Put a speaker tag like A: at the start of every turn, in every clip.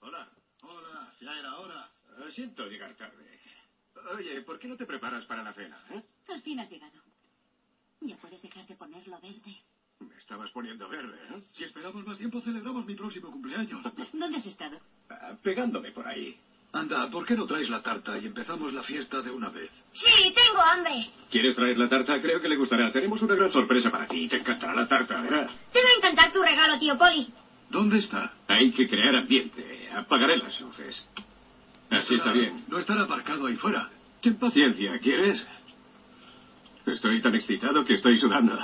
A: Hola, hola, ya era hora. Eh, Siento llegar tarde. Oye, ¿por qué no te preparas para la cena? eh?
B: Al fin has llegado. Ya puedes dejar de ponerlo verde.
A: Me estabas poniendo verde. ¿eh? Si esperamos más tiempo, celebramos mi próximo cumpleaños.
B: ¿Dónde has estado?
A: Ah, Pegándome por ahí. Anda, ¿por qué no traes la tarta y empezamos la fiesta de una vez?
C: Sí, tengo hambre.
A: ¿Quieres traer la tarta? Creo que le gustará. Tenemos una gran sorpresa para ti. Te encantará la tarta, ¿verdad?
C: Te va a encantar tu regalo, tío Poli.
A: ¿Dónde está? Hay que crear ambiente. Apagaré las luces. Así está bien. No estará aparcado ahí fuera. Ten paciencia, ¿quieres? Estoy tan excitado que estoy sudando.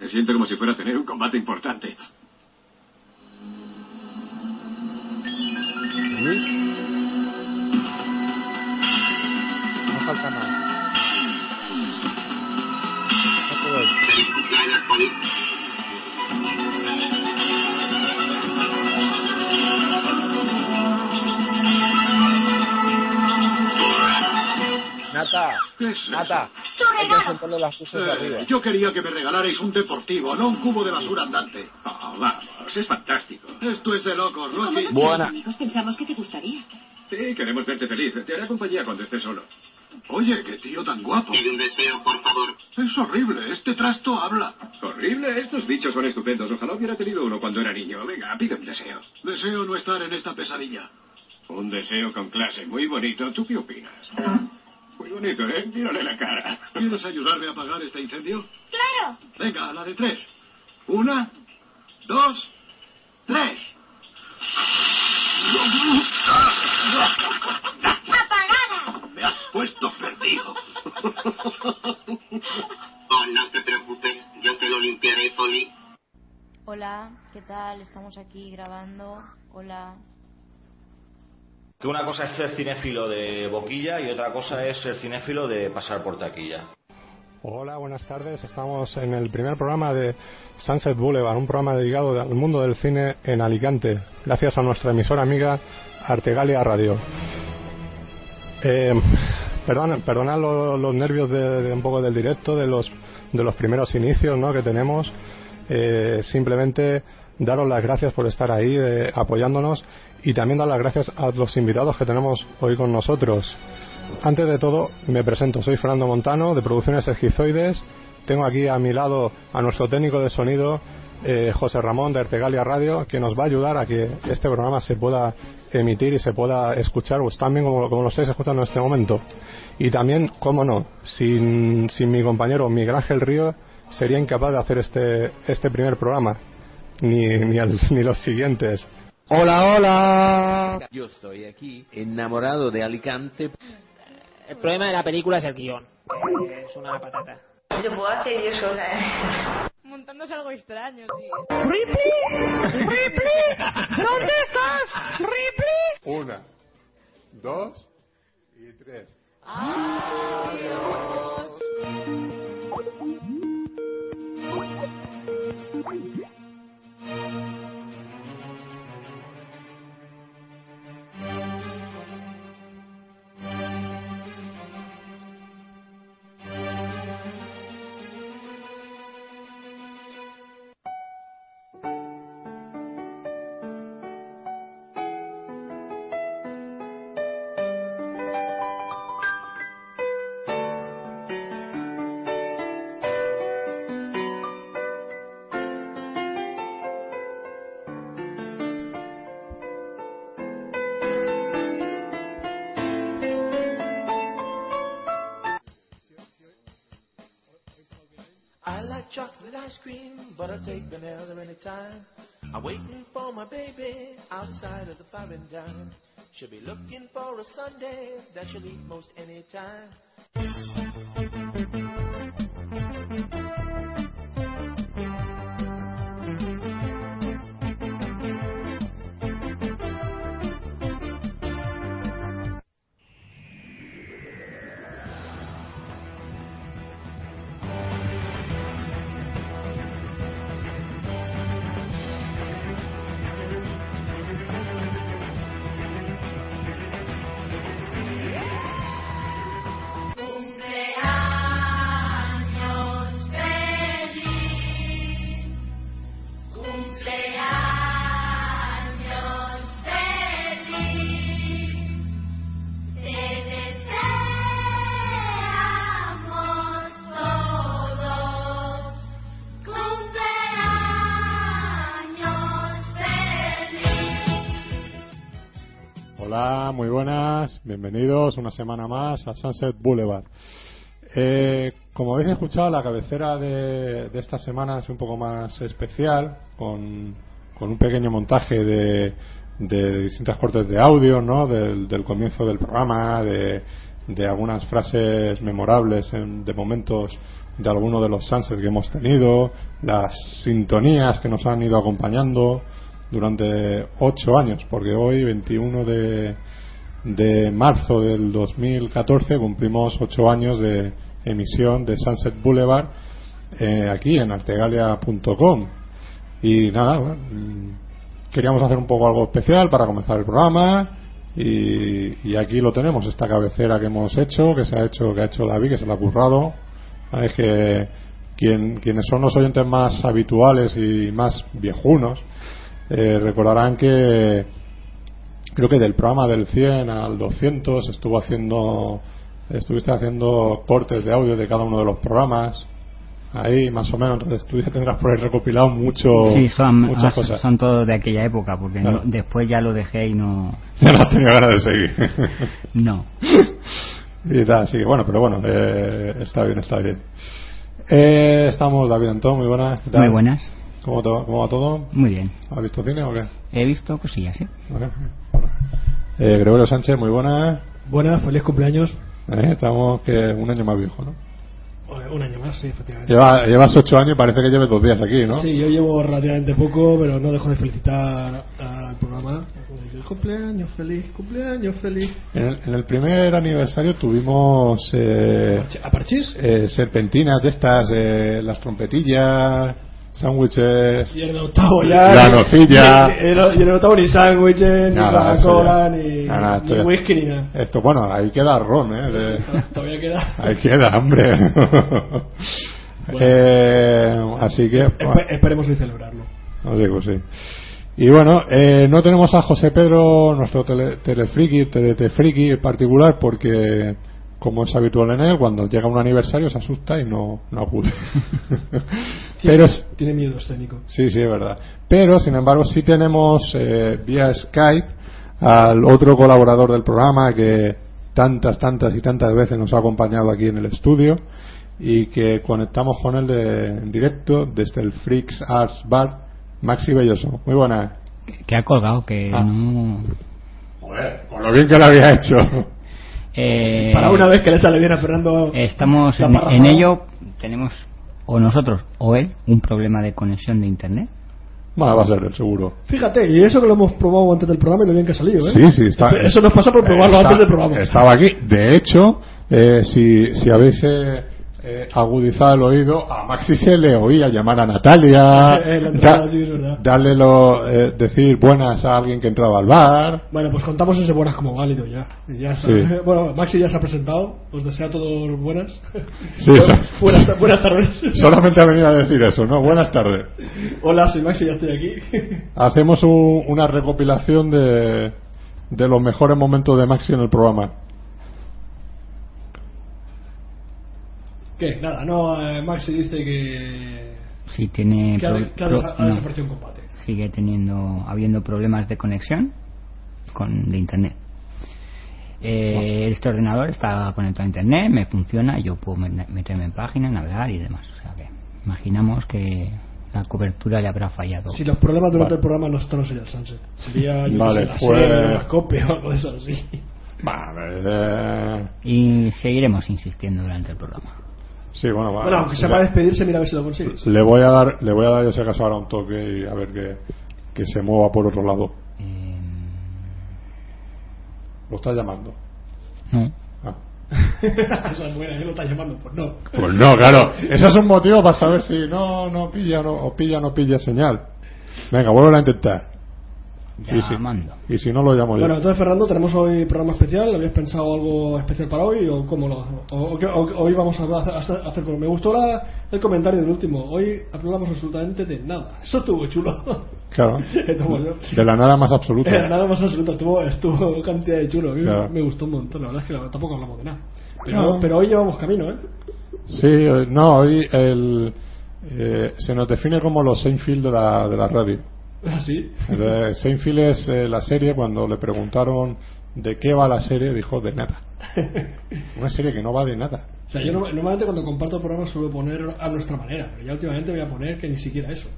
A: Me siento como si fuera a tener un combate importante.
D: No falta nada. Ya todo hecho. Nata,
A: ¿Qué es
D: Nata,
C: Tu
D: hay que
C: regalo.
D: sentarle las cosas de arriba.
A: Eh, yo quería que me regalarais un deportivo, no un cubo de basura andante. Oh, vamos, es fantástico. Esto es de locos,
B: Como no
A: Rocky.
B: tienes
D: Buena.
B: amigos, pensamos que te gustaría.
A: Sí, queremos verte feliz. Te hará compañía cuando estés solo. Oye, qué tío tan guapo.
E: Pide un deseo, por favor.
A: Es horrible, este trasto habla. ¿Horrible? Estos bichos son estupendos. Ojalá hubiera tenido uno cuando era niño. Venga, pide un deseo. Deseo no estar en esta pesadilla. Un deseo con clase, muy bonito. ¿Tú qué opinas? Muy bonito, ¿eh? Tírale la cara. ¿Quieres ayudarme a apagar este incendio?
C: Claro.
A: Venga, a la de tres. Una, dos, tres.
C: Apagada.
A: Me has puesto perdido.
E: Oh, no te preocupes, yo te lo limpiaré, Polly.
F: Hola, ¿qué tal? Estamos aquí grabando. Hola.
G: Que una cosa es ser cinéfilo de boquilla y otra cosa es ser cinéfilo de pasar por taquilla.
D: Hola, buenas tardes. Estamos en el primer programa de Sunset Boulevard, un programa dedicado al mundo del cine en Alicante, gracias a nuestra emisora amiga Artegalia Radio. Eh, perdón, perdonad lo- los nervios de, de un poco del directo, de los, de los primeros inicios ¿no? que tenemos. Eh, simplemente daros las gracias por estar ahí eh, apoyándonos y también dar las gracias a los invitados que tenemos hoy con nosotros. Antes de todo, me presento. Soy Fernando Montano, de Producciones Esquizoides. Tengo aquí a mi lado a nuestro técnico de sonido, eh, José Ramón de Artegalia Radio, que nos va a ayudar a que este programa se pueda emitir y se pueda escuchar, pues también como, como lo estáis escuchando en este momento. Y también, cómo no, sin, sin mi compañero Miguel Ángel Río, sería incapaz de hacer este, este primer programa, ni, ni, el- ni los siguientes.
H: Hola, hola. Yo estoy aquí enamorado de Alicante.
I: El problema de la película es el guión. Es una patata.
J: Lo puedo hacer yo sola.
F: Montándose algo extraño, sí.
J: ¡Ripley! ¡Ripley! ¿Dónde estás? ¡Ripley!
K: Una, dos y tres.
H: I like chocolate ice cream, but I take vanilla anytime. I'm waiting for my baby outside of the five and dime. She'll be looking for a Sunday that she'll eat most any time.
D: Hola, muy buenas, bienvenidos una semana más a Sunset Boulevard. Eh, como habéis escuchado, la cabecera de, de esta semana es un poco más especial, con, con un pequeño montaje de, de distintas cortes de audio, ¿no? Del, del comienzo del programa, de, de algunas frases memorables en- de momentos de alguno de los sunsets que hemos tenido, las sintonías que nos han ido acompañando durante ocho años, porque hoy, 21 de, de marzo del 2014, cumplimos ocho años de emisión de Sunset Boulevard eh, aquí en artegalia.com. Y nada, bueno, mm, queríamos hacer un poco algo especial para comenzar el programa y, y aquí lo tenemos esta cabecera que hemos hecho que se ha hecho que ha hecho David que se la ha currado Ah, es que quien- quienes son los oyentes más habituales y más viejunos eh, recordarán que creo que del programa del 100 al 200 estuvo haciendo estuviste haciendo cortes de audio de cada uno de los programas ahí más o menos entonces tú ya tendrás por ahí recopilado mucho
I: sí, son,
D: muchas
I: ah,
D: cosas
I: son todos de aquella época, porque
D: Claro.
I: no- después ya lo dejé y no.
D: Ya no has tenido ganas de seguir.
I: No.
D: Y tal, sí, bueno, pero bueno, eh, está bien, está bien. Eh, estamos, David Antón, muy buenas. ¿qué tal?
I: Muy buenas.
D: ¿Cómo, to- cómo va todo?
I: Muy bien.
D: ¿Has visto cine o qué?
I: He visto cosillas, ¿sí?
D: Vale. Eh, Gregorio Sánchez, muy buenas.
H: Buenas, feliz cumpleaños.
D: Eh, estamos que un año más viejo, ¿no?
H: Un año más, sí, efectivamente.
D: Lleva- llevas ocho años y parece que lleves dos días aquí, ¿no?
H: Sí, yo llevo relativamente poco, pero no dejo de felicitar al programa. Cumpleaños feliz, cumpleaños feliz.
D: En el, en el primer aniversario tuvimos. Eh,
H: ¿A parchís?
D: eh, serpentinas de estas, eh, las trompetillas, sándwiches.
H: Y en el octavo ya.
D: La nocilla.
H: Y en el- y en el octavo ni sándwiches, ni
D: Nada, eso
H: Coca-Cola,
D: ya.
H: ni,
D: Nada, nada,
H: ni
D: esto ya-
H: whisky, ni nada.
D: Esto, bueno, ahí queda ron, ¿eh? De-
H: Todavía queda.
D: ahí queda, hombre. Eh, así que. bueno,
H: Espe- esperemos hoy celebrarlo.
D: os digo, sí. Y bueno, eh, no tenemos a José Pedro, nuestro tele, telefriki, TDT friki en particular, porque como es habitual en él, cuando llega un aniversario se asusta y no, no acude. Pero
H: Tiene miedo escénico.
D: Sí, sí, es verdad. Pero, sin embargo, sí tenemos eh, vía Skype al otro colaborador del programa que tantas, tantas y tantas veces nos ha acompañado aquí en el estudio y que conectamos con él de- en directo desde el Freaks Arts Bar, Maxi Belloso. Muy buena.
I: Que ha colgado, que no.
D: Por lo bien que lo había hecho.
I: Eh,
H: Para una vez que le sale bien a Fernando.
I: Estamos
H: la
I: en,
H: parrafada.
I: en ello, tenemos o nosotros o él un problema de conexión de internet.
D: Bueno, va a ser él, seguro.
H: Fíjate, y eso que lo hemos probado antes del programa y lo bien que ha salido, ¿eh?
D: Sí, sí, está-
H: Eso nos pasa por probarlo
D: Está-
H: antes del programa.
D: Estaba aquí. De hecho, eh, si, si habéis eh, eh, agudizado el oído, a Maxi se le oía llamar a Natalia,
H: Eh, eh, la entrada
D: da-
H: allí, es verdad.
D: darle lo, eh, decir buenas a alguien que entraba al bar.
H: Bueno, pues contamos ese buenas como válido ya. Y ya está.
D: Sí.
H: Bueno, Maxi ya se ha presentado. Os deseo a todos buenas.
D: Sí,
H: Bu-
D: so-
H: buenas, ta- buenas tardes.
D: Solamente ha venido a decir eso, ¿no? Buenas tardes.
H: Hola, soy Maxi, ya estoy aquí.
D: Hacemos un- una recopilación de, de los mejores momentos de Maxi en el programa.
H: ¿Qué? Nada, no, eh, Maxi dice que.
I: Si tiene.
H: que ha,
I: pro-
H: que ha
I: pro-
H: desa- ha
I: no,
H: desaparecido un combate.
I: sigue teniendo. habiendo problemas de conexión con de internet. Eh, Este ordenador está conectado a internet, me funciona, yo puedo met- meterme en página, navegar y demás. O sea que imaginamos que la cobertura le habrá fallado.
H: Si los problemas durante el programa no están, no sería el Sunset. Sería, yo qué
I: Vale,
H: sé, la
I: pues-
H: serie, la copia o algo de eso así.
D: eh.
I: Y seguiremos insistiendo durante el programa.
D: Sí, bueno, va.
H: Bueno, aunque sea para despedirse, mira a ver si lo consigues.
D: Le voy a dar, le voy a dar yo si acaso ahora un toque y a ver que, que se mueva por otro lado.
I: Em.
D: Lo está llamando.
I: No.
D: Ah.
H: Esa es buena, ¿eh? lo está llamando, pues no.
D: Pues no, claro. Eso es un motivo para saber si no, no pilla no, o pilla no pilla señal. Venga, vuelvo a intentar. Y si,
I: Llamando.
D: y si no lo llamo yo.
H: Bueno, entonces Fernando, tenemos hoy programa especial. ¿Habías pensado algo especial para hoy o cómo lo hacemos? O, o qué- o- hoy vamos a hacer, hacer- hacer- Me gustó la- el comentario del último. Hoy hablamos absolutamente de nada. Eso estuvo chulo.
D: claro.
H: Estuvo yo.
D: De la nada más absoluta.
H: Era nada más absoluto. Estuvo, estuvo cantidad de chulo. A mí
D: Claro.
H: Me gustó un montón. La verdad es que la- tampoco hablamos de nada. Pero,
D: No.
H: pero hoy llevamos camino, ¿eh?
D: Sí, eh, no, hoy el, eh, se nos define como los Seinfeld de la, de la radio.
H: Así.
D: eh, Entonces, Seinfeld es eh, la serie cuando le preguntaron ¿de qué va la serie? Dijo, de nada. Una serie que no va de nada.
H: O sea, yo no- normalmente cuando comparto programas suelo poner a nuestra manera, pero ya últimamente voy a poner que ni siquiera eso.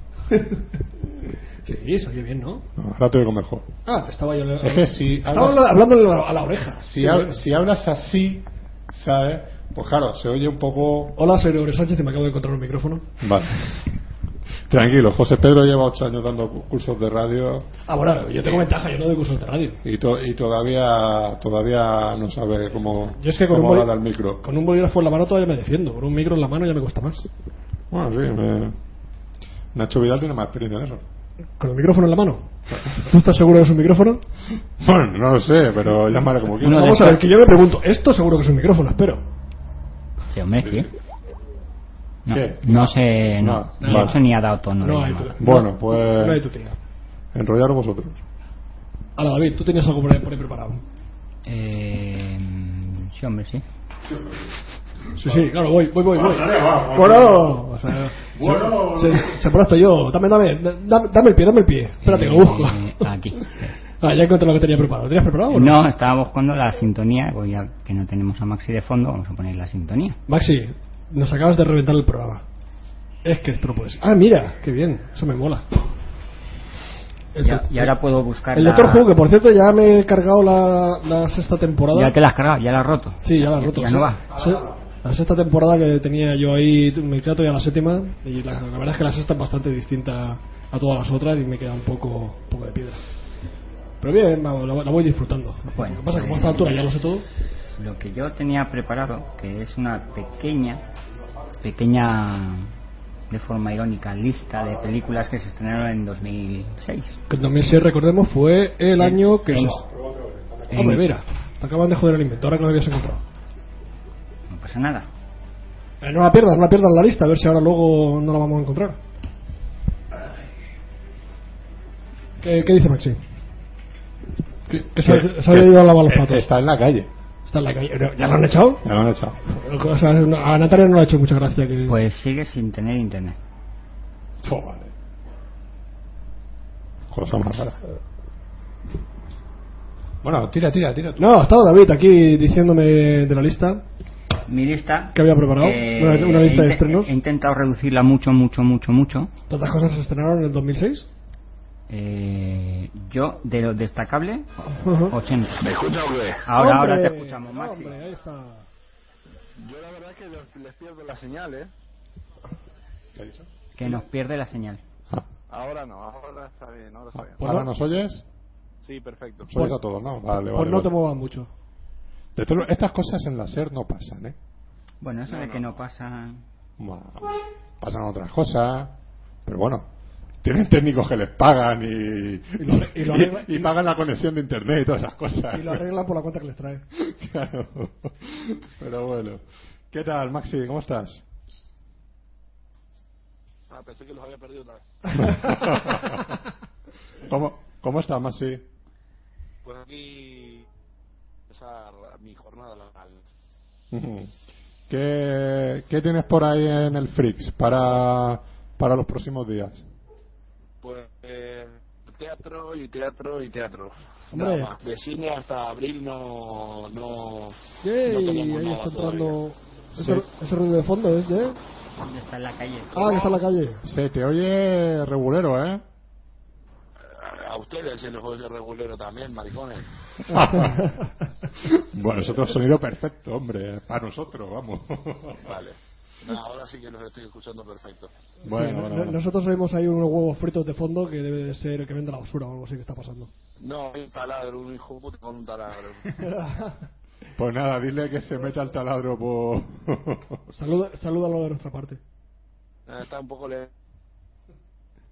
H: sí, se oye bien, ¿no?
D: No, ahora te voy a comer jo.
H: Ah, estaba yo.
D: Es que si
H: Estaba
D: hablas-
H: hablando a la, a la oreja.
D: Si, hab- si hablas así, ¿sabes? Pues claro, se oye un poco...
H: Hola, soy Roberto Sánchez y me acabo de encontrar un micrófono.
D: Vale. Tranquilo, José Pedro lleva ocho años dando cu- cursos de radio.
H: Ah, bueno, yo tengo
D: Y-
H: ventaja, yo no doy cursos de radio.
D: Y, to- y todavía todavía no sabe cómo,
H: Yo es que con
D: cómo
H: un boli-
D: hablar al micro.
H: Con un bolígrafo en la mano todavía me defiendo, con un micro en la mano ya me cuesta más.
D: Bueno, sí, me- Nacho Vidal tiene más experiencia en eso.
H: ¿Con el micrófono en la mano? ¿Tú estás seguro que es un micrófono?
D: Bueno, no lo sé, pero llámale como quieras.
H: Vamos a ver, que yo me pregunto, esto seguro que es un micrófono, espero.
I: Sí, hombre, sí. No,
D: ¿Qué?
I: no sé, no.
D: No,
I: ni
D: vale.
I: eso ni ha dado tono.
H: No
I: de
H: hay
I: llamada.
D: Bueno, pues.
H: No hay tutía.
D: Enrollaros vosotros.
H: Ahora, David, tú tenías algo por ahí, por ahí preparado.
I: Eh, sí, hombre, sí.
H: Sí, sí, claro, voy, voy, voy. voy.
I: Bueno, dale, va, va.
H: Bueno, o sea,
I: Bueno.
H: se, se, se pone hasta yo. Dame, dame, dame, dame el pie, dame el pie. Espérate, que lo busco.
I: Eh, aquí.
H: Ah, ya encontré lo que tenía preparado. ¿Lo tenías preparado o no?
I: No, estábamos jugando la sintonía. Voy a, que no tenemos a Maxi de fondo, vamos a poner la sintonía.
H: Maxi, nos acabas de reventar el programa. Es que esto no puede ser. Ah, mira, qué bien, eso me mola. El
I: Ya- y ahora puedo buscar.
H: El
I: la-
H: Doctor Who, que por cierto ya me he cargado la, la sexta temporada.
I: Ya te la has cargado, ya la has roto.
H: Sí, ya la he roto.
I: Ya no va.
H: Se- La sexta temporada que tenía yo ahí, me queda todavía la séptima, y la, la verdad es que la sexta es bastante distinta a todas las otras y me queda un poco, un poco de piedra. Pero bien, vamos, la, la voy disfrutando.
I: Bueno,
H: lo que pasa es que como
I: pues-
H: a esta altura ya lo sé todo.
I: Lo que yo tenía preparado, que es una pequeña, pequeña, de forma irónica, lista de películas que se estrenaron en 2006.
H: Que en 2006, recordemos, fue el año que...
I: en-
H: se-
I: en-
H: Hombre, mira, te acaban de joder el invento, ahora que lo habías encontrado.
I: No pasa nada.
H: Eh, no la pierdas, no la pierdas la lista, a ver si ahora luego no la vamos a encontrar. ¿Qué, qué dice Maxi? ¿Qué, qué se, ha- se ha ido a lavar los patos?
D: Está en la calle.
H: Está en la calle. ¿Pero ¿Ya lo han echado?
D: Ya lo han echado.
H: O sea, no- a Natalia no le ha hecho mucha gracia que...
I: Pues sigue sin tener internet.
D: Jo, vale. Cosa más rara. Bueno, tira, tira, tira.
H: No, ha estado David aquí diciéndome de la lista.
I: Mi lista.
H: ¿Qué había preparado? Una- una lista de
I: he inte-
H: estrenos.
I: He intentado reducirla mucho, mucho, mucho, mucho.
H: ¿Tantas cosas se estrenaron en el 2006?
I: Eh, yo, de lo destacable,
H: Ujú.
I: 80. Ahora, ahora
H: ¡Hombre!
I: te escuchamos, Maxi.
H: Hombre, ahí está.
L: Yo la verdad que les, les pierdo la señal, ¿eh?
I: Que nos pierde la señal.
L: Ahora no, ahora está bien, ahora está bien.
D: Ah. ¿Ahora nos oyes?
L: Sí, perfecto.
D: Nos oyes a todos, ¿no? Vale,
H: pues
D: vale.
H: no
D: vale.
H: te muevas mucho.
D: De todo- Estas cosas en la SER no pasan, ¿eh?
I: Bueno, eso de que no pasa.
D: Bueno, pasan otras cosas, pero bueno, tienen técnicos que les pagan y,
H: y lo arregla-
D: y pagan la conexión de internet y todas esas cosas.
H: Y lo arreglan por la cuenta que les trae.
D: Claro. Pero bueno, ¿qué tal, Maxi? ¿Cómo estás?
L: Ah, pensé que los había perdido otra vez.
D: ¿Cómo, cómo estás, Maxi?
L: Pues aquí empezar mi jornada laboral.
D: ¿Qué, qué tienes por ahí en el Freaks para, para los próximos días?
L: Pues eh, teatro y teatro y teatro.
H: Hombre.
L: Nada más. De cine hasta abril no no,
H: Yay,
L: no tenemos
H: ahí
L: nada
H: está entrando...
D: Sí.
H: Ese, ese ruido de fondo ¿eh? es de...
I: ¿Dónde está en la calle?
H: Ah, que está en la calle.
D: Se te oye regulero, ¿eh?
L: todavía. A ustedes se les oye regulero también, maricones.
D: bueno, nosotros sonido perfecto, hombre. Para nosotros, vamos.
L: Vale. No, ahora sí que los estoy escuchando perfecto.
D: Bueno,
H: Sí,
D: bueno,
H: no-
D: bueno.
H: Nosotros oímos ahí unos huevos fritos de fondo que debe de ser el que vende la basura o algo así que está pasando.
L: No, un taladro, un hijo puto con un taladro.
D: Pues nada, dile que se meta el taladro por...
H: Saluda, salúdalo de nuestra parte.
L: Eh, Está un poco le...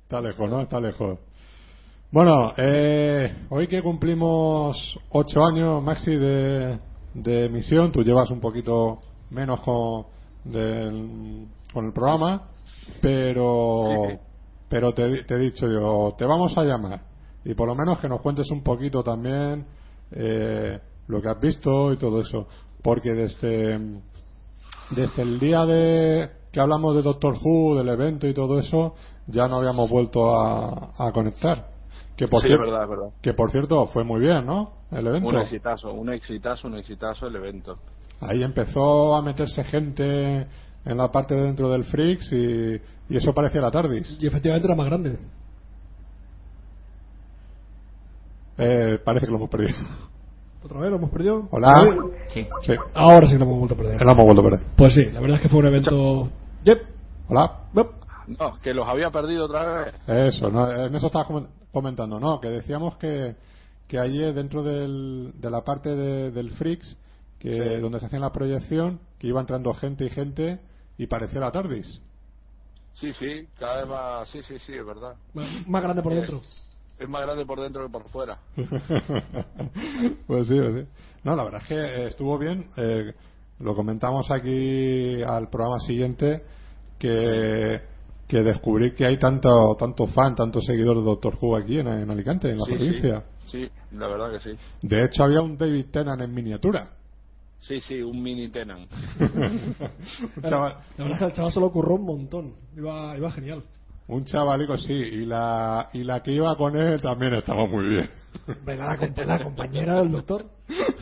D: Está lejos, ¿no? Está lejos. Bueno, eh, hoy que cumplimos ocho años, Maxi, de, de emisión, tú llevas un poquito menos con, del- con el programa, pero, pero te, di- te he dicho yo, te vamos a llamar y por lo menos que nos cuentes un poquito también eh, lo que has visto y todo eso, porque desde desde el día de que hablamos de Doctor Who, del evento y todo eso, ya no habíamos vuelto a, a conectar. Que por,
L: Sí,
D: cier-
L: es verdad, es verdad.
D: que por cierto fue muy bien, ¿no? el evento.
L: Un exitazo, un exitazo, un exitazo el evento.
D: Ahí empezó a meterse gente en la parte de dentro del Freaks y, y eso parecía la TARDIS.
H: Y efectivamente era más grande.
D: Eh, parece que lo hemos perdido.
H: ¿Otra vez lo hemos perdido?
D: Hola.
I: Sí.
H: Ahora sí lo hemos vuelto a perder.
D: Lo hemos vuelto a perder.
H: Pues sí, la verdad es que fue un evento. Yep.
D: Hola.
H: Yep.
L: No, que los había perdido otra vez.
D: Eso, no, en eso estabas comen- comentando, ¿no? Que decíamos que, que ayer dentro del, de la parte de- del Freaks, que donde se hacía la proyección, que iba entrando gente y gente y parecía la TARDIS.
L: Sí, sí, cada vez más. Sí, sí, sí, es verdad.
H: Más, más grande por
L: Eh,
H: dentro.
L: Es más grande por dentro que por fuera.
D: pues sí, pues sí. No, la verdad es que eh, estuvo bien. Eh, lo comentamos aquí al programa siguiente que, que descubrí que hay tanto, tanto fan, tanto seguidor de Doctor Who aquí en, en Alicante, en la
L: sí,
D: provincia.
L: Sí, sí, la verdad que sí.
D: De hecho, había un David Tennant en miniatura.
L: Sí, sí, un mini Tenan.
D: un, chaval,
H: La verdad es que el chaval se lo ocurrió un montón. Iba, iba genial.
D: un chavalico, sí. Y la, y la que iba con él también estaba muy bien.
H: Venga, la, compa- la compañera del doctor.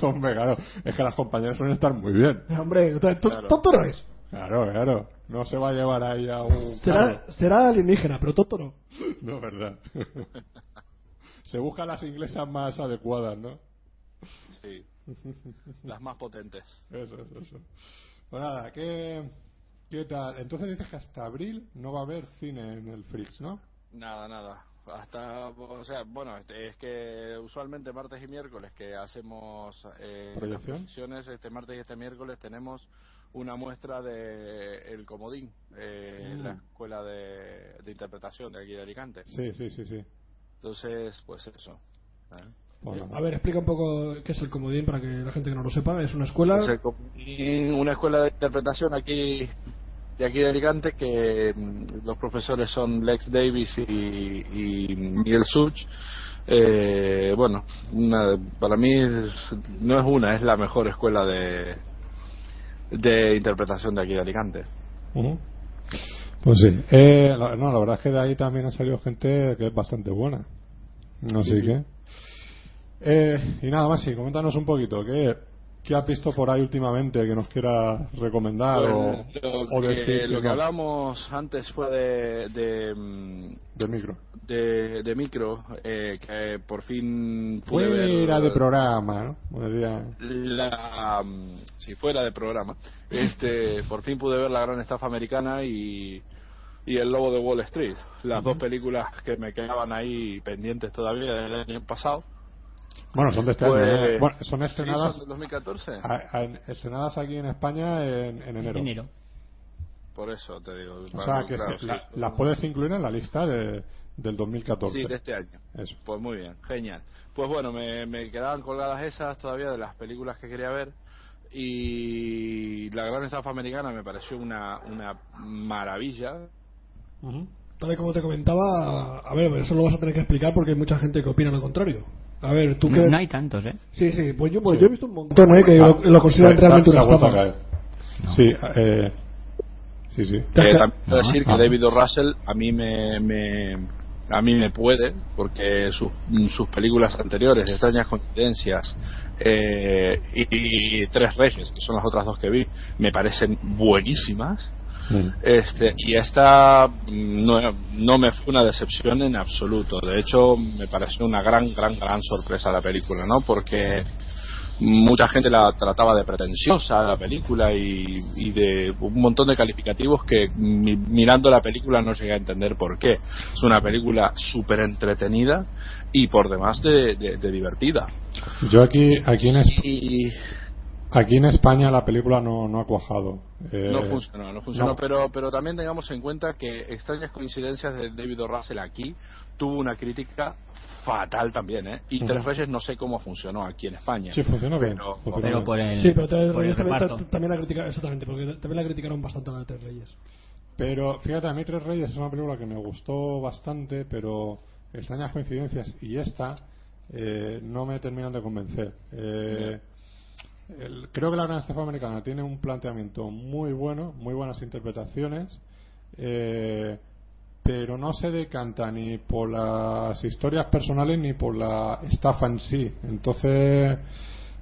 D: Hombre, claro, es que las compañeras suelen estar muy bien.
H: Hombre, t- t-
D: Claro.
H: tonto no es.
D: Claro, claro. No se va a llevar ahí a un.
H: Será, será alienígena, pero tonto no.
D: No es verdad. Se busca las inglesas más adecuadas, ¿no?
L: Sí. Las más potentes.
D: Eso, eso, eso. Pues nada, ¿qué, qué tal? Entonces dices que hasta abril no va a haber cine en el Freaks, ¿no?
L: Nada, nada. Hasta, o sea, bueno, este, es que usualmente martes y miércoles que hacemos eh, las
D: ¿Proyección?
L: proyecciones, este martes y este miércoles tenemos una muestra de El Comodín, eh,
D: Mm.
L: la escuela de, de interpretación de aquí de Alicante.
D: Sí, sí, sí, sí.
L: Entonces, pues eso. ¿eh?
D: Pues
H: Eh, A ver, explica un poco qué es el comodín para que la gente que no lo sepa. Es una escuela.
L: Pues el Comodín, una escuela de interpretación aquí de aquí de Alicante que mm, los profesores son Lex Davis y, y Miguel Such. Eh, bueno, una- para mí es- no es una, es la mejor escuela de de interpretación de aquí de Alicante.
D: Pues sí. Eh, la- no, la verdad es que de ahí también ha salido gente que es bastante buena. Así que. Eh, y nada más, sí, coméntanos un poquito. ¿qué, ¿Qué has visto por ahí últimamente que nos quieras recomendar o,
L: Pues, lo,
D: Ah, o
L: que,
D: decir?
L: lo que
D: no?
L: hablamos antes fue de, de, mm,
D: Del micro.
L: de, de micro, eh, que por fin pude
D: Fuera
L: ver-
D: de programa, ¿no? Como diría-
L: la mm, si fuera de programa este por fin pude ver la gran estafa americana y y el lobo de Wall Street las dos películas que me quedaban ahí pendientes todavía del año pasado
D: Bueno, son de este año,
L: Pues-
D: ¿eh? Bueno, son
L: Sí,
D: estrenadas, Ah.
L: son este del 2014
D: a- a- en- estrenadas aquí en España en, en enero.
L: por eso te digo
D: O
L: para
D: sea,
L: mí,
D: que
L: claro,
D: se- la-
L: sí.
D: las puedes incluir en la lista de, del 2014.
L: Sí, de este año.
D: Eso.
L: Pues muy bien, genial. Pues bueno, me, me quedaban colgadas esas todavía de las películas que quería ver. Y La Gran Estafa Americana me pareció una, una maravilla.
H: Tal y como te comentaba, a ver, eso lo vas a tener que explicar porque hay mucha gente que opina lo contrario. A ver, tú
I: No,
H: qué.
I: no hay tantos, ¿eh?
H: Sí, sí, pues yo, pues yo he visto un montón, ¿eh? Que lo, lo consideran
D: Se-
H: realmente
D: se-
H: una
D: se ha vuelto
H: estafa.
D: a caer. Sí, eh, sí, sí.
L: Eh, también quiero decir que
D: Ah.
L: David O. Russell a mí me, me- a mí me puede porque sus, sus películas anteriores extrañas coincidencias eh, y, y tres reyes que son las otras dos que vi me parecen buenísimas
D: Mm.
L: este y esta mm, no, no me fue una decepción en absoluto de hecho me pareció una gran gran gran sorpresa la película no porque mucha gente la trataba de pretenciosa la película y, y de un montón de calificativos que mi- mirando la película no llegué a entender por qué es una película súper entretenida y por demás de, de- de divertida
D: Yo aquí, aquí, en es-
L: y
D: aquí en España la película no, no ha cuajado. Eh,
L: no funcionó, no funcionó,
D: no.
L: pero pero también tengamos en cuenta que extrañas coincidencias de David O. Russell aquí tuvo una crítica fatal también, ¿eh? Y
D: Ujú.
L: Tres Reyes no sé cómo funcionó aquí en España.
D: Sí, funcionó bien.
L: Pero-
D: funcionó bien.
H: Sí, pero te- también, ta- también la criticaron, exactamente, porque también la criticaron bastante a la de Tres Reyes.
D: Pero fíjate, a mí Tres Reyes es una película que me gustó bastante, pero extrañas coincidencias y esta eh, no me terminan de convencer. Eh, el- creo que la Gran Estafa Americana tiene un planteamiento muy bueno, muy buenas interpretaciones, eh, pero no se decanta ni por las historias personales ni por la estafa en sí. Entonces,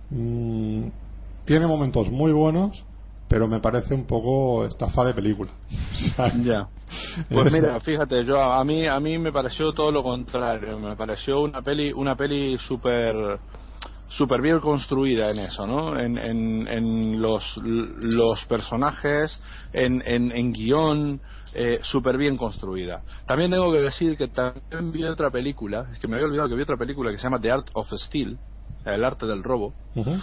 D: mm, tiene momentos muy buenos, pero me parece un poco estafa de película. O sea,
L: Ya. Pues mira, fíjate, yo a a mí a mí me pareció todo lo contrario, me pareció una peli una peli súper súper bien construida en eso, ¿no? En, en, en los los personajes, en en, en guión eh, súper bien construida. También tengo que decir que también vi otra película, es que me había olvidado que vi otra película que se llama The Art of Steel, el arte del robo,
D: Ujú.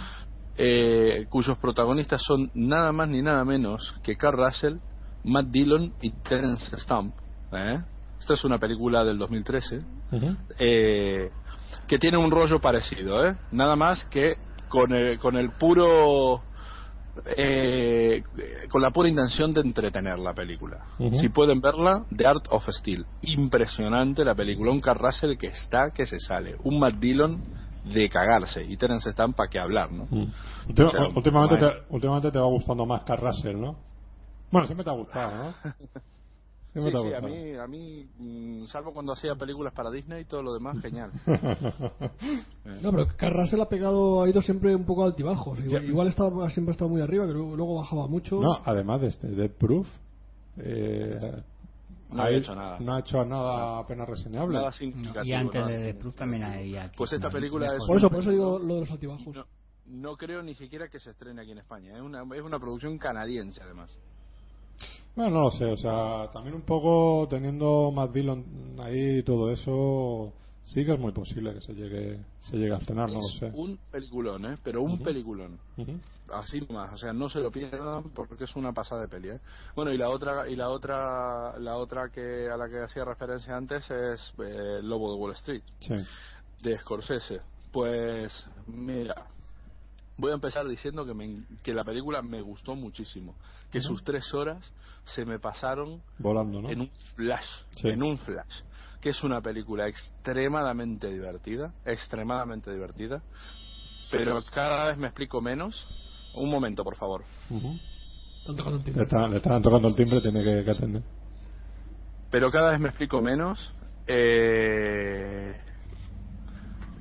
L: eh, cuyos protagonistas son nada más ni nada menos que Carl Russell, Matt Dillon y Terence Stamp. ¿eh? Esta es una película del 2013 eh, que tiene un rollo parecido, ¿eh? nada más que con el, con el puro eh, con la pura intención de entretener la película.
D: Ujú.
L: Si pueden verla, The Art of Steel. Impresionante la película. Un Carl Russell que está, que se sale. Un Matt Dillon de cagarse. Y Terence Stamp para qué hablar, ¿no?
D: Última-
L: O sea,
D: últimamente, te,
L: maestro.
D: últimamente te va gustando más Carl Russell, ¿no? Bueno, siempre te ha gustado, ¿no?
L: Sí,
D: Siempre te ha
L: sí, a
D: gustado.
L: mí, a mí mm, salvo cuando hacía películas para Disney y todo lo demás, genial.
H: No, pero Carrasel ha pegado, ha ido siempre un poco altibajos. Igual, igual estaba, siempre ha estado muy arriba, que luego, luluego bajaba mucho.
D: No, además de este, de Proof, eh,
L: No
D: ahí
L: había hecho nada.
D: No ha hecho nada apenas reseñable.
L: Nada significativo,
I: Y antes
L: ¿no?
I: de The Proof también había.
L: Pues esta película es-
H: Por eso, por eso digo lo de los altibajos.
L: No creo ni siquiera que se estrene aquí en España. Es una, es una producción canadiense, además.
D: Bueno, no lo sé, o sea, también un poco teniendo Matt Dillon ahí y todo eso, sí que es muy posible que se llegue, se llegue a estrenar, no lo
L: es
D: sé.
L: un peliculón, ¿eh? Pero un
D: Ujú.
L: peliculón.
D: Ujú.
L: Así nomás, o sea, no se lo pierdan porque es una pasada de peli, ¿eh? Bueno, y la otra y la otra la otra que a la que hacía referencia antes es eh, Lobo de Wall Street.
D: Sí.
L: de Scorsese. Pues mira, voy a empezar diciendo que, me- que la película me gustó muchísimo, que
D: Ujú.
L: sus tres horas se me pasaron
D: Volando, ¿no?
L: en un flash,
D: Sí.
L: en un flash, que es una película extremadamente divertida, extremadamente divertida, pero cada vez me explico menos. Un momento, por favor.
D: Ujú. Le, está- le estaban tocando el timbre, tiene que, que atender.
L: pero cada vez me explico menos eh,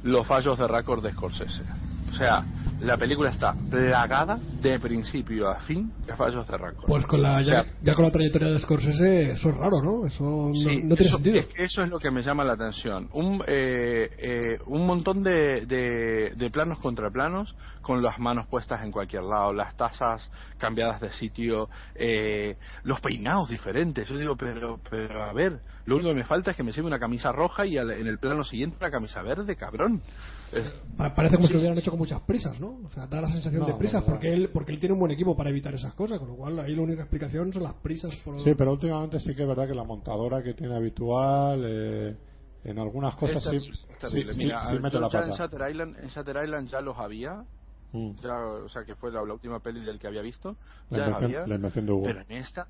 L: los fallos de récord de Scorsese. O sea, la película está plagada de principio a fin de fallos de récord.
H: Pues con la,
L: O sea,
H: ya, ya con la trayectoria de Scorsese, eso es raro, ¿no? Eso no,
L: Sí,
H: no tiene
L: eso,
H: sentido.
L: es que eso es lo que me llama la atención. Un, eh, eh, un montón de, de- de planos contra planos con las manos puestas en cualquier lado, las tazas cambiadas de sitio, eh, los peinados diferentes. Yo digo, pero, pero a ver, lo único que me falta es que me lleve una camisa roja y al- en el plano siguiente una camisa verde, cabrón. Eh,
H: Pa- Parece como
L: sí,
H: si lo hubieran hecho con muchas prisas, ¿no? O sea, da la sensación
D: No,
H: de prisas,
D: no, no.
H: porque él porque él tiene un buen equipo para evitar esas cosas, con lo cual ahí la única explicación son las prisas. Por...
D: Sí, pero últimamente sí que es verdad que la montadora que tiene habitual, eh, en algunas cosas sí,
L: es terrible, es
D: sí,
L: terrible.
D: sí-
L: Mira,
D: sí mete
L: yo
D: la
L: ya en
D: pata.
L: Shutter Island, en Shutter Island ya los había,
D: Mm.
L: ya, o sea que fue la, la última peli del que había visto,
D: La
L: ya los
D: invención-
L: había,
D: la invención de Hugo.
L: pero en esta,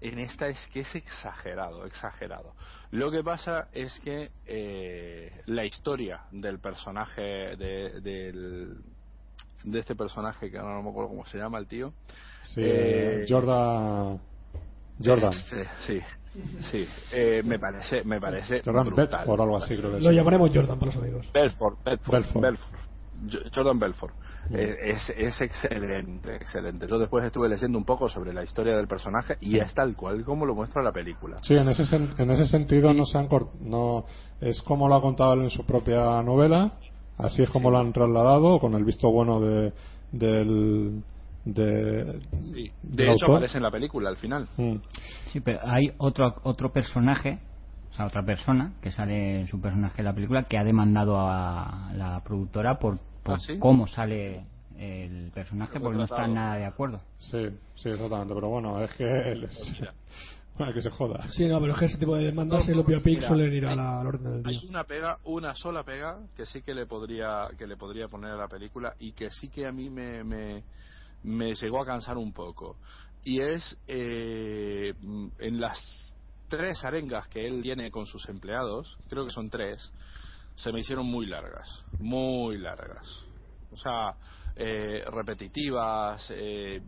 L: en esta es que es exagerado, exagerado. Lo que pasa es que eh, la historia del personaje de, del, de este personaje que ahora no me acuerdo cómo se llama el tío,
D: Sí,
L: eh,
D: Jordan. Jordan.
L: este, sí, sí, eh, me parece, me parece
D: Jordan
L: brutal.
D: Bedford o algo así, creo que
H: Lo
D: sí.
H: llamaremos Jordan para los amigos.
L: Belfort, Belfort,
D: Belfort.
L: Belfort. Jo- Jordan Belfort. Eh, Es, es excelente, excelente. Yo después estuve leyendo un poco sobre la historia del personaje y es tal cual como lo muestra la película.
D: Sí, en ese, sen- en ese sentido no se han cort- no es como lo ha contado él en su propia novela, así es como lo han trasladado con el visto bueno de del de,
L: Sí.
D: del
L: De hecho,
D: autor.
L: aparece en la película al final.
D: Mm.
I: Sí, pero hay otro, otro personaje, o sea, otra persona que sale su personaje en la película que ha demandado a la productora por, por
L: ¿Ah, sí?
I: cómo sale el personaje
L: Lo
I: porque no
L: retratado.
I: están nada de acuerdo.
D: Sí, sí, exactamente, pero bueno, es que él es- bueno, que se joda.
H: Sí, no, pero es que ese tipo de demandas y los biopics
L: mira,
H: suelen ir a la, al orden del día.
L: Hay una pega, una sola pega que sí que le podría que le podría poner a la película y que sí que a mí me me, me llegó a cansar un poco y es eh, en las tres arengas que él tiene con sus empleados, creo que son tres, se me hicieron muy largas, muy largas, o sea eh, repetitivas. Eh,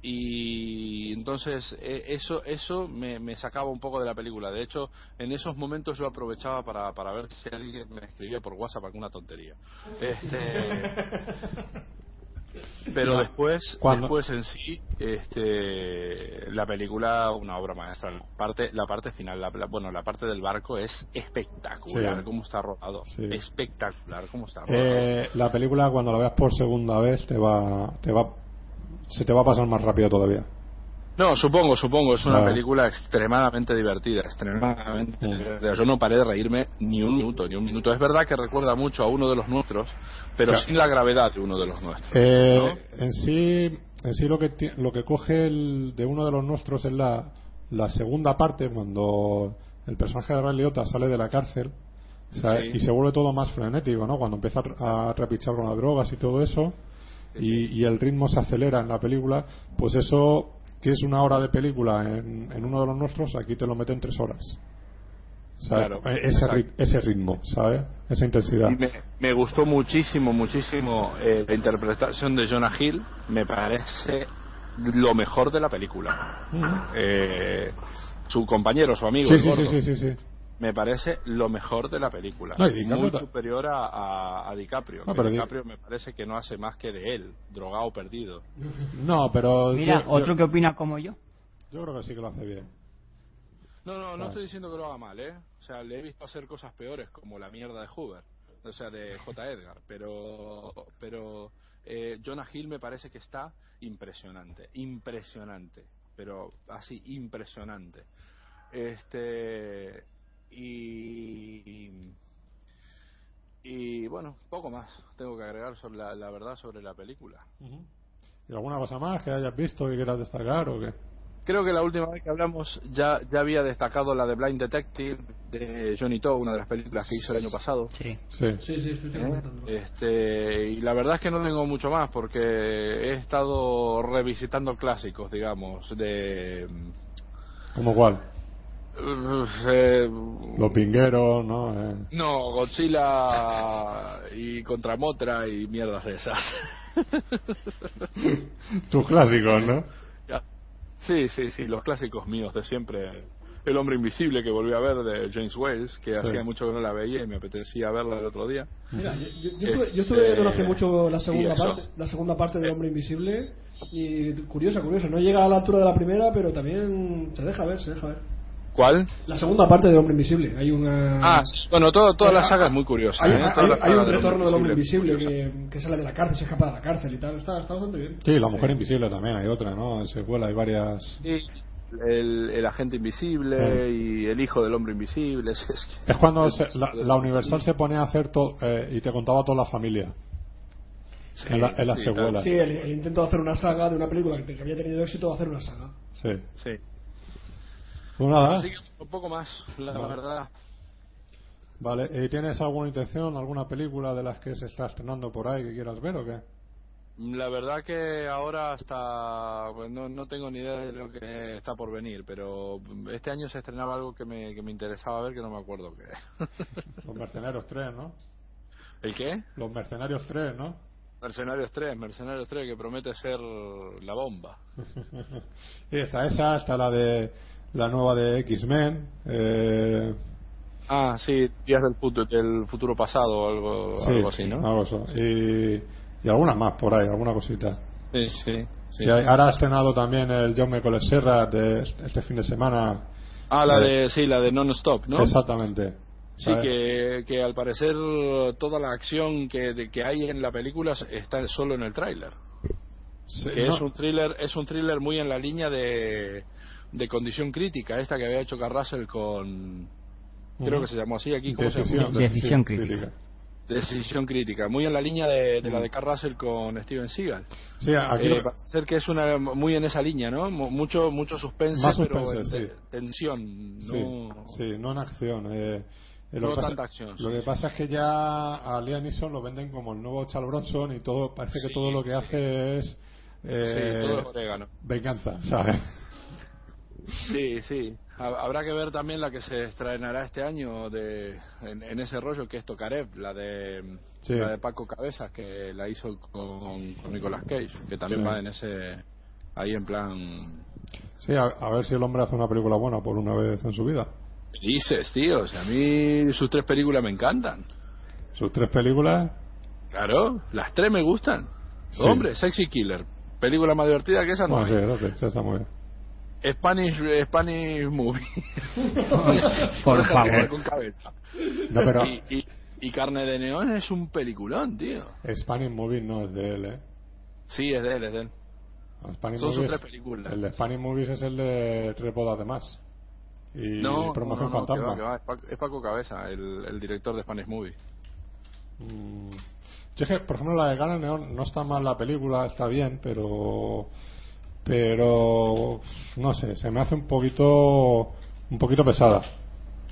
L: y entonces eh, eso eso me, me, sacaba un poco de la película de hecho en esos momentos yo aprovechaba para, para ver si alguien me escribía por WhatsApp alguna tontería este pero no. después ¿Cuándo? después en sí este la película una obra maestra la parte la parte final la, la, bueno la parte del barco es espectacular sí. cómo está rodado sí. espectacular cómo está rodado.
D: Eh, la película cuando la veas por segunda vez te va te va se te va a pasar más rápido todavía
L: no, supongo, supongo. Es una película extremadamente divertida, extremadamente divertida. Yo no paré de reírme ni un minuto, ni un minuto. Es verdad que recuerda mucho a uno de los nuestros, pero claro. sin la gravedad de uno de los nuestros.
D: Eh, ¿no? En sí, en sí lo que lo que coge el, de uno de los nuestros es la, la segunda parte cuando el personaje de Ray Liotta sale de la cárcel. O sea, sí. Y se vuelve todo más frenético, ¿no? Cuando empieza a repichar con las drogas y todo eso, sí, sí. Y, y el ritmo se acelera en la película, pues eso si es una hora de película en, en, uno de los nuestros, aquí te lo meten tres horas. ¿sabes? Claro, ese, ri ese, ritmo, ¿sabes? Esa intensidad.
L: Me, me, gustó muchísimo, muchísimo eh, la interpretación de Jonah Hill. Me parece lo mejor de la película. Uh -huh. eh, su compañero, su amigo.
D: Sí,
L: el
D: sí,
L: gordo,
D: sí, sí, sí, sí,
L: Me parece lo mejor de la película.
D: No,
L: muy superior a, a, a DiCaprio. No, pero DiCaprio me parece que no hace más que de él, drogado perdido.
D: No, pero.
I: Mira, yo, otro yo... que opina como yo.
D: Yo creo que sí que lo hace bien.
L: No, no, no vale. estoy diciendo que lo haga mal, ¿eh? O sea, le he visto hacer cosas peores, como la mierda de Hoover, o sea, de J. Edgar, pero, pero eh, Jonah Hill me parece que está impresionante, impresionante, pero así, impresionante. Este. Y. Y bueno, poco más tengo que agregar sobre la, la verdad sobre la película.
D: ¿Y alguna cosa más que hayas visto y quieras destacar o qué?
L: Creo que la última vez que hablamos ya, ya había destacado la de Blind Detective de Johnny Toe, una de las películas que hizo el año pasado.
I: Sí,
D: sí,
H: sí. sí, sí ¿Eh?
L: este, y la verdad es que no tengo mucho más porque he estado revisitando clásicos, digamos, de...
D: ¿Cómo cuál?
L: Eh,
D: los pingueros, ¿no? Eh.
L: No, Godzilla y contra Motra y mierdas de esas.
D: Tus clásicos, ¿no?
L: Sí, sí, sí, los clásicos míos de siempre. El hombre invisible que volví a ver de James Welles, que sí. hacía mucho que no la veía y me apetecía verla el otro día.
H: Mira, yo, yo, estuve, yo estuve eh, no hace mucho la segunda parte, la segunda parte del hombre invisible y curiosa, curiosa, no llega a la altura de la primera, pero también se deja ver, se deja ver.
L: ¿Cuál?
H: La segunda parte del Hombre Invisible. Hay una.
L: Ah, bueno, todo, toda la saga es muy curiosa.
H: Hay,
L: ¿eh?
H: hay, hay, hay un retorno del Hombre Invisible que, que, sale de la cárcel, se escapa de la cárcel y tal. Está, está bastante bien.
D: Sí, La Mujer sí. Invisible también, hay otra, ¿no? Secuela, hay varias.
L: Sí. El, el, agente invisible sí. y el hijo del hombre invisible. Es,
D: que... es cuando se, la, la, Universal se ponía a hacer todo eh, y te contaba toda la familia. Sí, en, la, en las secuelas.
H: Sí, el, el, intento de hacer una saga de una película que, que había tenido éxito de hacer una saga.
D: Sí.
L: Sí.
D: Pues nada.
L: Sí, un poco más, la vale. verdad.
D: Vale, ¿Y ¿tienes alguna intención, alguna película de las que se está estrenando por ahí que quieras ver o qué?
L: La verdad que ahora hasta pues no, no tengo ni idea de lo que está por venir, pero este año se estrenaba algo que me, que me interesaba ver que no me acuerdo qué.
D: Los Mercenarios 3, ¿no?
L: ¿El qué?
D: Los Mercenarios 3, ¿no?
L: Mercenarios 3, Mercenarios 3 que promete ser la bomba.
D: y está esa, está la de la nueva de X-Men. Eh...
L: Ah, sí, Días del, fut del futuro pasado, algo,
D: sí,
L: algo así, ¿no?
D: Algo eso. Y, y, algunas más por ahí, alguna cosita.
L: Sí, sí. sí
D: y ahora ha estrenado también el John Michael Serra de este fin de semana.
L: Ah, la eh, de, sí, la de Non-Stop, ¿no?
D: Exactamente.
L: Sí, que, que al parecer toda la acción que, de, que hay en la película está solo en el tráiler. Sí, que no. es un thriller, es un thriller muy en la línea de, de condición crítica, esta que había hecho Carrasel con. Creo uh -huh. que se llamó así aquí. ¿cómo
I: decisión,
L: se
I: decisión, decisión crítica.
L: Decisión crítica, muy en la línea de, de uh -huh. la de Carrasel con Steven Seagal.
D: Sí, aquí
L: eh, parece ser que es una muy en esa línea, ¿no? Mucho mucho suspense,
D: Más suspense
L: pero
D: sí.
L: tensión,
D: sí, no... Sí, no en acción. Eh,
L: eh, lo, no que pasa, acción,
D: lo que pasa es que ya a Liam Neeson lo venden como el nuevo Charles Bronson y todo parece que todo lo que hace es eh,
L: todo orégano.
D: venganza, ¿sabes?
L: Sí, sí. Habrá que ver también la que se estrenará este año de, en, en ese rollo que es Tokarev, la de, sí. la de Paco Cabezas, que la hizo con, con Nicolas Cage, que también sí. va en ese ahí en plan.
D: Sí, a, a ver si el hombre hace una película buena por una vez en su vida.
L: ¿Qué dices, tío? O sea, a mí sus tres películas me encantan.
D: Sus tres películas.
L: Claro, las tres me gustan.
D: Sí.
L: Hombre, Sexy Killer. Película más divertida que esa no.
D: Bueno, sí,
L: hay.
D: gracias, esa está muy bien.
L: Spanish, Spanish Movie.
D: Por
L: Deja de
D: favor.
L: caer con cabeza.
D: No, pero-
L: y, y- y Carne de Neón es un peliculón, tío.
D: Spanish Movie no es de él, ¿eh?
L: Sí, es de él, es de él.
D: Spanish
L: Son sus
D: Movies-
L: tres películas.
D: El de Spanish Movies es el de Tres bodas de más. Y
L: no,
D: Promoción
L: no, no, que
D: Fantasma.
L: va, que va, es, Paco, es Paco Cabeza, el, el director de Spanish Movie.
D: Mm, Yo es que, por ejemplo, la de Gala Neón no está mal la película, está bien, pero. Pero. No sé, se me hace un poquito. Un poquito pesada.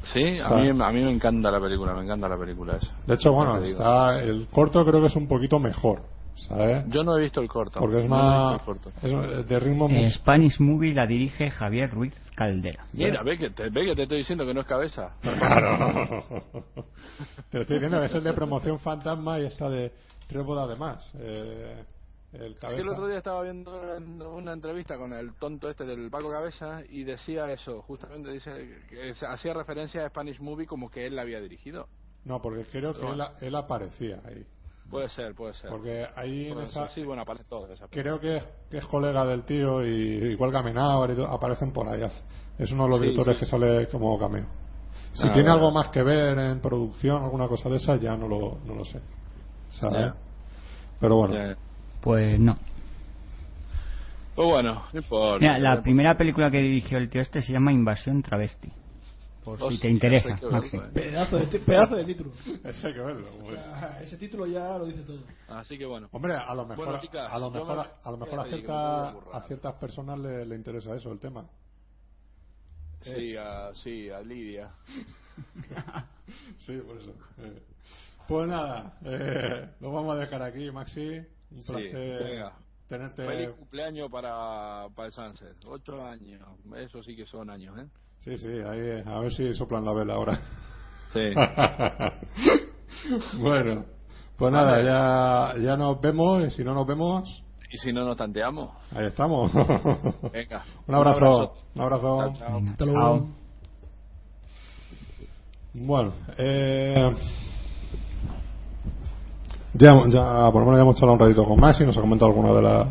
L: Sí, a
D: Sí.
L: mí, a mí me encanta la película, me encanta la película esa.
D: De hecho,
L: Ya
D: bueno,
L: te digo.
D: está. El corto creo que es un poquito mejor, ¿sabes?
L: Yo no he visto el corto.
D: Porque es
L: no he
D: más.
L: visto el corto.
D: Es de ritmo.
I: Eh,
D: mucho-
I: Spanish Movie la dirige Javier Ruiz Caldera.
L: Mira, ve que, te, ve que te estoy diciendo que no es cabeza.
D: Claro. Te estoy diciendo que es el de promoción fantasma y esta de tres bodas de más. Eh, el
L: Es que el
D: cabeza-
L: otro día estaba viendo una- una entrevista con el tonto este del Paco Cabeza y decía eso, justamente dice que se hacía referencia a Spanish Movie como que él la había dirigido.
D: No, porque creo que él, él aparecía ahí.
L: Puede ser, puede ser.
D: Porque ahí en
L: Puede
D: esa-
L: ser, Sí, bueno, aparece todo. en esa
D: Creo que es, que es colega del tío y igual que Amenábar y todo, aparecen por allá. Es uno de los
L: Sí,
D: directores
L: sí.
D: que sale como cameo. Si
L: Ah,
D: tiene
L: vale.
D: algo más que ver en producción, alguna cosa de esa, ya no lo, no lo sé. ¿Sabes?
L: Ya.
D: Pero bueno.
I: Pues no.
L: Pues bueno, no importa.
I: Mira, la primera película que dirigió el tío este se llama Invasión Travesti. Por si te
L: Hostia,
I: interesa,
L: hay que verlo,
I: Maxi.
L: eh.
H: Pedazo de, ti- pedazo de título.
D: Ese hay que verlo. hombre.
H: Ah, Ese título ya lo dice todo.
L: Así que bueno.
D: Hombre, a lo mejor,
L: Bueno, chicas,
D: a, lo
L: yo me-
D: mejor, a lo mejor a,
L: fíjate que me
D: cierta-
L: voy
D: a ciertas personas le, le interesa eso, el tema. eh.
L: Sí, a, sí, a Lidia.
D: Sí, por eso. Eh, Pues nada, eh, lo vamos a dejar aquí, Maxi. Un
L: Sí,
D: placer
L: venga.
D: tenerte.
L: Feliz cumpleaños para, para el Sunset. Ocho años. Eso sí que son años, ¿eh?
D: Sí, sí, ahí, eh, a ver si soplan la vela ahora. bueno, pues
L: Vale.
D: nada, ya, ya nos vemos y si no nos vemos,
L: Y si no nos tanteamos.
D: ahí estamos.
L: Venga.
D: Oh. Un abrazo. Un abrazo.
L: Chao, chao. Venga,
D: Hasta luego.
L: chao.
D: Bueno, eh, ya, ya por lo menos ya hemos charlado un ratito con Maxi, nos ha comentado alguna de, las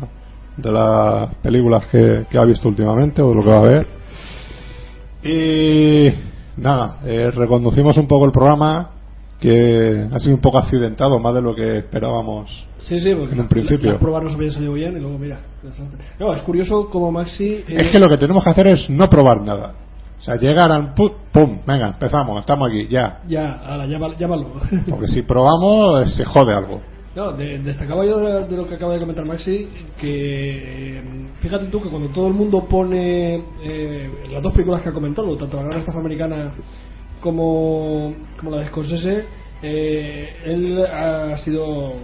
D: de las películas que, que ha visto últimamente o de lo que va a ver. Y nada, eh, reconducimos un poco el programa que ha sido un poco accidentado, más de lo que esperábamos
H: Sí, sí, porque
D: en un
H: la-
D: principio.
H: la prueba no se había salido bien y luego mira. desastre. No, es curioso como Maxi. eh,
D: Es que lo que tenemos que hacer es no probar nada. O sea, llegar al pu- pum, venga, empezamos, estamos aquí, ya.
H: Ya, ala, llama- llámalo.
D: Porque si probamos, eh, se jode algo.
H: No, de- destacaba yo de, de lo que acaba de comentar Maxi, que eh, fíjate tú que cuando todo el mundo pone eh, las dos películas que ha comentado, tanto la gran estafa americana como, como la de Scorsese, eh, él ha sido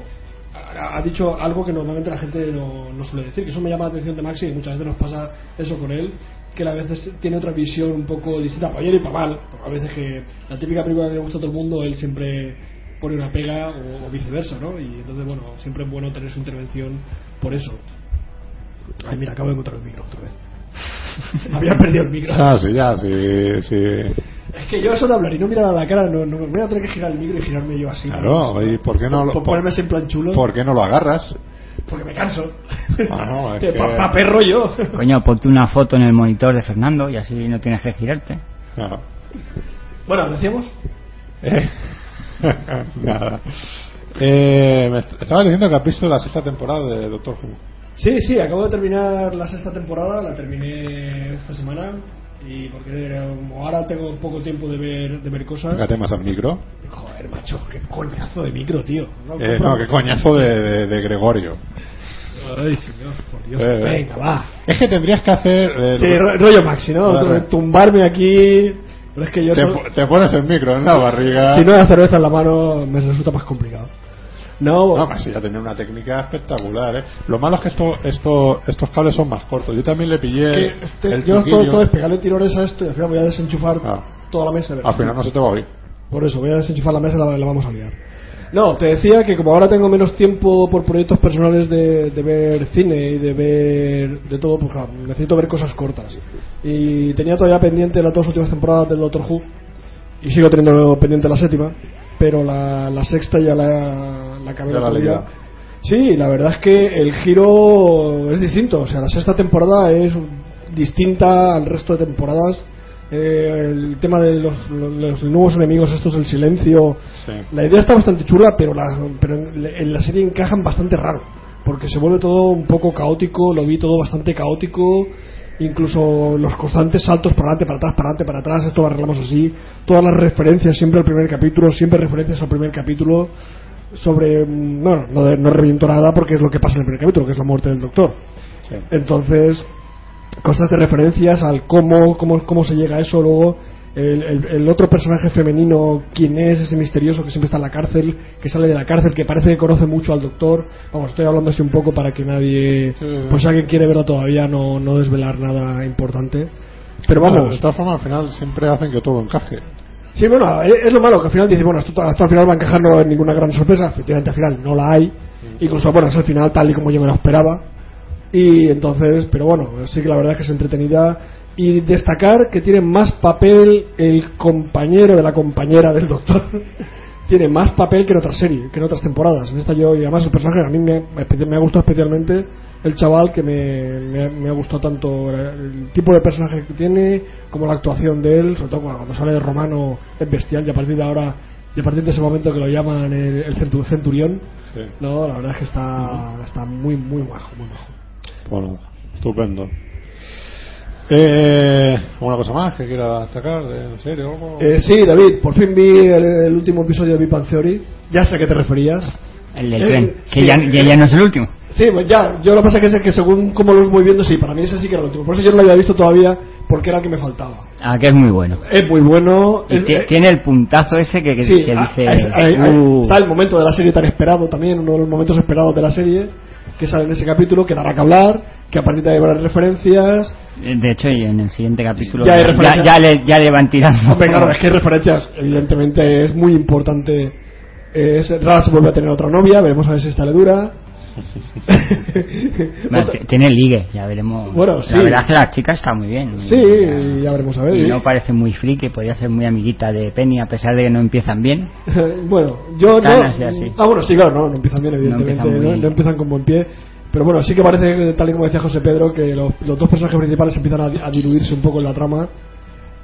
H: ha ha dicho algo que normalmente la gente no, no suele decir, que eso me llama la atención de Maxi, y muchas veces nos pasa eso con él, que él a veces tiene otra visión un poco distinta, para bien y para mal, a veces que la típica película que le gusta a todo el mundo, él siempre pone una pega o, o viceversa, ¿no? Y entonces, bueno, siempre es bueno tener su intervención por eso. Ay, mira, acabo de encontrar el micro otra vez. Había perdido el micro.
D: Ah, sí, ya, sí, sí.
H: Es que yo eso de hablar y no mirar a la cara, no, no voy a tener que girar el micro y girarme yo así.
D: Claro, ¿y por qué no lo,
H: Por
D: por,
H: ponerme así en plan chulo.
D: por qué no lo agarras?
H: Porque me canso.
D: Ah, no, es
H: Que
D: que-
H: pa- pa' perro yo.
I: Coño, ponte una foto en el monitor de Fernando y así no tienes que girarte.
D: Claro.
H: Bueno, ¿lo decíamos?
D: Eh. Nada. Eh, me est- estaba diciendo que has visto la sexta temporada de Doctor Who.
H: Sí, sí, acabo de terminar la sexta temporada, la terminé esta semana. Y porque eh, como ahora tengo poco tiempo de ver, de ver cosas.
D: Fíjate más al micro.
H: Joder, macho, qué coñazo de micro, tío.
D: Eh, no, qué coñazo de, de- de Gregorio.
H: Ay, señor, por Dios.
D: Eh,
H: Venga, va.
D: Es que tendrías que hacer. eh,
H: Sí,
D: lo-
H: ro- rollo Maxi, ¿no?
D: Claro.
H: Otro- Tumbarme aquí. Pero es que yo.
D: te,
H: solo-
D: po- te pones el micro en la barriga.
H: Si no hay cerveza en la mano, me resulta más complicado. No,
D: No, pues, Maxi ya tenía una técnica espectacular, ¿eh? Lo malo es que esto, esto, estos cables son más cortos. Yo también le pillé
H: que este-
D: eh, el
H: yo todo,
D: truquillo.
H: todo es pegarle tirones a esto y al final voy a desenchufar toda la mesa. de
D: Al final no se te va a oír.
H: Por eso, voy a desenchufar la mesa y la, la vamos a liar. No, te decía que como ahora tengo menos tiempo por proyectos personales de, de ver cine y de ver de todo, pues claro, necesito ver cosas cortas. Y tenía todavía pendiente las dos últimas temporadas del Doctor Who y sigo teniendo pendiente la séptima, pero la, la sexta ya la, la acabé
L: Ya
H: el
L: la
H: otro día.
L: leía.
H: Sí, la verdad es que el giro es distinto, o sea, la sexta temporada es distinta al resto de temporadas. Eh, el tema de los, los- los nuevos enemigos, esto es el silencio, la idea está bastante chula, pero, la, pero en la- en la serie encajan bastante raro, porque se vuelve todo un poco caótico, lo vi todo bastante caótico, incluso los constantes saltos para adelante, para atrás, para adelante, para atrás, esto lo arreglamos así, todas las referencias siempre al primer capítulo, siempre referencias al primer capítulo, sobre, mm, bueno, no, de- no reviento nada porque es lo que pasa en el primer capítulo, que es la muerte del doctor. Eh, Entonces, constantes referencias al cómo, cómo, cómo se llega a eso, luego el, el- el otro personaje femenino, quién es, ese misterioso que siempre está en la cárcel, que sale de la cárcel, que parece que conoce mucho al doctor. Vamos, estoy hablando así un poco para que nadie, pues si alguien quiere verlo todavía, no, no desvelar nada importante. Pero
D: Bueno,
H: vamos,
D: de todas formas, al final siempre hacen que todo encaje.
H: Sí, bueno, eh, es es lo malo, que al final dices, bueno, esto, esto al final va a encajar, no va a haber ninguna gran sorpresa. Efectivamente, al final no la hay. Incluso, bueno, es al final tal y como yo me lo esperaba. Y entonces, pero bueno, sí que la verdad es que es entretenida. Y destacar que tiene más papel el compañero de la compañera del doctor. tiene más papel que en otras series, que en otras temporadas. En esta yo, y además el personaje a mí me, me- me ha gustado especialmente el chaval que me, me, ha- me ha gustado tanto el tipo de personaje que tiene como la actuación de él, sobre todo cuando, cuando sale de romano es bestial y a partir de ahora y a partir de ese momento que lo llaman el, el centu- centurión,
D: Sí.
H: no, la verdad es que está, está muy, muy bajo, muy bajo.
D: Bueno, estupendo. Eh, ¿Una cosa más que quiera destacar de serie o algo?
H: Eh, sí, David, por fin vi el, el último episodio de Big Bang Theory. Ya sé a qué te referías.
I: El del
H: Eh,
I: tren, que
H: sí.
I: ya, ya, ya no es el último.
H: Sí, pues ya, yo lo que pasa que es que según como los voy viendo, sí, para mí ese sí que era el último. Por eso yo no lo había visto todavía, porque era el que me faltaba.
I: Ah, que es muy bueno.
H: Es muy bueno.
I: Y
H: es-
I: ti-
H: eh,
I: tiene el puntazo ese que, que,
H: sí,
I: que
H: ah,
I: dice.
H: es- ahí- ahí
I: "Uh".
H: está el momento de la serie tan esperado también, uno de los momentos esperados de la serie, que sale en ese capítulo, que dará que hablar, que a partir de ahí habrá referencias.
I: De hecho, y en el siguiente capítulo
H: Ya
I: ya,
H: hay
I: ya,
H: referencias.
I: le, ya le van tirando.
H: Hombre, claro, es que hay referencias, evidentemente es muy importante. Eh, es- Rara se vuelve a tener otra novia, veremos a ver si esta le dura.
I: Bueno, t- tiene ligue, ya veremos.
H: Bueno,
I: la
H: sí.
I: verdad es que la chica está muy bien.
H: Sí, ya veremos a ver.
I: Y no parece muy friki, podría ser muy amiguita de Penny, a pesar de que no empiezan bien.
H: bueno, yo no.
I: Tan así, así.
H: Ah, bueno, sí, claro, no, no empiezan bien, evidentemente, no no
I: empiezan
H: empiezan,
I: muy-
H: con buen pie. Pero bueno, sí que parece, que, tal y como decía José Pedro, que los, los dos personajes principales empiezan a, di- a diluirse un poco en la trama.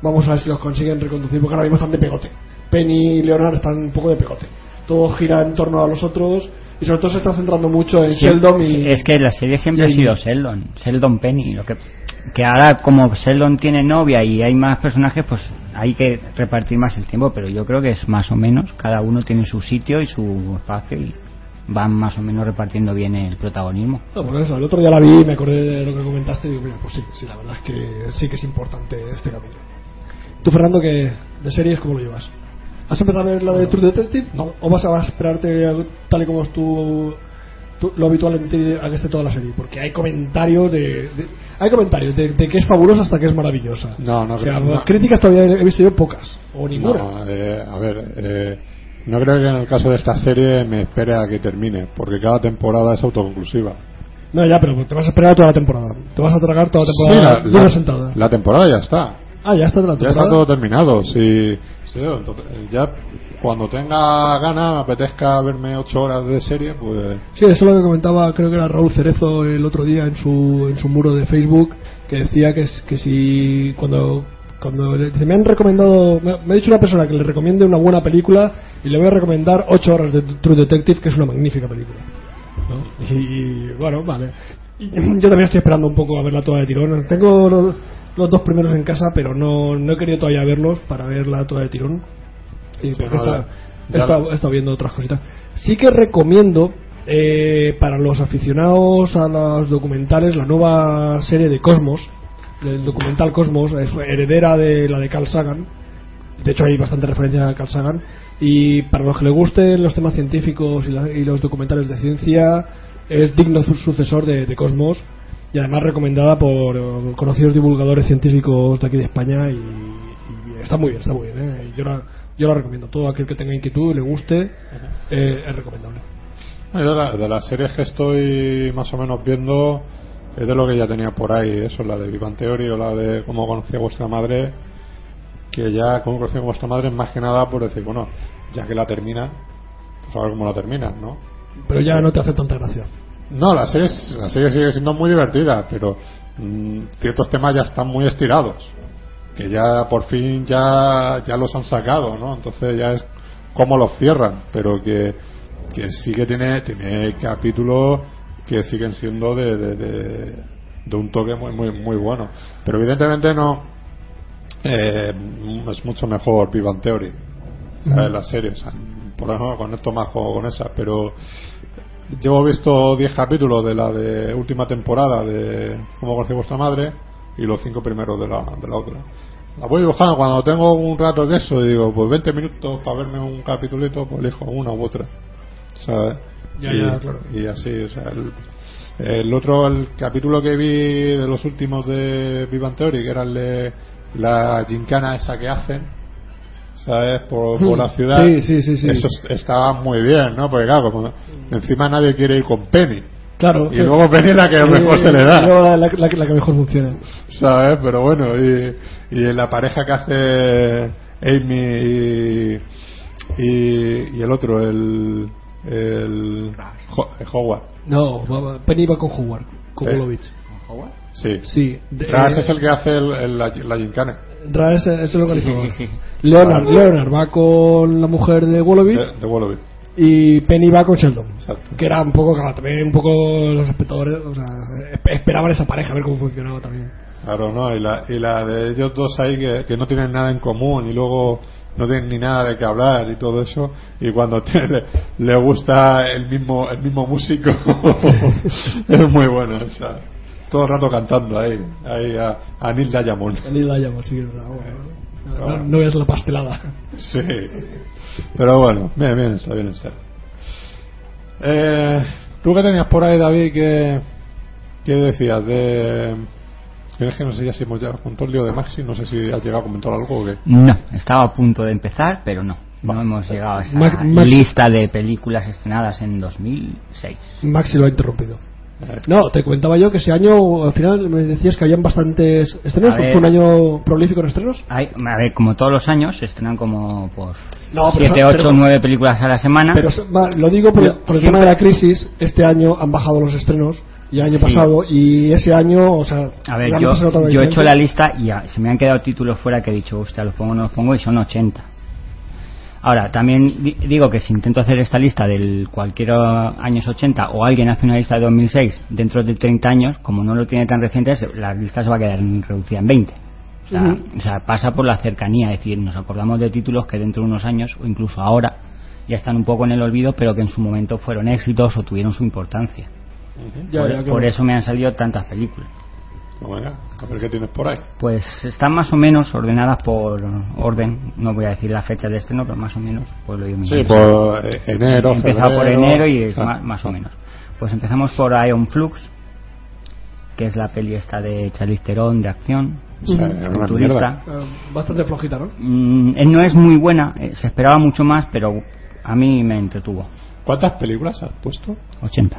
H: Vamos a ver si los consiguen reconducir, porque ahora mismo están de pegote. Penny y Leonard están un poco de pegote. Todo gira en torno a los otros y sobre todo se está centrando mucho en
I: Sí,
H: Sheldon y.
I: Es que la serie siempre
H: y-
I: ha sido Sheldon, Sheldon Penny. Lo que, que ahora, como Sheldon tiene novia y hay más personajes, pues hay que repartir más el tiempo, pero yo creo que es más o menos, cada uno tiene su sitio y su espacio y van más o menos repartiendo bien el protagonismo.
H: No, por eso, el otro día la vi y me acordé de lo que comentaste y digo, mira, pues sí, sí, la verdad es que sí que es importante este capítulo. Tú, Fernando, que de series, ¿cómo lo llevas? ¿Has empezado a ver la de True Detective? No. ¿O vas a vas a esperarte a- tal y como es tu, tu- lo habitual en ti a que esté toda la serie? Porque hay comentarios de, de- hay comentarios de, de que es fabulosa hasta que es maravillosa.
D: No, no
H: O sea,
D: creo- no.
H: las críticas todavía he visto yo pocas, o ninguna.
D: No, eh, a ver, eh, no creo que en el caso de esta serie me espere a que termine, porque cada temporada es autoconclusiva.
H: No, ya, pero te vas a esperar toda la temporada. Te vas a tragar toda la temporada
D: Sí,
H: de una sentada.
D: la temporada ya está.
H: Ah, ya está de la
D: Ya está
H: temporada.
D: todo terminado. Si, si yo, entonces, eh, ya cuando tenga ganas, me apetezca verme ocho horas de serie, pues
H: Sí, eso es lo que comentaba, creo que era Raúl Cerezo el otro día en su, en su muro de Facebook, que decía que, es- que si cuando, cuando le- dice, me han recomendado, me, ha- me ha dicho una persona que le recomiende una buena película y le voy a recomendar 8 horas de True Detective, que es una magnífica película. ¿no? Y bueno, vale. Yo también estoy esperando un poco a verla toda de tirón. Tengo los, los dos primeros en casa, pero no, no he querido todavía verlos para verla toda de tirón. Y porque
D: no,
H: está-
D: la-
H: he
D: ya-
H: estado- he estado viendo otras cositas. Sí que recomiendo eh, para los aficionados a los documentales la nueva serie de Cosmos, el documental Cosmos, es heredera de la de Carl Sagan. De hecho, hay bastante referencia a Carl Sagan. Y para los que les gusten los temas científicos y, la- y los documentales de ciencia, es digno su- sucesor de, de Cosmos. Y además recomendada por eh, conocidos divulgadores científicos de aquí de España. Y, y está muy bien, está muy bien. ¿eh? Yo la, Yo la recomiendo. Todo aquel que tenga inquietud y le guste, eh, es recomendable.
D: No, yo De, la- de las series que estoy más o menos viendo, es de lo que ya tenía por ahí, eso, la de Vivan Theory o la de Cómo conocí a vuestra madre, que ya Cómo conocí a vuestra madre es más que nada por decir, bueno, ya que la termina, pues a ver cómo la termina, ¿no?
H: Pero ya no te hace tanta gracia.
D: No, la serie, es- la serie sigue siendo muy divertida, pero mm, ciertos temas ya están muy estirados, que ya por fin ya, ya los han sacado, ¿no? Entonces ya es cómo los cierran, pero que, que sí que tiene, tiene capítulos que siguen siendo de, de, de- de un toque muy, muy, muy bueno. Pero evidentemente no eh, es mucho mejor Vivan Theory, la, de la serie, o sea, por ejemplo, con esto más juego con esa, pero... Llevo visto 10 capítulos de la de última temporada de Cómo conocí a vuestra madre y los cinco primeros de la, de la otra. La voy dibujando cuando tengo un rato de eso, digo, pues 20 minutos para verme un capitulito, pues elijo una u otra. ¿Sabes?
H: Ya,
D: y,
H: ya, claro.
D: y así, o sea, el, el otro, el capítulo que vi de los últimos de Vivan Theory, que era el de la gincana esa que hacen, ¿sabes? Por, por
H: Hmm.
D: la ciudad.
H: Sí, sí, sí, sí.
D: Eso es- estaba muy bien, ¿no? Porque claro, como- encima nadie quiere ir con Penny.
H: Claro.
D: Y luego Penny es la que mejor se le da.
H: Y luego la, la- la que- la que mejor funciona.
D: ¿sabes? Pero bueno, y, y la pareja que hace Amy y, y, y el otro, el. el Ho- Howard.
H: No, va- va- Penny va con Howard. Con
D: ¿Eh?
H: Golovich.
D: Sí.
H: Sí.
D: Ras
H: Eh,
D: es el que hace el- el- la, la gincana.
H: Ra es, es el organizador.
D: Sí, sí, Ah. sí, sí.
H: Leonard,
D: Vale.
H: Leonard va con la mujer de Golovich.
D: De, de Wallaby.
H: y Penny va con Sheldon.
D: Exacto.
H: Que era un poco, claro, también un poco los espectadores, o sea, espe- esperaban esa pareja a ver cómo funcionaba también.
D: Claro, ¿no? Y la, y la de ellos dos ahí que, que no tienen nada en común y luego no tienen ni nada de qué hablar y todo eso. Y cuando te- le, le gusta el mismo el mismo músico, es muy bueno. o sea, todo el rato cantando ahí, ahí a, a Neil Diamond.
H: Ni la llamo, sí, es verdad, bueno, no, no es la pastelada.
D: Sí. Pero bueno, bien, bien, está bien, está. Eh, ¿Tú qué tenías por ahí, David? ¿Qué, qué decías? De... Es que no sé ya si hemos llegado con todo el lío de Maxi, no sé si has llegado a comentar algo o qué.
I: No, estaba a punto de empezar, pero no. No hemos llegado a esa
H: Max- Max-
I: lista de películas estrenadas en 2006.
H: Maxi lo ha interrumpido.
I: Eh,
H: No, te comentaba yo que ese año, al final, me decías que habían bastantes estrenos,
I: A
H: fue
I: ver.
H: un año prolífico en estrenos.
I: Hay, a ver, como todos los años, se estrenan como pues,
H: No, pero
I: 7,
H: eso-
I: 8,
H: pero-
I: 9 películas a la semana.
H: Pero se- va, lo digo por,
I: Yo
H: por el
I: siempre-
H: tema de la crisis, este año han bajado los estrenos, y el año
I: Sí.
H: pasado, y ese año, o sea...
I: A ver,
H: realmente
I: yo,
H: se nota la
I: yo he hecho
D: ¿eh?
H: diferencia.
I: la lista y ah, se me han quedado títulos fuera que he dicho, hostia, los pongo o no los pongo y son 80. Ahora, también di- digo que si intento hacer esta lista del cualquier ah, años 80 o alguien hace una lista de 2006 dentro de 30 años, como no lo tiene tan reciente, se- la lista se va a quedar reducida en 20. O sea,
B: Ujú.
I: o sea, pasa por la cercanía, es decir, nos acordamos de títulos que dentro de unos años o incluso ahora ya están un poco en el olvido, pero que en su momento fueron éxitos o tuvieron su importancia.
D: Ya,
I: por, e,
D: ya, claro.
I: por eso me han salido tantas películas.
D: Pues venga, a ver qué tienes por ahí.
I: Pues están más o menos ordenadas por orden, no voy a decir la fecha de estreno, pero más o menos, pues lo digo
D: Sí, por, eh, enero,
I: He empezado por
D: febrero.
I: enero y es
D: Ah.
I: más, más o menos. Pues empezamos por Ion Flux, que es la peli esta de Charlize Theron de acción,
H: O sea, era
D: una
I: futurista.
H: Eh, Bastante flojita, ¿no?
I: Mm, eh, no es muy buena, eh, se esperaba mucho más, pero a mí me entretuvo.
D: ¿Cuántas películas has puesto?
I: 80.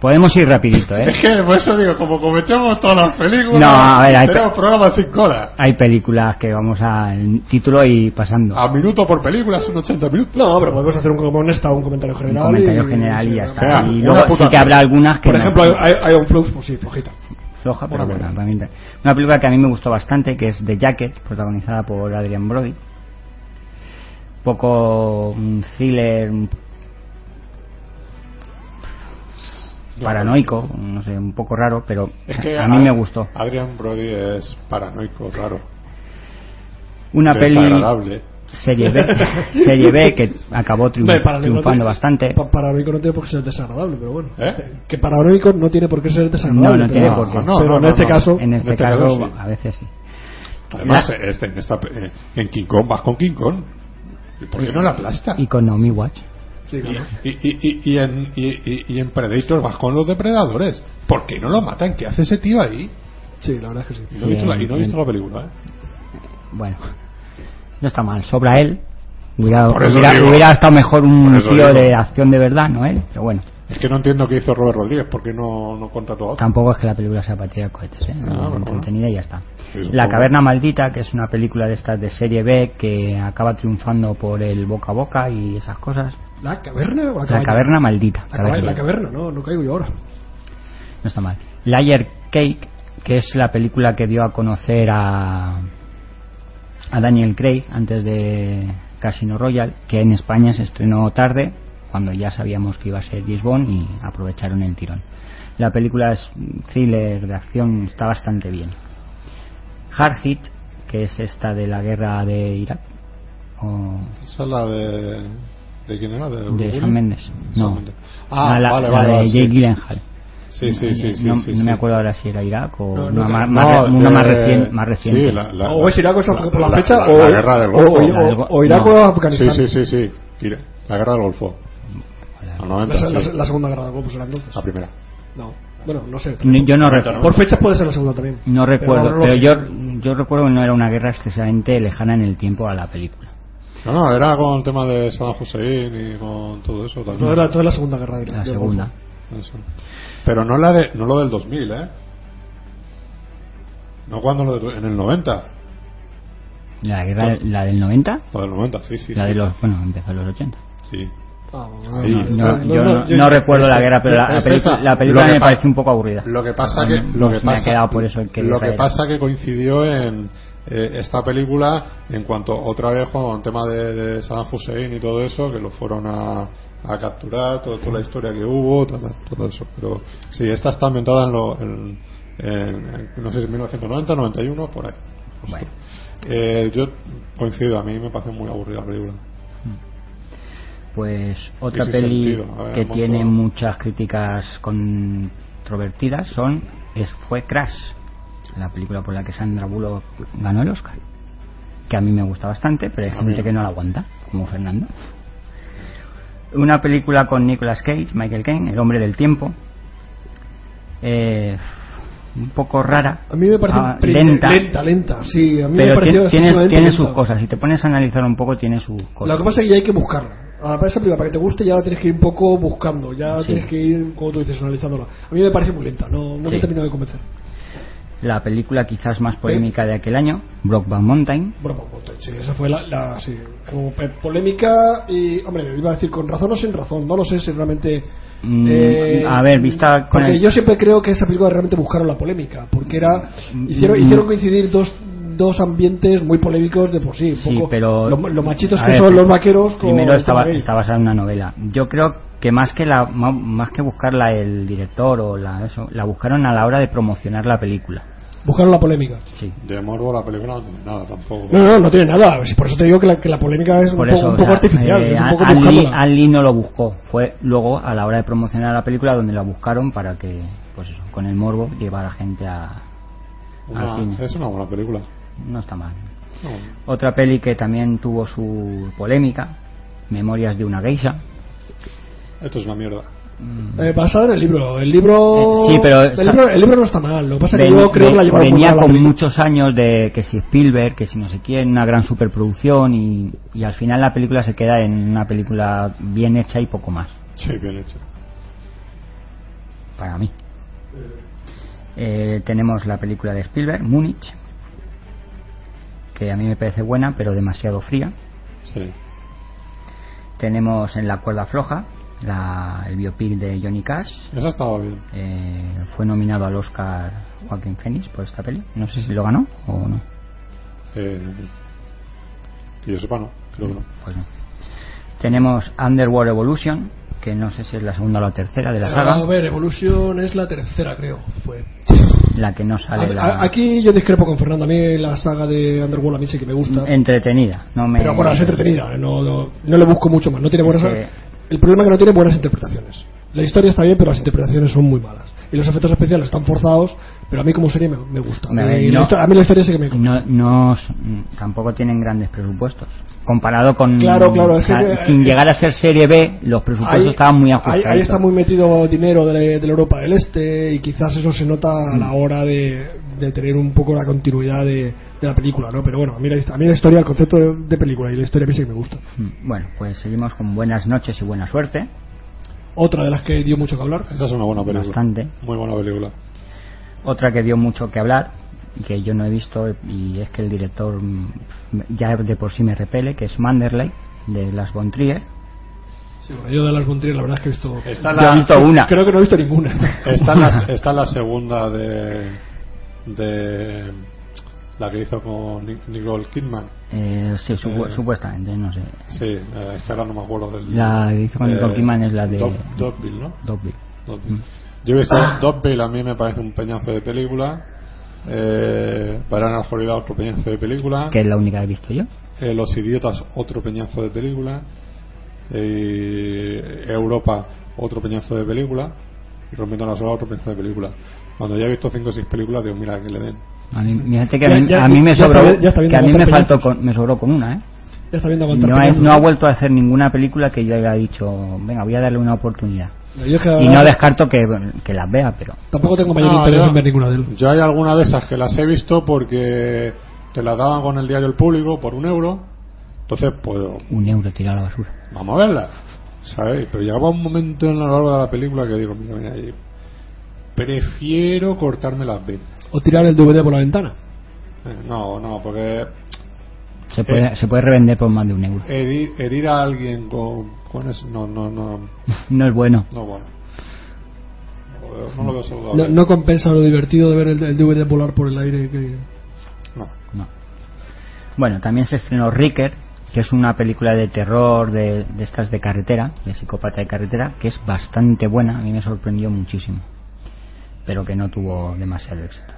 I: Podemos ir rapidito, ¿eh?
D: Es que por eso digo, como cometemos todas las películas,
I: No, a ver, hay
D: tenemos
I: pe-
D: programas de 5 horas.
I: Hay películas que vamos al título y pasando.
D: A minuto por película son 80 minutos.
H: No, pero podemos hacer un comentario, un comentario
I: un
H: general.
I: comentario
H: y-
I: general y ya está.
H: Venga,
I: y
H: una
I: luego sí
H: puta
I: que habrá algunas que
H: Por
I: no.
H: ejemplo, hay, hay un plus, pues sí, flojita.
I: floja, pero
H: Una
I: buena, realmente. Una película que a mí me gustó bastante, que es The Jacket, protagonizada por Adrian Brody. Poco un thriller un- paranoico, no sé, un poco raro, pero
D: Es que
I: a mí me gustó.
D: Adrian Brody es paranoico, raro.
I: Una peli
D: Desagradable.
I: serie B, serie B que acabó triun-
H: Hombre, para mí no
I: triunfando
H: tiene-
I: bastante.
H: pa- Paranoico no tiene por qué ser desagradable, pero bueno.
D: ¿Eh?
H: Este, Que paranoico no tiene por qué ser
I: No,
H: desagradable.
I: no
H: pero-
I: tiene por qué.
H: pero en este caso.
I: en este, caso, a veces sí.
D: Además,
I: La-
D: este- en, esta, eh, en King Kong vas con King Kong. ¿Y ¿Por qué no la aplasta?
I: Y con Naomi Watch.
D: Y, y- y- y en, y, y- y en Predator vas con los depredadores. ¿Por qué no lo matan? ¿Qué hace ese tío ahí?
H: Sí, la verdad es que sí.
D: Y no he visto la, y no he
I: en-
D: visto la película, ¿eh?
I: Bueno, no está mal. Sobra él. Hubiera,
D: Por eso
I: hubiera-
D: digo.
I: hubiera estado mejor
D: Por
I: un
D: eso
I: tío
D: digo.
I: de acción de verdad, ¿no él? Pero bueno,
D: Es que no entiendo qué hizo Robert Rodríguez, porque no, no contrató a otro.
I: tampoco es que la película sea para tirar cohetes, ¿eh?
D: Ah, bueno,
I: entretenida y ya está.
D: Sí,
I: La
D: supongo.
I: Caverna Maldita, que es una película de estas de serie B que acaba triunfando por el boca a boca y esas cosas.
H: ¿La caverna o la
I: La
H: caverna?
I: Caverna Maldita.
H: La,
I: caverna.
H: caverna, la caverna, no, no caigo yo ahora.
I: No está mal. Layer Cake, que es la película que dio a conocer a, a Daniel Craig antes de Casino Royale, que en España se estrenó tarde, cuando ya sabíamos que iba a ser James Bond y aprovecharon el tirón. La película es un thriller de acción, está bastante bien. Hard Hit, que es esta de la guerra de Irak, o
D: Esa es la de. ¿De quién era? ¿De,
I: de
D: Bruce
I: San
D: Willis?
I: Méndez.
D: San
I: No,
D: Mendes. Ah,
I: No, la,
D: vale,
I: la
D: vale.
I: de
D: vale,
I: Jake
D: sí.
I: Gyllenhaal.
D: Sí, sí, sí, sí,
I: No,
D: sí,
I: no
D: sí.
I: me acuerdo ahora si era Irak o
D: No, no,
I: una, más,
D: no, no,
I: más,
D: de-
I: una más, recien- más reciente.
D: sí, la- la-
H: o es Irak o es
D: la-
H: Afgan- por la,
D: la-
H: fecha,
D: la-
H: o,
D: la guerra del Golfo.
H: o- o- o Irak o Afganistán.
D: Sí, sí, sí, sí. Ira- La guerra del Golfo. Al
H: La,
D: 90,
H: la-
D: sí.
H: la segunda guerra del Golfo será entonces.
D: La primera.
H: No, bueno, no sé.
I: Ni- yo no recuerdo.
H: Por fechas puede ser la segunda también.
I: No
H: Pero
I: recuerdo,
H: ahora
I: pero,
H: no lo sé.
I: yo, yo recuerdo que no era una guerra excesivamente lejana en el tiempo a la película.
D: No, no, era con el tema de Saddam Hussein y con todo eso. también.
H: No, era, no es la segunda guerra del
I: La
H: del
I: segunda.
H: Golfo.
D: Eso. Pero no la de, no lo del 2000, ¿eh? No cuando lo de- en el 90.
I: ¿La guerra la del 90?
D: Lo del 90, sí, sí.
I: La
D: sí.
I: de los, bueno, empezó en los 80.
D: Sí.
H: Ah,
D: Sí,
I: no,
D: está-
I: no, yo no- no recuerdo la guerra, pero la- la
D: Es
I: pelicu-
D: esa.
I: la película
D: Lo que
I: me
D: pa-
I: pareció un poco aburrida.
D: Lo que pasa
I: No,
D: que
I: no
D: lo que
I: se me ha
D: pasa
I: quedado por eso el que
D: lo
I: guerra
D: que
I: era.
D: pasa que coincidió en eh, esta película en cuanto otra vez con el tema de, de Saddam Hussein y todo eso que lo fueron a, a capturar todo- toda la historia que hubo ta- ta- todo eso pero sí esta está ambientada en, lo, en, en- en- no sé si 1990 91 por ahí
I: Bueno.
D: Eh, yo coincido a mí me parece muy aburrida la película
I: Pues otra
D: sin
I: peli
D: sentido, a ver,
I: que
D: monto-
I: tiene muchas críticas controvertidas son es fue Crash, la película por la que Sandra Bullock ganó el Oscar, que a mí me gusta bastante, pero hay gente que no la aguanta, como Fernando. Una película con Nicolas Cage, Michael Caine, El hombre del tiempo, eh, un poco rara,
H: A mí me parece
I: ah,
H: pre-
I: lenta.
H: lenta, lenta, sí. A mí me
I: pero
H: pareció
I: tiene, tiene,
H: excesivamente
I: tiene
H: lenta.
I: sus cosas. Si te pones a analizar un poco, tiene sus
H: Lo
I: cosas.
H: que pasa es que ya hay que buscarla. A esa película, para que te guste, ya la tienes que ir un poco buscando. Ya
I: Sí.
H: tienes que ir, como tú dices, analizándola. A mí me parece muy lenta, no, no
I: Sí.
H: me termino de convencer.
I: La película quizás más
H: Eh.
I: polémica de aquel año, Brokeback Mountain,
H: Bueno, pues, pues, sí, esa fue la, la- sí, como pe- polémica y, hombre, iba a decir con razón o sin razón, no lo sé si realmente... eh,
I: Mm, a ver, vista con
H: porque
I: el-
H: Yo siempre creo que esa película realmente buscaron la polémica, porque era hicieron,
I: Mm.
H: hicieron coincidir dos, dos ambientes muy polémicos de por sí, un
I: Sí,
H: poco
I: pero.
H: lo- los machitos
I: a
H: que
I: ver,
H: son
I: pri-
H: los vaqueros con
I: Primero
H: el
I: está,
H: tema
I: ba-
H: gay.
I: está basada en una novela. Yo creo que más que la ma- más que buscarla el director o la eso, la buscaron a la hora de promocionar la película.
H: Buscaron la polémica.
I: Sí.
D: de morbo la película no tiene nada tampoco
H: No, no, no tiene nada, por eso te digo que la, que la polémica es un,
I: Por
H: poco-
I: eso,
H: un
I: o
H: poco
I: sea,
H: artificial,
I: eh,
H: es un
I: An-
H: poco
I: An Lee-
H: buscándola.
I: An Lee no lo buscó, fue luego a la hora de promocionar la película donde la buscaron para que, pues eso, con el morbo llevar a gente a, al
D: Una-
I: cine.
D: Ah, es una buena película
I: No está mal.
D: No.
I: Otra peli que también tuvo su polémica, Memorias de una geisha.
D: esto es una mierda
H: Eh, basada en el libro. El libro,
I: Eh, sí, pero
H: el,
I: está-
H: libro el libro no está mal. Lo que pasa es que
I: Ven-
H: yo creo que la
I: ven-
H: llevaron muy
I: venía
H: mal a la
I: con
H: película.
I: muchos años de que si Spielberg, que si no sé quién, una gran superproducción y, y al final la película se queda en una película bien hecha y poco más,
D: sí bien hecho
I: para mí. Eh, tenemos la película de Spielberg, Múnich, que a mí me parece buena pero demasiado fría.
D: sí
I: Tenemos en la cuerda floja la- el biopic de Johnny Cash.
D: Eso estaba bien.
I: Eh, fue nominado al Oscar Joaquín Phoenix por esta peli. No sé si lo ganó o no.
D: Eh, que yo sepa, no. Creo que no.
I: Pues no. Tenemos Underworld Evolution, que no sé si es la segunda o la tercera de la
H: A
I: saga,
H: ver, Evolution es la tercera, creo. Fue.
I: la que no
H: A-
I: sale
H: a-
I: la
H: aquí yo discrepo con Fernando. A mí la saga de Underworld a mí sí que me gusta.
I: entretenida. No me...
H: Pero bueno, es entretenida. eh, No, no, no le busco mucho más. No tiene buenas,
I: Es que-
H: El problema es que no tiene buenas interpretaciones. La historia está bien, pero las interpretaciones son muy malas. y los efectos especiales están forzados, pero a mí como serie me, me gusta.
I: Hombre, a ver,
H: Y la
I: no-
H: historia- a mí la historia sí que me
I: no, no s- mm, tampoco tienen grandes presupuestos comparado con
H: Claro, claro, es
I: o sea,
H: que- eh,
I: sin llegar a ser serie B los presupuestos
H: Ahí-
I: estaban muy
H: Ahí,
I: ajustados
H: ahí está muy metido dinero de, de la Europa del Este y quizás eso se nota a
I: Mm.
H: la hora de, de tener un poco la continuidad de, de la película, ¿no? Pero bueno, a mí la, hist- a mí la historia, el concepto de, de película y la historia a mí sí que me gusta.
I: Mm, bueno pues seguimos con buenas noches y buena suerte
H: Otra de las que dio mucho que hablar.
D: Esa es una buena película.
I: Bastante.
D: Muy buena película.
I: otra que dio mucho que hablar y que yo no he visto y es que el director mm, ya de por sí me repele que es Manderley de Las von Trier
H: Sí, bueno, yo de las Bontrier la verdad es que he visto...
D: Está
I: Yo
D: la-
I: he visto una.
H: Creo que no he visto ninguna.
D: Está la, está la segunda de, de la que hizo con Nic- Nicole Kidman.
I: Eh, sí, supu-
D: Eh.
I: supuestamente no sé
D: Sí, eh, es que ahora no me acuerdo del.
I: la que hizo con
D: eh,
I: Nicole Kidman es la de
D: Dob- Dobville, ¿no?
I: Dobville.
D: Dobville.
I: Mm.
D: Yo he visto Dobville, a mí me parece un peñazo de película. Eh, Verano a Florida, otro peñazo de película.
I: que es la única que he visto yo
D: Eh, Los Idiotas, otro peñazo de película. Eh, Europa, otro peñazo de película. Y Rompiendo la Sola, otro peñazo de película. Cuando ya he visto 5 o 6 películas, digo, mira que le den.
I: A mí, fíjate que a
D: Ya-
I: mí,
D: ya-
I: a mí me
D: ya está
I: sobró,
D: bien- ya está bien
I: que a mí me
D: aguantar
I: faltó con, me sobró con una, ¿eh?
H: Ya está viendo aguantar
I: No, ha-
H: peñazos.
I: no ha vuelto a hacer ninguna película que yo haya dicho, venga, voy a darle una oportunidad.
H: Yo es
D: Ah.
H: que
I: Y
H: ahora
I: no descarto que, que las vea, pero
H: Tampoco tengo mayor
D: No,
H: interés
D: yo-
H: en ver ninguna de él.
D: Ah, Yo hay alguna de esas que las he visto porque te las daban con el diario El Público por un euro. Entonces, pues,
I: un euro tirado a la basura.
D: vamos a verla. ¿Sabes? Pero llegaba un momento en la largo de la película que digo, mira, mira, yo prefiero cortarme las venas.
H: O tirar el DVD por la ventana.
D: Eh, No, no, porque
I: Se puede,
D: Eh.
I: se puede revender por más de un euro.
D: herir, herir a alguien con, con eso, no, no, no,
I: No es bueno.
D: no, bueno. No lo veo- No lo veo saludable.
H: No, no compensa lo divertido de ver el, el DVD volar por el aire. Que...
I: No. Bueno, también se estrenó Ricker, que es una película de terror de, de estas de carretera, de psicópata de carretera, que es bastante buena, a mí me sorprendió muchísimo, pero que no tuvo demasiado éxito.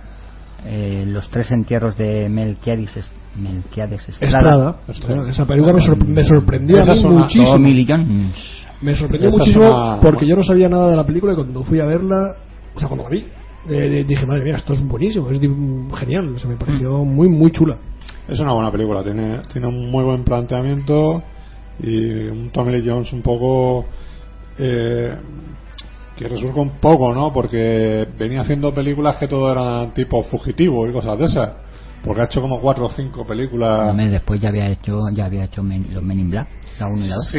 I: Eh, los tres entierros de Melquiades, Es- Melquiades Estrada.
H: Estrada. Estrada. Esa película me, sorpre- me sorprendió a
I: Esa
H: mí
I: es una- Mm,
H: muchísimo.
I: Tommy Lee Jones.
H: Me sorprendió
I: Esa es
H: muchísimo
I: una-
H: porque yo no sabía nada de la película y cuando fui a verla, o sea, cuando la vi, eh, dije, madre mía, esto es buenísimo, es di- genial, o sea, me pareció
I: Mm.
H: muy, muy chula.
D: Es una buena película, tiene, tiene un muy buen planteamiento y un Tommy Lee Jones un poco eh, que resurge un poco, ¿no? Porque venía haciendo películas que todo eran tipo fugitivo y cosas de esas. Porque ha hecho como cuatro o cinco películas.
I: Un mes después ya había hecho, ya había hecho Men- los Men in Black, la 1 y la 2.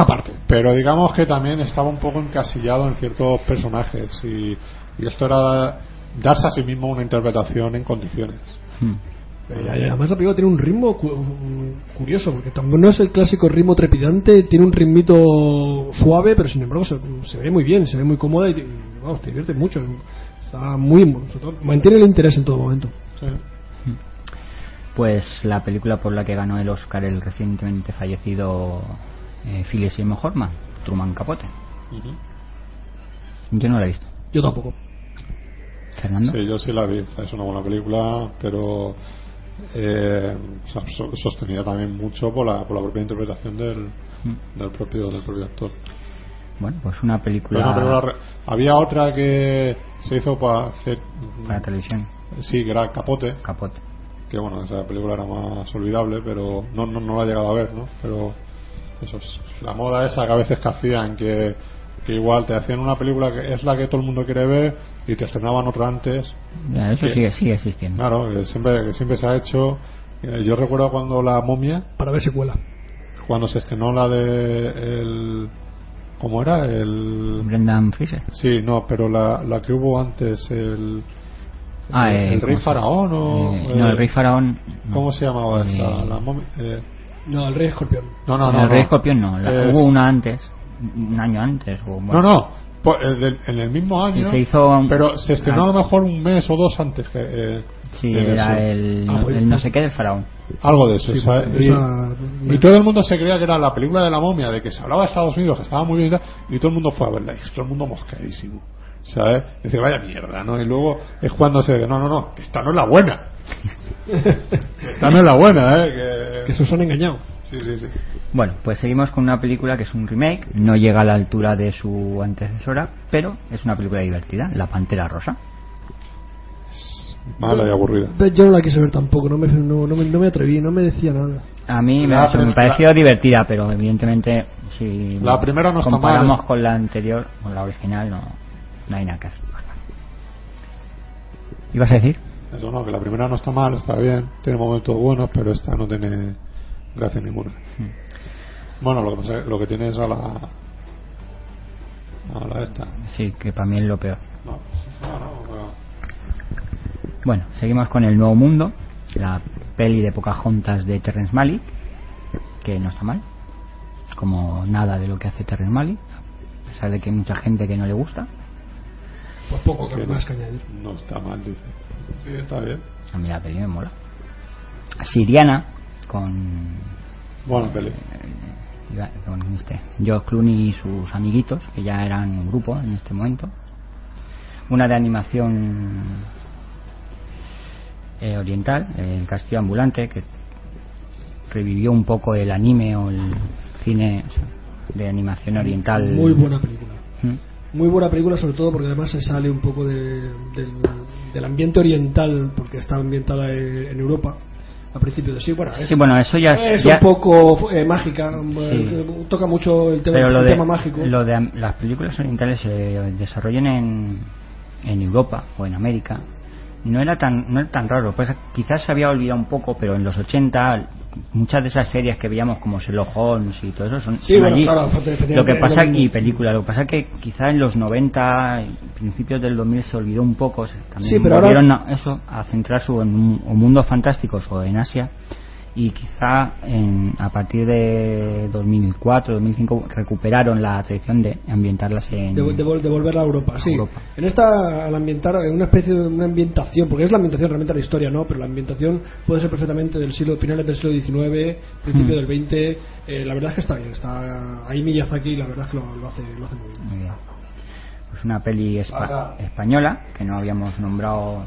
H: aparte.
D: Pero digamos que también estaba un poco encasillado en ciertos personajes y, y esto era darse a sí mismo una interpretación en condiciones.
I: Mm.
H: Eh, Y además la película tiene un ritmo cu- mm, curioso, porque tampoco no es el clásico ritmo trepidante, tiene un ritmito suave, pero sin embargo se, se ve muy bien, se ve muy cómoda y, y, vamos, te divierte mucho. Está muy, sobre todo, mantiene el interés en todo momento.
I: Pues la película por la que ganó el Oscar el recientemente fallecido eh, Philip Seymour Hoffman, Truman Capote. Yo no la he visto.
H: Yo tampoco.
I: Fernando.
D: Sí, yo sí la vi. Es una buena película, pero eh, so- so- sostenida también mucho por la, por la propia interpretación del, del propio del propio actor.
I: Mm. Bueno, pues una película,
D: Pero una película re- había otra que se hizo para hacer
I: para televisión.
D: sí que era Capote
I: Capote
D: que bueno esa película era más olvidable pero no no, no la he llegado a ver no pero eso es la moda esa que a veces que hacían que que igual te hacían una película que es la que todo el mundo quiere ver y te estrenaban otra antes
I: Ya, eso
D: Sí. Ah.
I: sigue, sigue existiendo.
D: Claro, que siempre, que siempre se ha hecho. Eh, yo recuerdo cuando la momia,
H: Para ver secuela.
D: cuando se estrenó la de. El, ¿Cómo era? El.
I: Brendan Fraser.
D: Sí, no, pero la, la que hubo antes, el.
I: Ah,
D: el,
I: eh,
D: el Rey
I: ¿cómo se-
D: Faraón o.
I: eh, no, el Rey Faraón. no.
D: ¿Cómo se llamaba esa?
I: Eh,
D: La momia. eh,
H: No, el Rey Escorpión.
D: no, no,
I: el
D: no.
I: Rey
D: no.
I: Escorpión no. la-
D: Es-
I: Hubo una antes, un año antes. o bueno.
D: No, no. po- el del- en el mismo año.
I: Sí, se hizo-
D: Pero se estrenó
I: Ah.
D: a lo mejor un mes o dos antes que. eh,
I: Sí,
D: que
I: era
D: eso.
I: el,
D: Ah, pues-
I: el no sé qué del Faraón.
D: Algo de eso.
I: Sí,
D: esa-
I: pues,
D: y,
I: esa-
D: y todo el mundo se creía que era la película de la momia, de que se hablaba de Estados Unidos, que estaba muy bien y tal, y todo el mundo fue a verla. Y todo el mundo moscadísimo. ¿Sabes? Dice, vaya mierda, ¿no? Y luego es cuando se dice, no, no, no, que esta no es la buena. esta no es la buena, ¿eh? Que,
H: Que se os han engañado.
D: Sí, sí, sí.
I: Bueno, pues seguimos con una película que es un remake, no llega a la altura de su antecesora, pero es una película divertida, La Pantera Rosa.
D: Mala y aburrida.
H: Yo no la quise ver tampoco, no me, no, no me, no me atreví, no me decía nada.
I: A mí me,
D: La
I: eso me
D: prim-
I: pareció divertida, pero evidentemente si
D: La primera no está mal,
I: comparamos
D: es-
I: con la anterior, con la original, no, no hay nada que hacer. ¿Ibas a decir?
D: Eso no, que la primera no está mal, está bien, tiene momentos buenos, pero esta no tiene gracia ninguna. Bueno, lo que, pasa- lo que tiene es a la. A la esta.
I: Sí, que para mí es lo peor.
D: No, no, no, pero-
I: Bueno, seguimos con El Nuevo Mundo, la peli de Pocahontas de Terrence Malick, que no está mal, como nada de lo que hace Terrence Malick, a pesar de que hay mucha gente que no le gusta.
H: Pues poco
D: que
H: más que añadir.
D: No está mal, dice. Sí, está bien.
I: A mí la peli me mola. Siriana, con,
D: Buena peli.
I: iba- con este, George Clooney y sus amiguitos, que ya eran un grupo en este momento. Una de animación eh, oriental, El Castillo Ambulante, que revivió un poco el anime o el cine o sea, de animación oriental.
H: Muy buena película.
I: Mm.
H: Muy buena película, sobre todo porque además se sale un poco de- del, del ambiente oriental, porque está ambientada en, en Europa a principios de sí. Bueno, es,
I: Sí, bueno, eso ya es-
H: es
I: ya-
H: un poco eh, mágica, eh, toca mucho el tema,
I: Pero lo
H: el
I: de,
H: tema mágico.
I: lo de am- las películas orientales se desarrollan en, en Europa o en América. No era tan no era tan raro, pues quizás se había olvidado un poco, pero en los 80 muchas de esas series que veíamos como Sherlock Holmes y todo eso son,
H: Sí,
I: son
H: bueno,
I: allí.
H: claro, efectivamente,
I: lo que
H: es
I: pasa
H: lo mismo.
I: y películas, lo que pasa que quizás en los 90 y principios del 2000 se olvidó un poco, se- también
H: Sí, pero ahora-
I: volvieron a eso a centrar su en un- o mundos fantásticos o en Asia y quizá en- a partir de 2004, 2005 recuperaron la tradición de ambientarlas en
H: de, de vol- de volver a Europa, sí.
I: Europa.
H: En esta, al ambientar, en una especie de una ambientación, porque es la ambientación realmente la historia, ¿no? Pero la ambientación puede ser perfectamente del siglo, finales del siglo XIX, principio
I: Mm.
H: del XX. eh, la verdad es que está bien, está ahí Miyazaki, la verdad es que lo, lo hace, lo hace muy bien.
I: Muy bien. Pues una peli espa-
H: Ajá.
I: española que no habíamos nombrado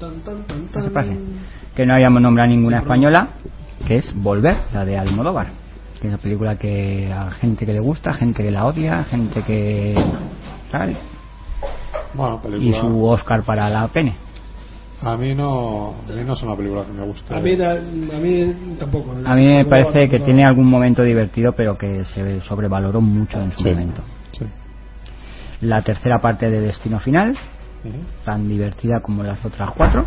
H: Tan, tan, tan,
I: No se
H: tan.
I: pase. que no habíamos nombrado ninguna española, que es Volver, la de Almodóvar. Que es una película que a gente que le gusta, gente que la odia, gente que tal.
D: Bueno,
I: Y
D: película.
I: su Oscar para la pene.
D: A mí no. A mí no es una película que me guste.
H: A mí, da- a mí tampoco. ¿eh?
I: A mí me
H: No,
I: parece que
H: no.
I: tiene algún momento divertido, pero que se sobrevaloró mucho en su momento. La tercera parte de Destino Final,
D: Ujú.
I: tan divertida como las otras cuatro.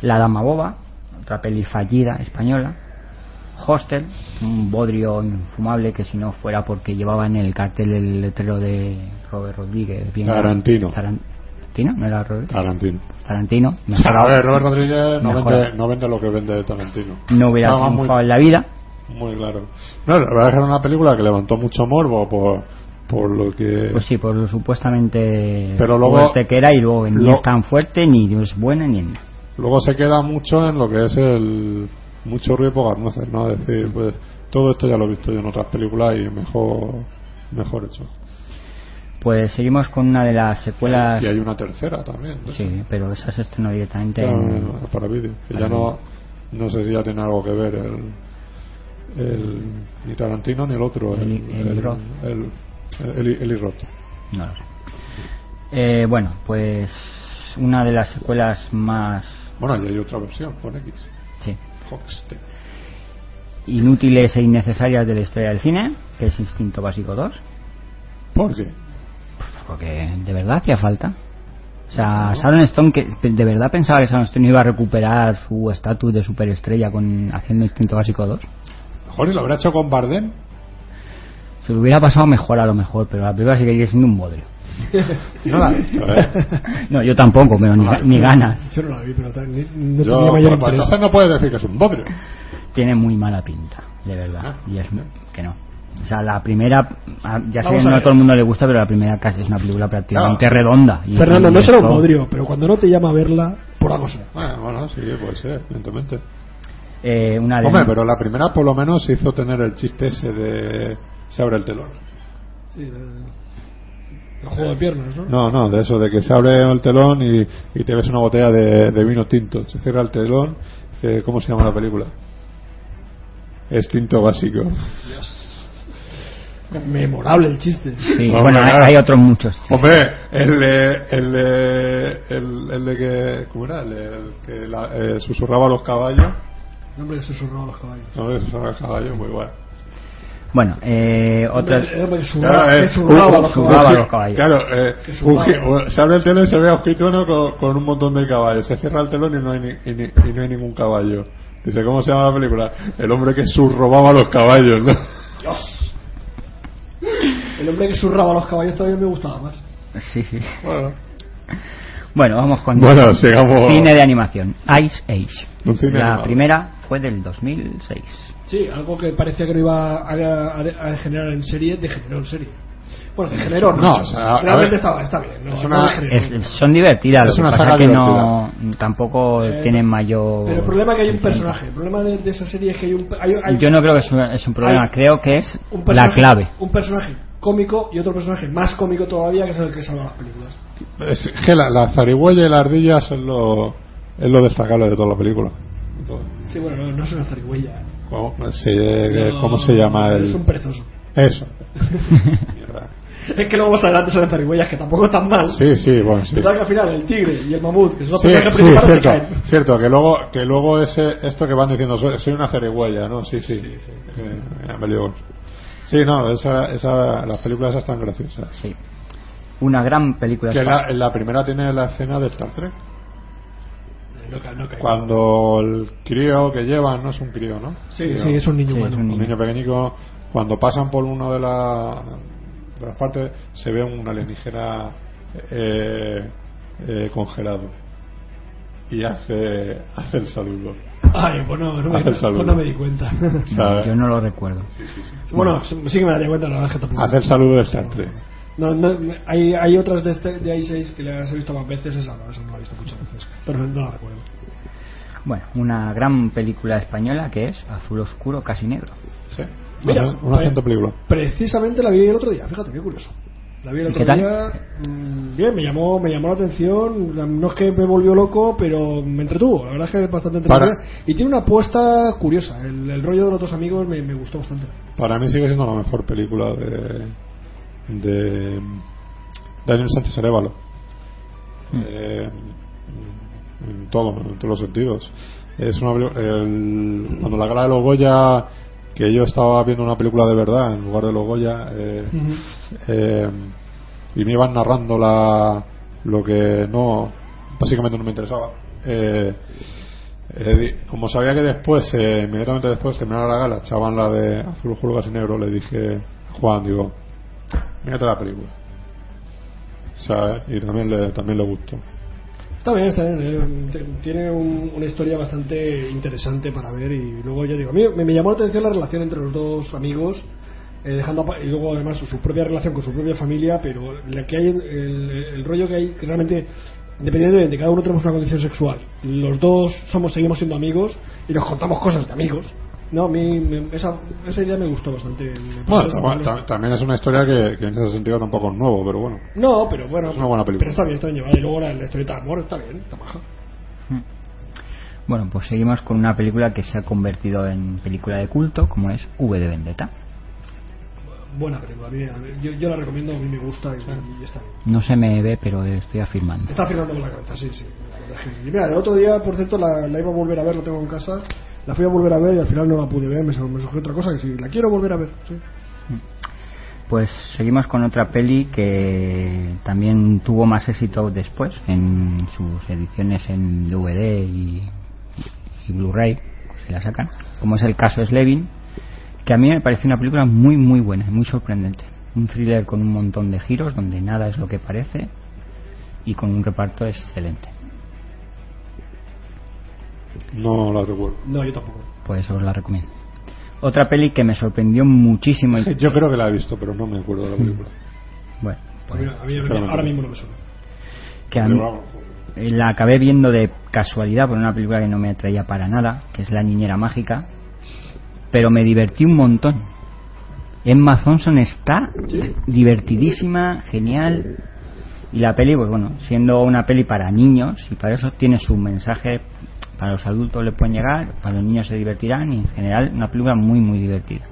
I: La Dama Boba, otra peli fallida española. Hostel, un bodrio infumable que si no fuera porque llevaba en el cartel el letrero de Robert Rodríguez. bien-
D: Tarantino.
I: Tarantino, no era Robert.
D: Tarantino.
I: Tarantino.
D: A ver, Robert Rodríguez no
I: Mejorado.
D: vende, no vende lo que vende Tarantino.
I: No hubiera
D: Estaba muy-
I: triunfado en la vida.
D: Muy claro. No, la verdad es que era una película que levantó mucho morbo por, por lo que.
I: Pues sí, por lo supuestamente
D: Pero luego-
I: fuerte que era y luego ni
D: lo-
I: es tan fuerte, ni es buena, ni en nada.
D: Luego se queda mucho en lo que es el. Mucho ruido por garnuces, ¿no? Es decir, pues todo esto ya lo he visto yo en otras películas y mejor, mejor hecho.
I: Pues seguimos con una de las secuelas.
D: Y hay una tercera también. ¿no?
I: Ah, Sí, pero esa se estrenó directamente
D: Claro,
I: en-
D: para vídeo. Que
I: para
D: ya no, no sé si ya tiene algo que ver el, el ni Tarantino ni el otro. El,
I: Eli Roth.
D: el- el- Eli- Eli Roth.
I: No lo sé. Eh, bueno, pues una de las secuelas más
D: Bueno, y hay otra versión con X.
I: sí,
D: Hostia.
I: inútiles e innecesarias de la historia del cine, que es Instinto Básico 2,
D: ¿Por qué?
I: porque de verdad hacía falta. O sea, Sharon Stone, que de verdad pensaba que Sharon Stone iba a recuperar su estatus de superestrella con haciendo Instinto Básico 2.
D: Mejor y lo habrá hecho con Bardem.
I: Se lo hubiera pasado mejor a lo mejor, pero la película sigue siendo un bodrio.
D: No la he visto, ¿eh?
I: No, yo tampoco, pero ni, ga- ni ganas.
H: Yo no la vi, pero tal, ni- no
D: Yo,
H: tenía mayor
D: pues, pues,
H: interés.
D: entonces no puedes decir que es un bodrio.
I: Tiene muy mala pinta, de
H: Ah.
I: verdad. Y es que no. O sea, la primera, ah, ya sé que
H: Vamos
I: no
H: a
I: a
H: ver.
I: todo el mundo le gusta, pero la primera casi es una película prácticamente
D: Vamos.
I: redonda. Y-
H: Fernando,
I: y
H: no será un
I: esto-
H: podrio, pero cuando no te llama a verla, por algo será.
D: Bueno, Ah, bueno, sí, puede ser, evidentemente.
I: Eh, una de
D: Hombre, pero la primera por lo menos hizo tener el chiste ese de. Se abre el telón.
H: Sí, eh, el juego de piernas, ¿no?
D: No, no, de eso, de que se abre el telón y, y te ves una botella de, de vino tinto. Se cierra el telón. dice, ¿Cómo se llama la película? Extinto básico.
H: Memorable el chiste.
I: Sí, bueno, hay, hay otros muchos.
D: Hombre, el de, el de, el, el de que, ¿cómo era? El, de- el que la- eh, susurraba a los caballos.
H: El hombre que susurraba a los caballos.
D: No, el que susurraba a los caballos, muy bueno.
I: Bueno, eh, otras.
H: Hombre, hombre, susurraba- que
D: Uh,
H: susurraba a los
I: Susurraba a
H: caballos.
I: los caballos.
D: eh, Claro, eh,
H: Que susurraba.
D: un gi- se abre el telón y se ve a Osquitono con, con un montón de caballos. Se cierra el telón y no hay, ni- y ni- y no hay ningún caballo. Dice, ¿cómo se llama la película? El hombre que susurraba a los caballos, ¿no?
H: El hombre que susurraba a los caballos todavía me gustaba más.
I: Sí, sí.
H: Bueno.
I: Bueno, vamos con
D: Bueno, sigamos.
I: cine de animación. Ice Age.
D: Un cine
I: la
D: animado.
I: primera fue del 2006.
H: Sí, algo que parecía que no iba a, a- a generar en serie, degeneró en serie. Bueno, degeneró, no.
D: No, o sea, a
H: Realmente
D: ver,
H: estaba, está bien. No,
D: es
H: no
D: una-
H: degeneró.
I: Es- son divertidas,
D: Es
I: lo que
D: una
I: pasa
D: saga
I: es que no, tampoco
H: Eh,
I: tienen mayor.
H: Pero el problema es que hay un personaje. El problema de, de esa serie es que hay un. pe- hay- hay
I: Yo no creo que es un, es un problema,
H: Hay
I: creo que es
H: un
I: la
H: personaje-
I: clave.
H: Un personaje cómico y otro personaje más cómico todavía, que es el que salva las películas.
D: Es que la, la zarigüeya y la ardilla son lo, es lo destacable de toda la película.
H: Sí, bueno, no, no es una zarigüeya.
D: ¿Cómo, Sí, eh,
H: No,
D: ¿cómo se llama?
H: Es un
D: El...
H: perezoso.
D: Eso.
H: Es que luego más adelante salen zarigüeyas que tampoco están mal.
D: Sí, sí, bueno, sí.
H: Total que al final el tigre y el mamut, que son los
D: Sí,
H: personajes
D: sí,
H: principales, se
D: cierto,
H: caen.
D: cierto, que luego, que luego ese, esto que van diciendo, soy, soy una zarigüeya, ¿no? Sí, sí. Eh, mira, me lío. Sí, no, esa, esa, las películas esas están graciosas.
I: Sí. Una gran película.
D: Que
I: española.
D: la, la primera tiene la escena de Star Trek,
H: No ca- no caen.
D: cuando el crío que llevan, no es un crío, ¿no?
H: Sí, sí, es un niño
I: Sí,
H: humano.
I: es un
D: Un niño pequeñico, cuando pasan por una de, la- de las partes, se ve un alienígena eh, eh, congelado. Y hace, hace el saludo.
H: Ay, pues no, no me,
D: Hace el saludo.
H: pues no me di cuenta.
I: No,
D: ¿sabes?
I: yo no lo recuerdo.
H: bueno, sí sí que me daría cuenta, la verdad es que tampoco.
D: Hace el saludo de Star Trek.
H: No, no, hay, hay otras de, este, de i6 que las he visto más veces, esa no, esa no la he visto muchas veces, pero no la recuerdo.
I: Bueno, una gran película española que es Azul Oscuro, Casi Negro.
D: Sí.
H: Mira, pues-
D: un acento película.
H: Precisamente la vi el otro día, fíjate qué curioso. La vi el
I: ¿Y
H: otro
I: qué tal?
H: día. mm, Bien, me llamó, me llamó la atención. No es que me volvió loco, pero me entretuvo. La verdad es que es bastante
D: Para.
H: entretenida. Y tiene una apuesta curiosa. El, el rollo de los dos amigos me, me gustó bastante.
D: Para mí sigue siendo la mejor película de, de Daniel Sánchez Arevalo. Eh, en, todo, en todos los sentidos. Es una, peli- el- cuando la gala de los Goya, que yo estaba viendo una película de verdad en lugar de los Goya, eh, eh, y me iban narrando la, lo que no, básicamente no me interesaba. Eh, eh, di- como sabía que después, eh, inmediatamente después terminara la gala, echaban la de Azul, Julgas y Negro, le dije a Juan, digo, mírate la película. ¿Sabes? Y también le, también le gustó.
H: Está bien, está bien. eh, te- Tiene un- una historia bastante interesante para ver y luego ya digo, a mí me, me llamó la atención la relación entre los dos amigos, eh, dejando apa- y luego además su, su propia relación con su propia familia, pero la que hay en- el, el rollo que hay que realmente dependiendo de, de cada uno tenemos una condición sexual. Los dos somos seguimos siendo amigos y nos contamos cosas de amigos. No, a mí me- esa, esa idea me gustó bastante. Me
D: Bueno,
H: pareció
D: tam- tam- también es una historia que, que en ese sentido tampoco es nuevo, pero bueno.
H: No, pero bueno,
D: Es una buena
H: pero
D: película.
H: está bien, está bien llevada y luego la, la historieta de amor está bien, está maja.
I: Bueno, pues seguimos con una película que se ha convertido en película de culto, como es V de Vendetta.
H: Buena película, a mí- a mí- yo, yo la recomiendo, a mí me gusta y, y está bien.
I: No se me ve, pero estoy afirmando.
H: Está firmando con la cabeza, sí, sí. la verdad es que sí. Y mira, el otro día, por cierto, la, la iba a volver a ver, la tengo en casa. La fui a volver a ver y al final no la pude ver, me, su- me surgió otra cosa que sí, la quiero volver a ver. Sí.
I: Pues seguimos con otra peli que también tuvo más éxito después en sus ediciones en DVD y, y Blu-ray, si la sacan, como es el caso Slevin, que a mí me parece una película muy muy buena, muy sorprendente. Un thriller con un montón de giros donde nada es lo que parece y con un reparto excelente.
D: No la recuerdo.
H: No, yo tampoco.
I: Pues os la recomiendo. Otra peli que me sorprendió muchísimo y
D: Yo creo que la he visto, pero no me acuerdo de la película.
I: bueno,
H: A mí, a mí ahora-
D: Claramente.
H: ahora mismo no me suena.
I: que a
D: Pero
I: mí-
D: vamos.
I: Eh, la acabé viendo de casualidad por una película que no me atraía para nada, que es La Niñera Mágica, pero me divertí un montón. Emma Thompson está divertidísima, genial, y la peli, pues bueno, siendo una peli para niños, y para eso tiene su mensaje Para los adultos les pueden llegar, para los niños se divertirán y en general una película muy, muy divertida.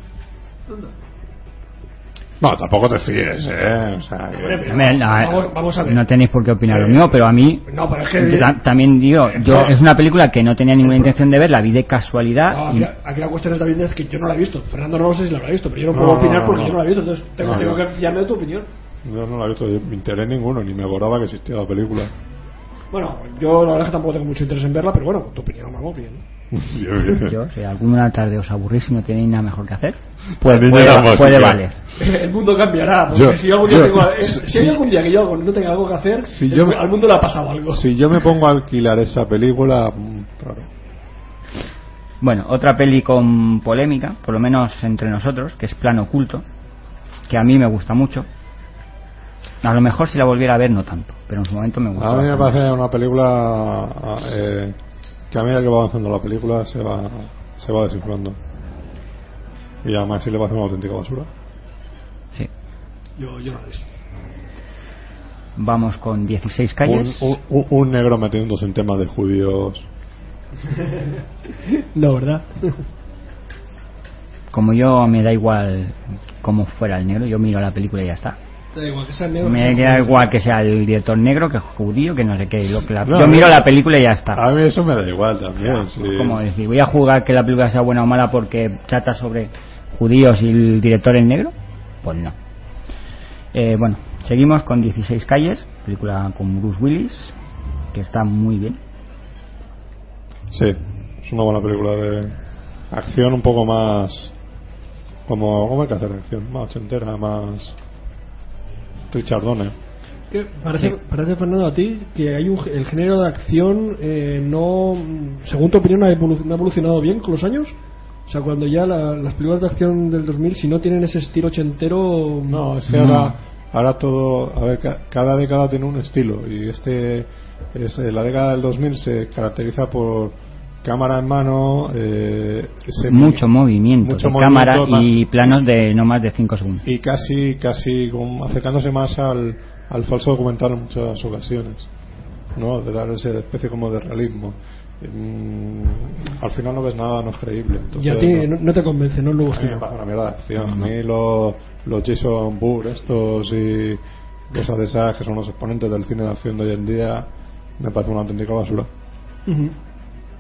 D: No, tampoco te fíes, ¿eh? O sea, que-
I: Hombre, no,
H: vamos- vamos a ver.
I: no tenéis por qué opinar lo mío, pero a mí.
H: No, pero es que- eh,
I: yo tam- también digo, yo,
D: Ah.
H: No.
I: es una película que no tenía ninguna intención de ver, la vi de casualidad.
D: Ah,
H: No,
I: y-
H: aquí, aquí la cuestión es también es que yo no la he visto. Fernando no sé si la habrá visto, pero yo no
D: No,
H: puedo
D: no,
H: opinar
D: no,
H: porque
D: no.
H: yo no la he visto. Entonces tengo,
D: No,
H: tengo
D: no.
H: que fiarme de tu opinión.
D: Yo no la he visto de interés ninguno, ni me acordaba que existía la película.
H: Bueno, yo la verdad es que tampoco tengo mucho interés en verla, pero bueno, tu opinión, vamos, bien.
I: Yo, si alguna tarde os aburrís y no tenéis nada mejor que hacer,
D: Pues
I: puede,
D: niñéramos,
I: puede
D: tío.
I: valer.
H: El mundo cambiará, porque
D: Yo-
H: si, algún día
D: yo-
H: tengo- eh, si
D: si-
H: hay algún día que yo hago- no tenga algo que hacer,
D: Si yo me-
H: al mundo le ha pasado algo.
D: Si yo me pongo a alquilar esa película, mm, claro.
I: Bueno, otra peli con polémica, por lo menos entre nosotros, que es Plan Oculto, que a mí me gusta mucho. A lo mejor si la volviera a ver no tanto, pero en su momento me gusta.
D: A mí me
I: bastante.
D: parece una película eh, que a medida que va avanzando la película se va, se va desinflando. Y además sí le va a hacer una auténtica basura.
H: Yo, yo no la he visto.
I: Vamos con 16
D: Un,
I: calles.
D: un- un- un negro metiéndose en temas de judíos.
H: No, ¿verdad?
I: Como yo me da igual cómo fuera el negro, yo miro la película y ya está.
H: Da igual que sea negro.
I: Me da igual que sea el director negro, que judío, que no sé qué. lo que la-
D: No,
I: yo
D: a mí-
I: miro la película y ya está.
D: A mí eso me da igual también. sí.
I: Ah. Como decir, voy a jugar que la película sea buena o mala porque trata sobre judíos y el director es negro. Pues no. Eh, bueno, seguimos con 16 calles, película con Bruce Willis, que está muy bien.
D: Sí, es una buena película de acción un poco más. Como, ¿Cómo hay que hacer acción? Más ochentera, más. Richardone.
H: Que Parece, parece, Fernando, a ti que hay un, g- el género de acción eh, no. Según tu opinión, ha evolu- no ha evolucionado bien con los años. O sea, cuando ya la- las películas de acción del 2000, si no tienen ese estilo ochentero. mm,
D: No, es que ahora, ahora todo. A ver, ca- cada década tiene un estilo. Y este. Es, eh, la década del 2000 se caracteriza por cámara en mano. eh, se-
I: mucho movimiento
D: mucho
I: de
D: movimiento,
I: cámara
D: ma-
I: y planos de no más de 5 segundos.
D: y casi casi como acercándose más al, al falso documental en muchas ocasiones no de dar esa especie como de realismo Mm, al final no ves nada no es creíble entonces,
H: Y a ti
D: no-
H: no, no te convence, no es lo
D: a mí me
H: gusta.
D: parece una mierda de acción a mí los, los Jason Bourne estos y cosas de esas que son los exponentes del cine de acción de hoy en día me parece una auténtica basura
H: Ujú.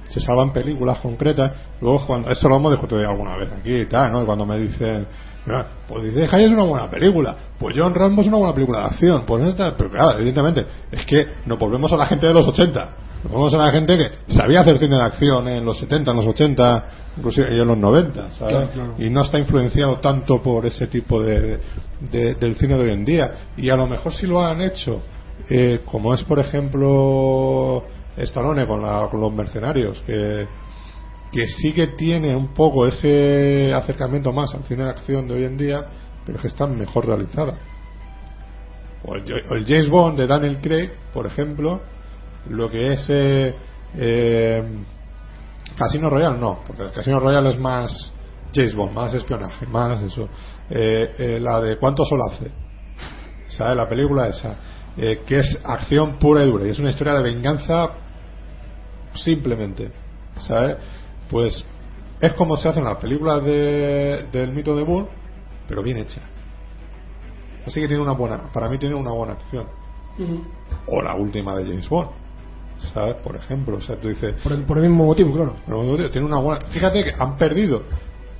D: se salvan películas concretas. Luego, cuando, esto lo hemos discutido alguna vez aquí y tal, ¿no? Y cuando me dicen, "Mira, pues dice Hayes es una buena película, pues John Rambo es una buena película de acción, pues esta", pero claro, evidentemente, es que nos volvemos a la gente de los 80, nos volvemos a la gente que sabía hacer cine de acción en los 70, en los 80, inclusive y en los 90, ¿sabes?
H: Claro, claro.
D: Y no está influenciado tanto por ese tipo de, de- del cine de hoy en día. Y a lo mejor si lo han hecho, eh, como es por ejemplo Stallone con, la- con los mercenarios, que, que sí que tiene un poco ese acercamiento más al cine de acción de hoy en día, pero que está mejor realizada. O el, o el James Bond de Daniel Craig, por ejemplo, lo que es eh, eh, Casino Royale, no, porque el Casino Royale es más James Bond, más espionaje, más eso. Eh, eh, la de ¿Cuánto sol hace? ¿Sabes? La película esa, eh, que es acción pura y dura, y es una historia de venganza simplemente, ¿sabes? Pues es como se hacen las películas de, del mito de Moore, pero bien hecha. Así que tiene una buena, para mí tiene una buena acción. O la última de James Bond, ¿sabes? Por ejemplo, o sea, tú dices,
H: Por, el, por el mismo motivo, claro.
D: pero bueno, tío, tiene una buena. Fíjate que han perdido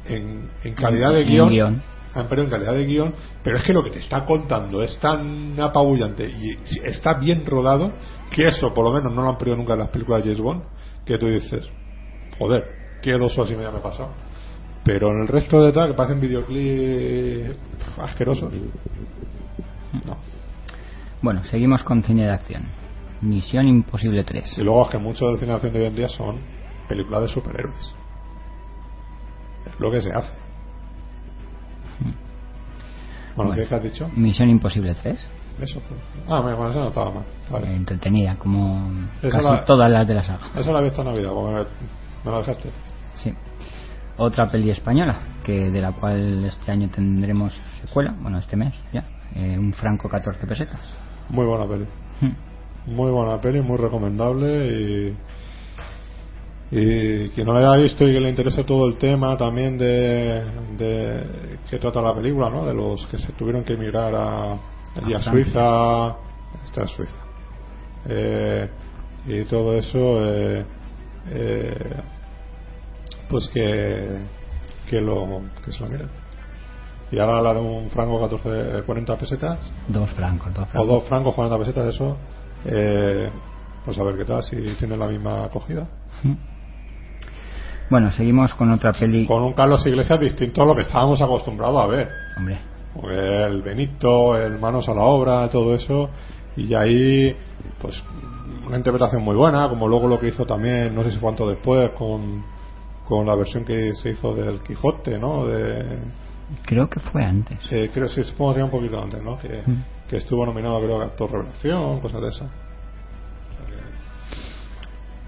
D: en, en calidad de
I: En
D: guión.
I: guión.
D: Han perdido en calidad de guión. Pero es que lo que te está contando es tan apabullante y si- está bien rodado que eso, por lo menos, no lo han perdido nunca en las películas de James Bond. Que tú dices, joder, qué oso así me me ha pasado. Pero en el resto de tal, que parecen videoclips pff, asquerosos.
I: Bueno, seguimos con cine de acción. Misión Imposible 3.
D: Y luego es que muchos del cine de acción de hoy en día son películas de superhéroes. Es lo que se hace. Bueno,
I: Bueno.
D: ¿qué has dicho?
I: Misión Imposible 3.
D: Eso. Ah, mira, bueno, eso no estaba mal. Vale.
I: Eh, Entretenida, como
D: Esa
I: casi
D: la-
I: todas las de la saga.
D: Eso lo había visto en Navidad, porque me, me lo dejaste.
I: Sí. Otra peli española, que de la cual este año tendremos secuela, bueno, este mes ya, eh, un franco 14 pesetas. Hmm.
D: Muy buena peli. Muy buena peli, muy recomendable y. Y quien no la haya visto y que le interese todo el tema también de, de que trata la película, ¿no? De los que se tuvieron que emigrar a, allí a
M: Francia.
D: Suiza, está en Suiza. Eh, y todo eso, eh, eh, pues que, que, lo, que se lo miren. Y ahora la de un franco 14, 40 pesetas,
I: Dos francos, dos
D: o
I: francos.
D: dos francos 40 pesetas, eso, eh, pues a ver qué tal, si tienen la misma acogida.
I: Hmm. Bueno, seguimos con otra peli.
D: Con un Carlos Iglesias distinto a lo que estábamos acostumbrados a ver.
I: Hombre.
D: Porque el Benito, el Manos a la Obra, todo eso. Y ahí, pues, una interpretación muy buena, como luego lo que hizo también, no sé si cuánto después, con, con la versión que se hizo del Quijote, ¿no? De,
I: Creo que fue antes.
D: eh, creo, sí, supongo que era un poquito antes, ¿no? Que,
I: Mm.
D: que estuvo nominado, creo, a Actor Revelación, cosas de esas.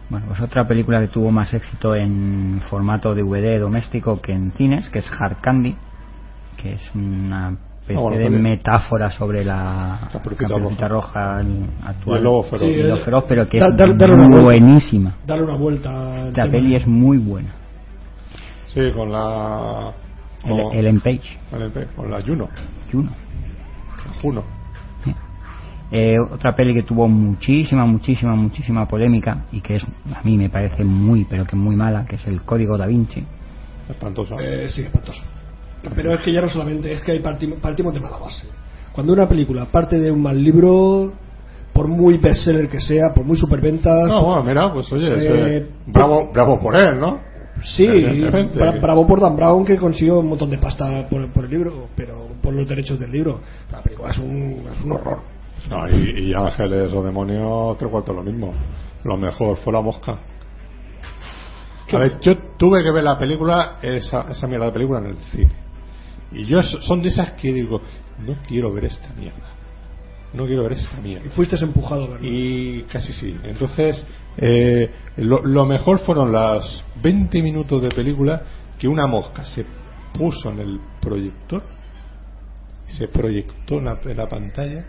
I: Bueno, pues otra película que tuvo más éxito en formato DVD doméstico que en cines, que es Hard Candy, que es una especie
D: Ah, bueno,
I: de
D: también.
I: metáfora sobre la
D: Caperucita
I: Caperucita roja el- actual.
D: Y el Lobo Feroz.
I: Y el Lobo
D: Sí,
I: Feroz, pero que
H: da-
I: es
H: dar- darle una vuelta.
I: buenísima.
H: Darle una vuelta. al
I: Esta
H: tema.
I: peli es muy buena.
D: Sí, con la. con-
I: El, Ellen Page.
D: Ellen Page, con la Juno.
I: Juno.
D: Juno.
I: Eh, otra peli que tuvo muchísima, muchísima, muchísima polémica y que es, a mí me parece muy, pero que muy mala, que es El Código da Vinci.
D: Espantosa.
H: Eh, sí, espantoso. Pero es que ya no solamente, es que ahí partimos, partimos de mala base. Cuando una película parte de un mal libro, por muy bestseller que sea, por muy superventa.
D: No, bueno, mira, pues oye,
H: Eh,
D: ese- bravo, bravo por él, ¿no?
H: Sí,
D: Evidentemente.
H: bra- bravo por Dan Brown que consiguió un montón de pasta por, por el libro, pero por los derechos del libro. La película es un, es un horror.
D: No, y, y ángeles o demonios, tres cuartos lo mismo. Lo mejor fue la mosca. A ver, yo tuve que ver la película, esa, esa mierda de película en el cine. Y yo so- son de esas que digo, no quiero ver esta mierda. No quiero ver esta mierda.
H: Y fuiste empujado a verlo.
D: Y casi sí. Entonces, eh, lo, lo mejor fueron los 20 minutos de película que una mosca se puso en el proyector, se proyectó en la, en la pantalla,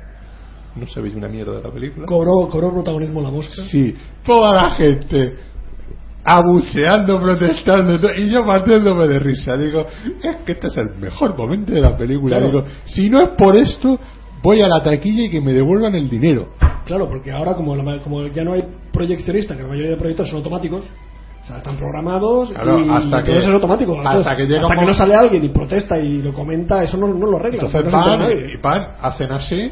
D: no se veía una mierda de la película.
H: Cobró, cobró protagonismo la mosca.
D: Sí, toda la gente abucheando, protestando to- y yo partiéndome de risa. Digo, es que este es el mejor momento de la película.
H: Claro.
D: Digo, si no es por esto, voy a la taquilla y que me devuelvan el dinero.
H: Claro, porque ahora como, la ma- como ya no hay proyeccionista, que la mayoría de proyectos son automáticos, o sea, están programados
D: Claro,
H: y
D: hasta que-
H: entonces es automático.
D: hasta
H: Entonces,
D: que llega un
H: hasta que no
D: momento-
H: sale alguien y protesta y lo comenta, eso no, no lo arregla.
D: Entonces
H: no se entera
D: van
H: nadie.
D: y pan, hacen así.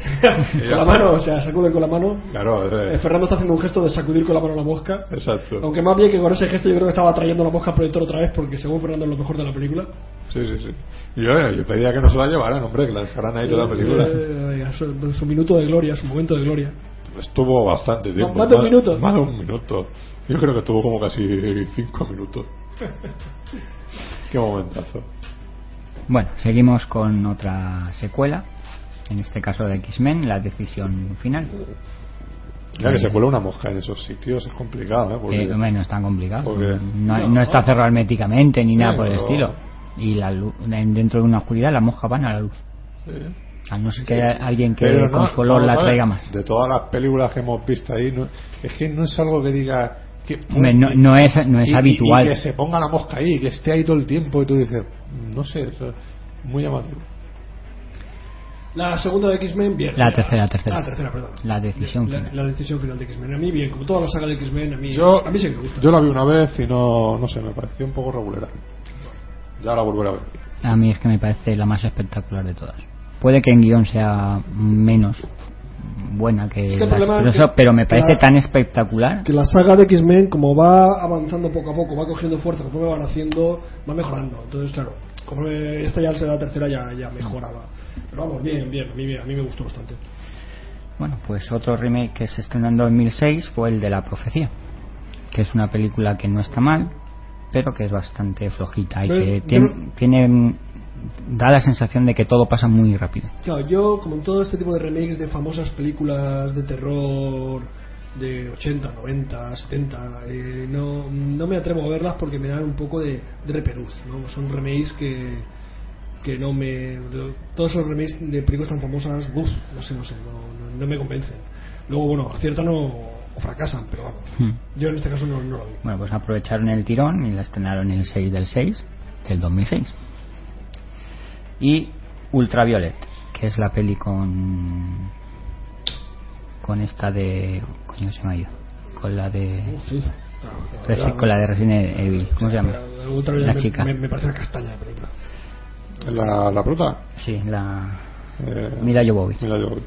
D: y
H: con
D: ya
H: la
D: está.
H: mano, o sea, sacuden con la mano.
D: Claro, eh,
H: Eh, Fernando está haciendo un gesto de sacudir con la mano la mosca.
D: exacto.
H: Aunque más bien que con ese gesto yo creo que estaba trayendo la mosca al proyector otra vez, porque según Fernando es lo mejor de la película.
D: Sí, sí, sí. Y Yo, yo pedía que no se la llevaran, hombre, que la dejaran ahí toda la película.
H: Eh, eh, su, su minuto de gloria, su momento de gloria.
D: Estuvo bastante tiempo.
H: Más de un minuto.
D: Más de un minuto. Yo creo que estuvo como casi cinco minutos. Qué momentazo.
I: Bueno, seguimos con otra secuela, en este caso de X-Men, La Decisión Final.
D: Mira que se cuela una mosca en esos sitios es complicado, ¿eh? Porque-
I: Eh, hombre, no es tan complicado.
D: porque-
I: No, no está cerrado herméticamente ni
D: Sí,
I: nada por el
D: pero-
I: estilo. Y la lu- en- dentro de una oscuridad las moscas van a la luz.
D: Sí.
I: A no ser que haya alguien que
D: Pero no,
I: con su olor
D: vamos
I: la
D: a ver,
I: traiga más.
D: De todas las películas que hemos visto ahí, no- es que no es algo que diga. Que,
I: Hombre, no, no es, no es
D: y- y-
I: habitual.
D: Y, que se ponga la mosca ahí, que esté ahí todo el tiempo y tú dices, no sé, eso es muy llamativo.
H: La segunda de X-Men, bien.
I: La tercera, la tercera.
H: Ah, tercera, perdón.
I: La decisión
H: La,
I: final.
H: la decisión final de X-Men. A mí bien, como toda la saga de X-Men, a mí,
D: Yo-
H: a mí sí me gusta.
D: Yo la vi una vez y no, no sé, me pareció un poco regular. Ya la volveré a ver.
I: A mí es que me parece la más espectacular de todas. Puede que en guión sea menos buena que,
H: que el
I: las
H: problema es
I: otras,
H: que-
I: pero me parece
H: la-
I: tan espectacular.
H: Que la saga de X-Men, como va avanzando poco a poco, va cogiendo fuerza, conforme van haciendo, va mejorando. Entonces, claro, conforme esta ya al ser la tercera ya, ya mejoraba. Pero vamos, bien, bien, a mí, a mí me gustó bastante.
I: Bueno, pues otro remake que se estrenó en 2006 fue el de La Profecía, que es una película que no está mal, pero que es bastante flojita y
H: Pues,
I: que
H: yo
I: tiene, tiene- da la sensación de que todo pasa muy rápido.
H: Claro, yo, como en todo este tipo de remakes de famosas películas de terror de 80, 90, 70, eh, no, no me atrevo a verlas porque me dan un poco de, de repelús. ¿no? Son remakes que, que no me. de- todos esos remakes de películas tan famosas, uff, no sé, no sé, no, no- no me convencen. Luego, bueno, aciertan o, o fracasan, pero vamos. Yo en este caso no, no lo vi.
I: Hmm. Bueno, pues aprovecharon el tirón y la estrenaron el 6 del 6 del 2006. Y Ultraviolet, que es la peli con. con esta de. coño se me ha ido. Con la de.
H: Sí.
I: Resi- Pues con la de Resident Evil. ¿Cómo se llama?
H: Ultraviolet
I: La
H: me-
I: chica.
H: Me, me parece una castaña, pero claro.
D: ¿La, la bruta?
I: Sí, la.
D: Eh,
I: Mila Jovovich.
D: Mila Jovovich.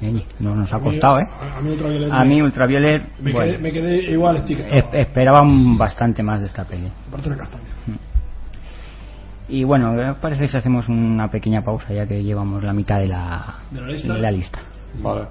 I: Ñeñe, No nos ha costado, ¿eh?
H: A mí Ultraviolet.
I: A
H: me-
I: mí Ultraviolet.
H: Me,
I: bueno,
H: quedé, me quedé igual, estoy que
I: es-
H: estaba.
I: esperaba un- bastante más de esta peli.
H: Me parece una castaña.
I: Y bueno, ¿qué os parece si hacemos una pequeña pausa ya que llevamos la mitad de la,
H: ¿De la lista?
I: de la lista?
D: Vale.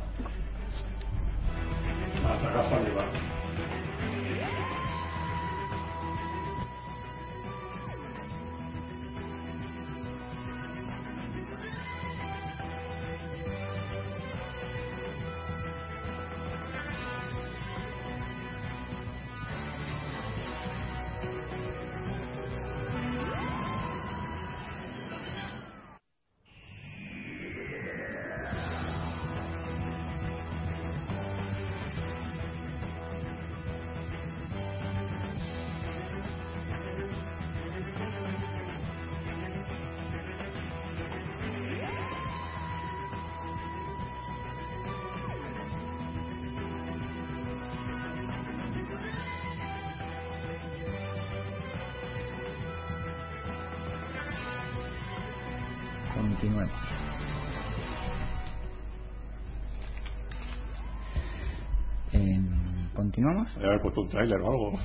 I: Continuemos. Em, ¿Continuamos?
D: Debe haber puesto un tráiler o algo.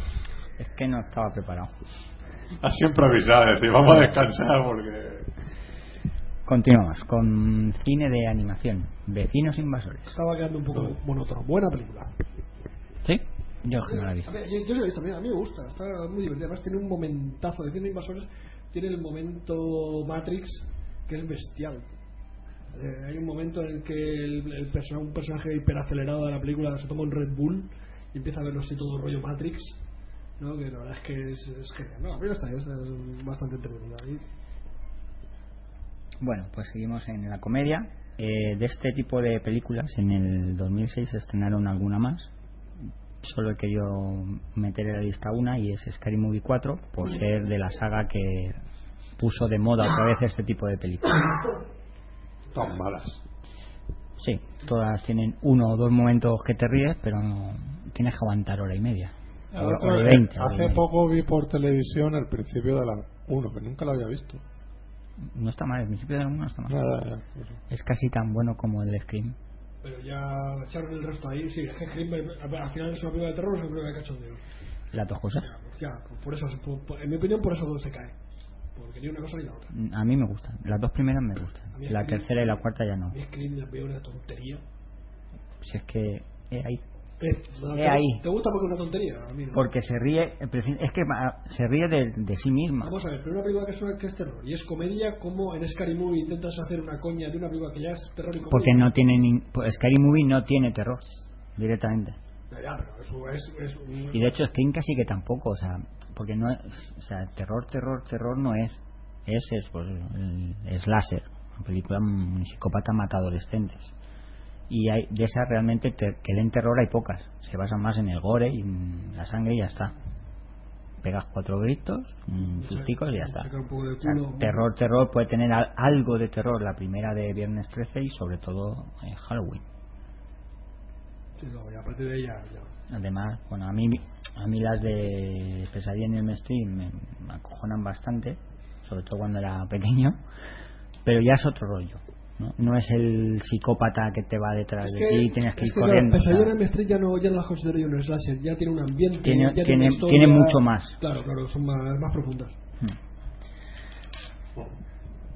I: Es que no estaba preparado.
D: Así improvisado, es decir, vamos a descansar porque...
I: Continuamos con cine de animación. Vecinos invasores.
H: Estaba quedando un poco monótono. Buena película.
I: ¿Sí? Yo es que no la he visto.
H: A ver, Yo, yo se lo he visto, mira, a mí me gusta, está muy divertida. Además, tiene un momentazo de cine invasores. Tiene el momento Matrix, que es bestial. Eh, hay un momento en el que el, el persona- un personaje hiperacelerado de la película se toma un Red Bull y empieza a verlo así todo rollo Matrix. ¿no? Que la verdad es que es, es genial. No, la película está bien, está- es bastante entretenida. Y
I: Bueno, pues seguimos en la comedia. Eh, de este tipo de películas, en el 2006 se estrenaron alguna más. Solo he querido meter en la lista una y es Scary Movie 4, por ser de la saga que puso de moda otra vez este tipo de películas.
D: Tan malas.
I: Sí, todas tienen uno o dos momentos que te ríes, pero no- tienes que aguantar hora y media. O, o de 20. hora y
D: eh, Hace
I: media.
D: poco vi por televisión el principio de la 1, que nunca lo había visto.
I: No está mal, el principio de la uno no está mal.
D: Nada, ya, pues,
I: Es casi tan bueno como el de Scream.
H: pero ya echaron el resto ahí. Sí, es que Scream, al al final es una película de terror, es una película de cachondeo.
I: Las dos cosas.
H: Ya, pues por eso, por- por- en mi opinión, por eso se cae. Porque ni una cosa ni la otra.
I: A mí me gustan. Las dos primeras me gustan.
H: A mí
I: La
H: Scream-
I: tercera y la cuarta ya no.
H: Y Scream la veo una tontería.
I: Si es que es ahí.
H: Eh,
I: Eh, ahí.
H: ¿Te gusta porque es una tontería? A mí no.
I: Porque se ríe, eh, es que ah, se ríe de, de sí misma.
H: Vamos a ver, pero una película que es, una- que es terror y es comedia, como en Scary Movie intentas hacer una coña de una película que ya es terror y comedia?
I: Porque no tiene. ni- pues Scary Movie no tiene terror directamente.
H: Ya, ya, pero eso es, es un-
I: Y de hecho, Scream casi que tampoco. O sea, porque no es. O sea, terror, terror, terror no es. Es, es pues, el slasher. Una película, un psicópata mata adolescentes. Y hay, de esas realmente te- que den terror hay pocas. Se basan más en el gore y en la sangre y ya está. Pegas cuatro gritos, un sustico y ya está.
H: sacar un poco del
I: O sea,
H: culo.
I: terror, terror, puede tener al- algo de terror la primera de Viernes 13 y sobre todo eh, Halloween.
H: Sí, no, y a partir de ahí ya, ya.
I: Además, bueno, a mí, a mí las de Pesadilla en el Street me, me acojonan bastante, sobre todo cuando era pequeño, pero ya es otro rollo. No, No es el psicópata que te va detrás
H: Es
I: de ti y tienes que
H: es
I: ir
H: que
I: corriendo.
H: Claro,
I: o sea,
H: Pesadilla en Elm Street ya no, ya no las considero yo un slasher, ya tiene un ambiente.
I: Tiene-
H: ya
I: tiene-
H: una historia.
I: tiene mucho más.
H: Claro, claro, son más, más profundas.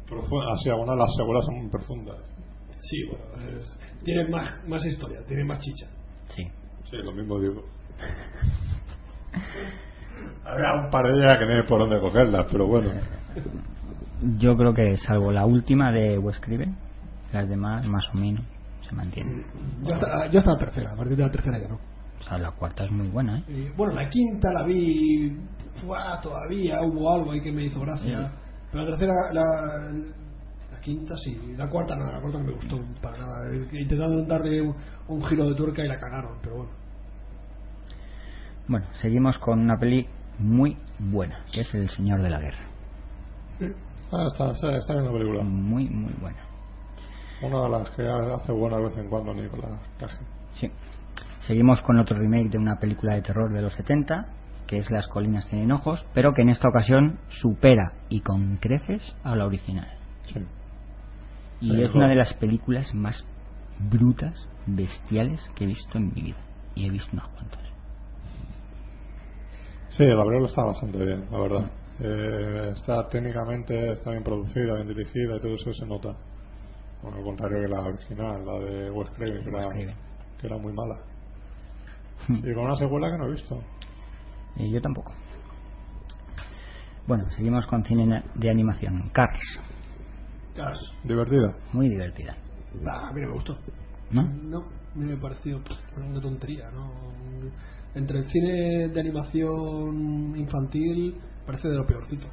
D: Profunda, ah, sí, algunas de las secuelas son muy profundas.
H: Sí, bueno, es- tienen más, más historia, tienen más chicha.
I: Sí.
D: Sí, lo mismo digo. Habrá un par de ellas que no hay por dónde cogerlas, pero bueno.
I: Yo creo que salvo la última de Wes Craven, las demás más o menos se mantienen.
H: Ya está, ya está la tercera, a partir de la tercera ya no.
I: O sea, la cuarta es muy buena, ¿eh?
H: Eh, bueno, la quinta la vi. buah, todavía hubo algo ahí que me hizo gracia. Pero la tercera, la, la quinta sí. La cuarta no, la cuarta no me gustó para nada. Eh, Intentaron darle un, un giro de tuerca y la cagaron, pero bueno.
I: Bueno, seguimos con una peli muy buena, que es El Señor de la Guerra.
D: Ah, está, está, está bien la película.
I: Muy, muy buena.
D: Una de las que hace buena de vez en cuando Nicolás Cage.
I: Sí. Seguimos con otro remake de una película de terror de los 70, que es Las colinas tienen ojos, pero que en esta ocasión supera y con creces a la original.
D: Sí.
I: Y
D: Pero
I: es una de las películas más brutas, bestiales que he visto en mi vida. Y he visto unas cuantas.
D: Sí, la película está bastante bien, la verdad. Eh, está técnicamente, está bien producida, bien dirigida y todo eso se nota. Bueno, al contrario que la original, la de Wes Craven, que era, que era muy mala. Y con una secuela que no he visto.
I: Eh, yo tampoco. Bueno, seguimos con cine na- de animación. Cars.
H: Cars.
D: Divertida.
I: Muy divertida.
H: Ah, a mí no me gustó.
I: ¿No?
H: No, a mí me pareció pff, una tontería, ¿no? Entre el cine de animación infantil parece de lo peorcito.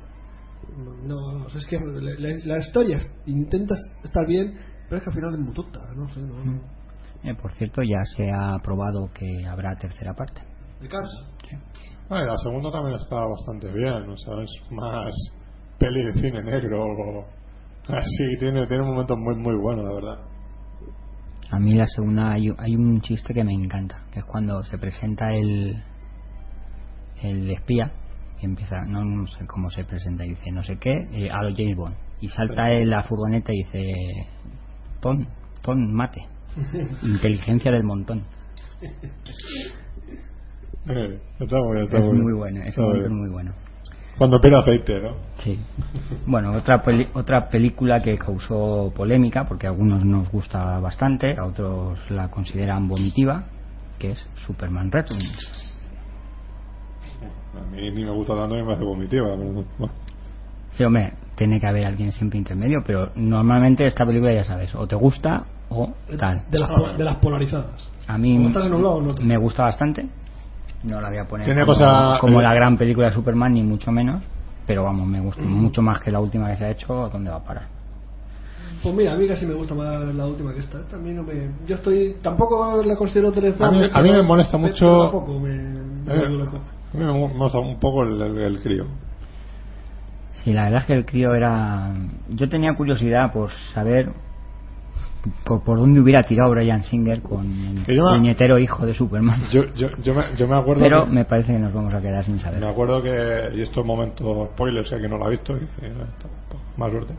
H: No, o sea, es que la, la- la historia es- intenta estar bien, pero es que al final es muy tonta, no sé, no, no.
I: Eh, por cierto, ya se ha aprobado que habrá tercera parte.
H: De Cars.
D: Bueno, y la segunda también está bastante bien, o sea, es más peli de cine negro. o- Así, tiene, tiene momentos muy, muy buenos, la verdad.
I: A mí la segunda hay, hay un chiste que me encanta, que es cuando se presenta el el espía y empieza, no, no sé cómo se presenta, y dice no sé qué, eh, a lo James Bond. Y salta en la furgoneta y dice, Tom, Tom, mate. Inteligencia del montón.
D: Eh, está muy bien, está
I: Es
D: muy bien.
I: muy bueno, ese
D: Está
I: momento
D: bien.
I: es muy bueno.
D: Cuando pega aceite, ¿no?
I: Sí. Bueno, otra, peli- otra película que causó polémica, porque a algunos nos gusta bastante, a otros la consideran vomitiva, que es Superman Returns.
D: A mí ni me gusta tanto ni me hace vomitiva. pero bueno.
I: Sí, hombre, tiene que haber alguien siempre intermedio, pero normalmente esta película ya sabes, o te gusta o tal.
H: De las, po- de las polarizadas.
I: A mí
H: o estás en un lado o en
I: me gusta bastante. No la voy a poner
D: Tiene
I: como,
D: cosa-
I: como
D: eh,
I: la gran película de Superman, ni mucho menos. Pero vamos, me gusta
D: Mm.
I: mucho más que la última que se ha hecho, ¿dónde va a parar?
H: Pues mira, a mí casi me gusta más la última que esta. Esta a mí no me... Yo estoy... Tampoco la considero tres
D: A mí- a mí me molesta
H: pero
D: mucho-
H: Tampoco me... me
D: Eh,
H: duele.
D: a mí me gusta un poco el, el- el crío.
I: Sí, la verdad es que el crío era... Yo tenía curiosidad por saber por, por dónde hubiera tirado Brian Singer con el
D: Que yo me-
I: puñetero hijo de Superman.
D: Yo, yo, yo, me, yo me acuerdo.
I: Pero
D: que-
I: me parece que nos vamos a quedar sin
D: Me
I: saber.
D: acuerdo que, y esto es momento spoiler, sé que no lo ha visto, y, eh, más suerte.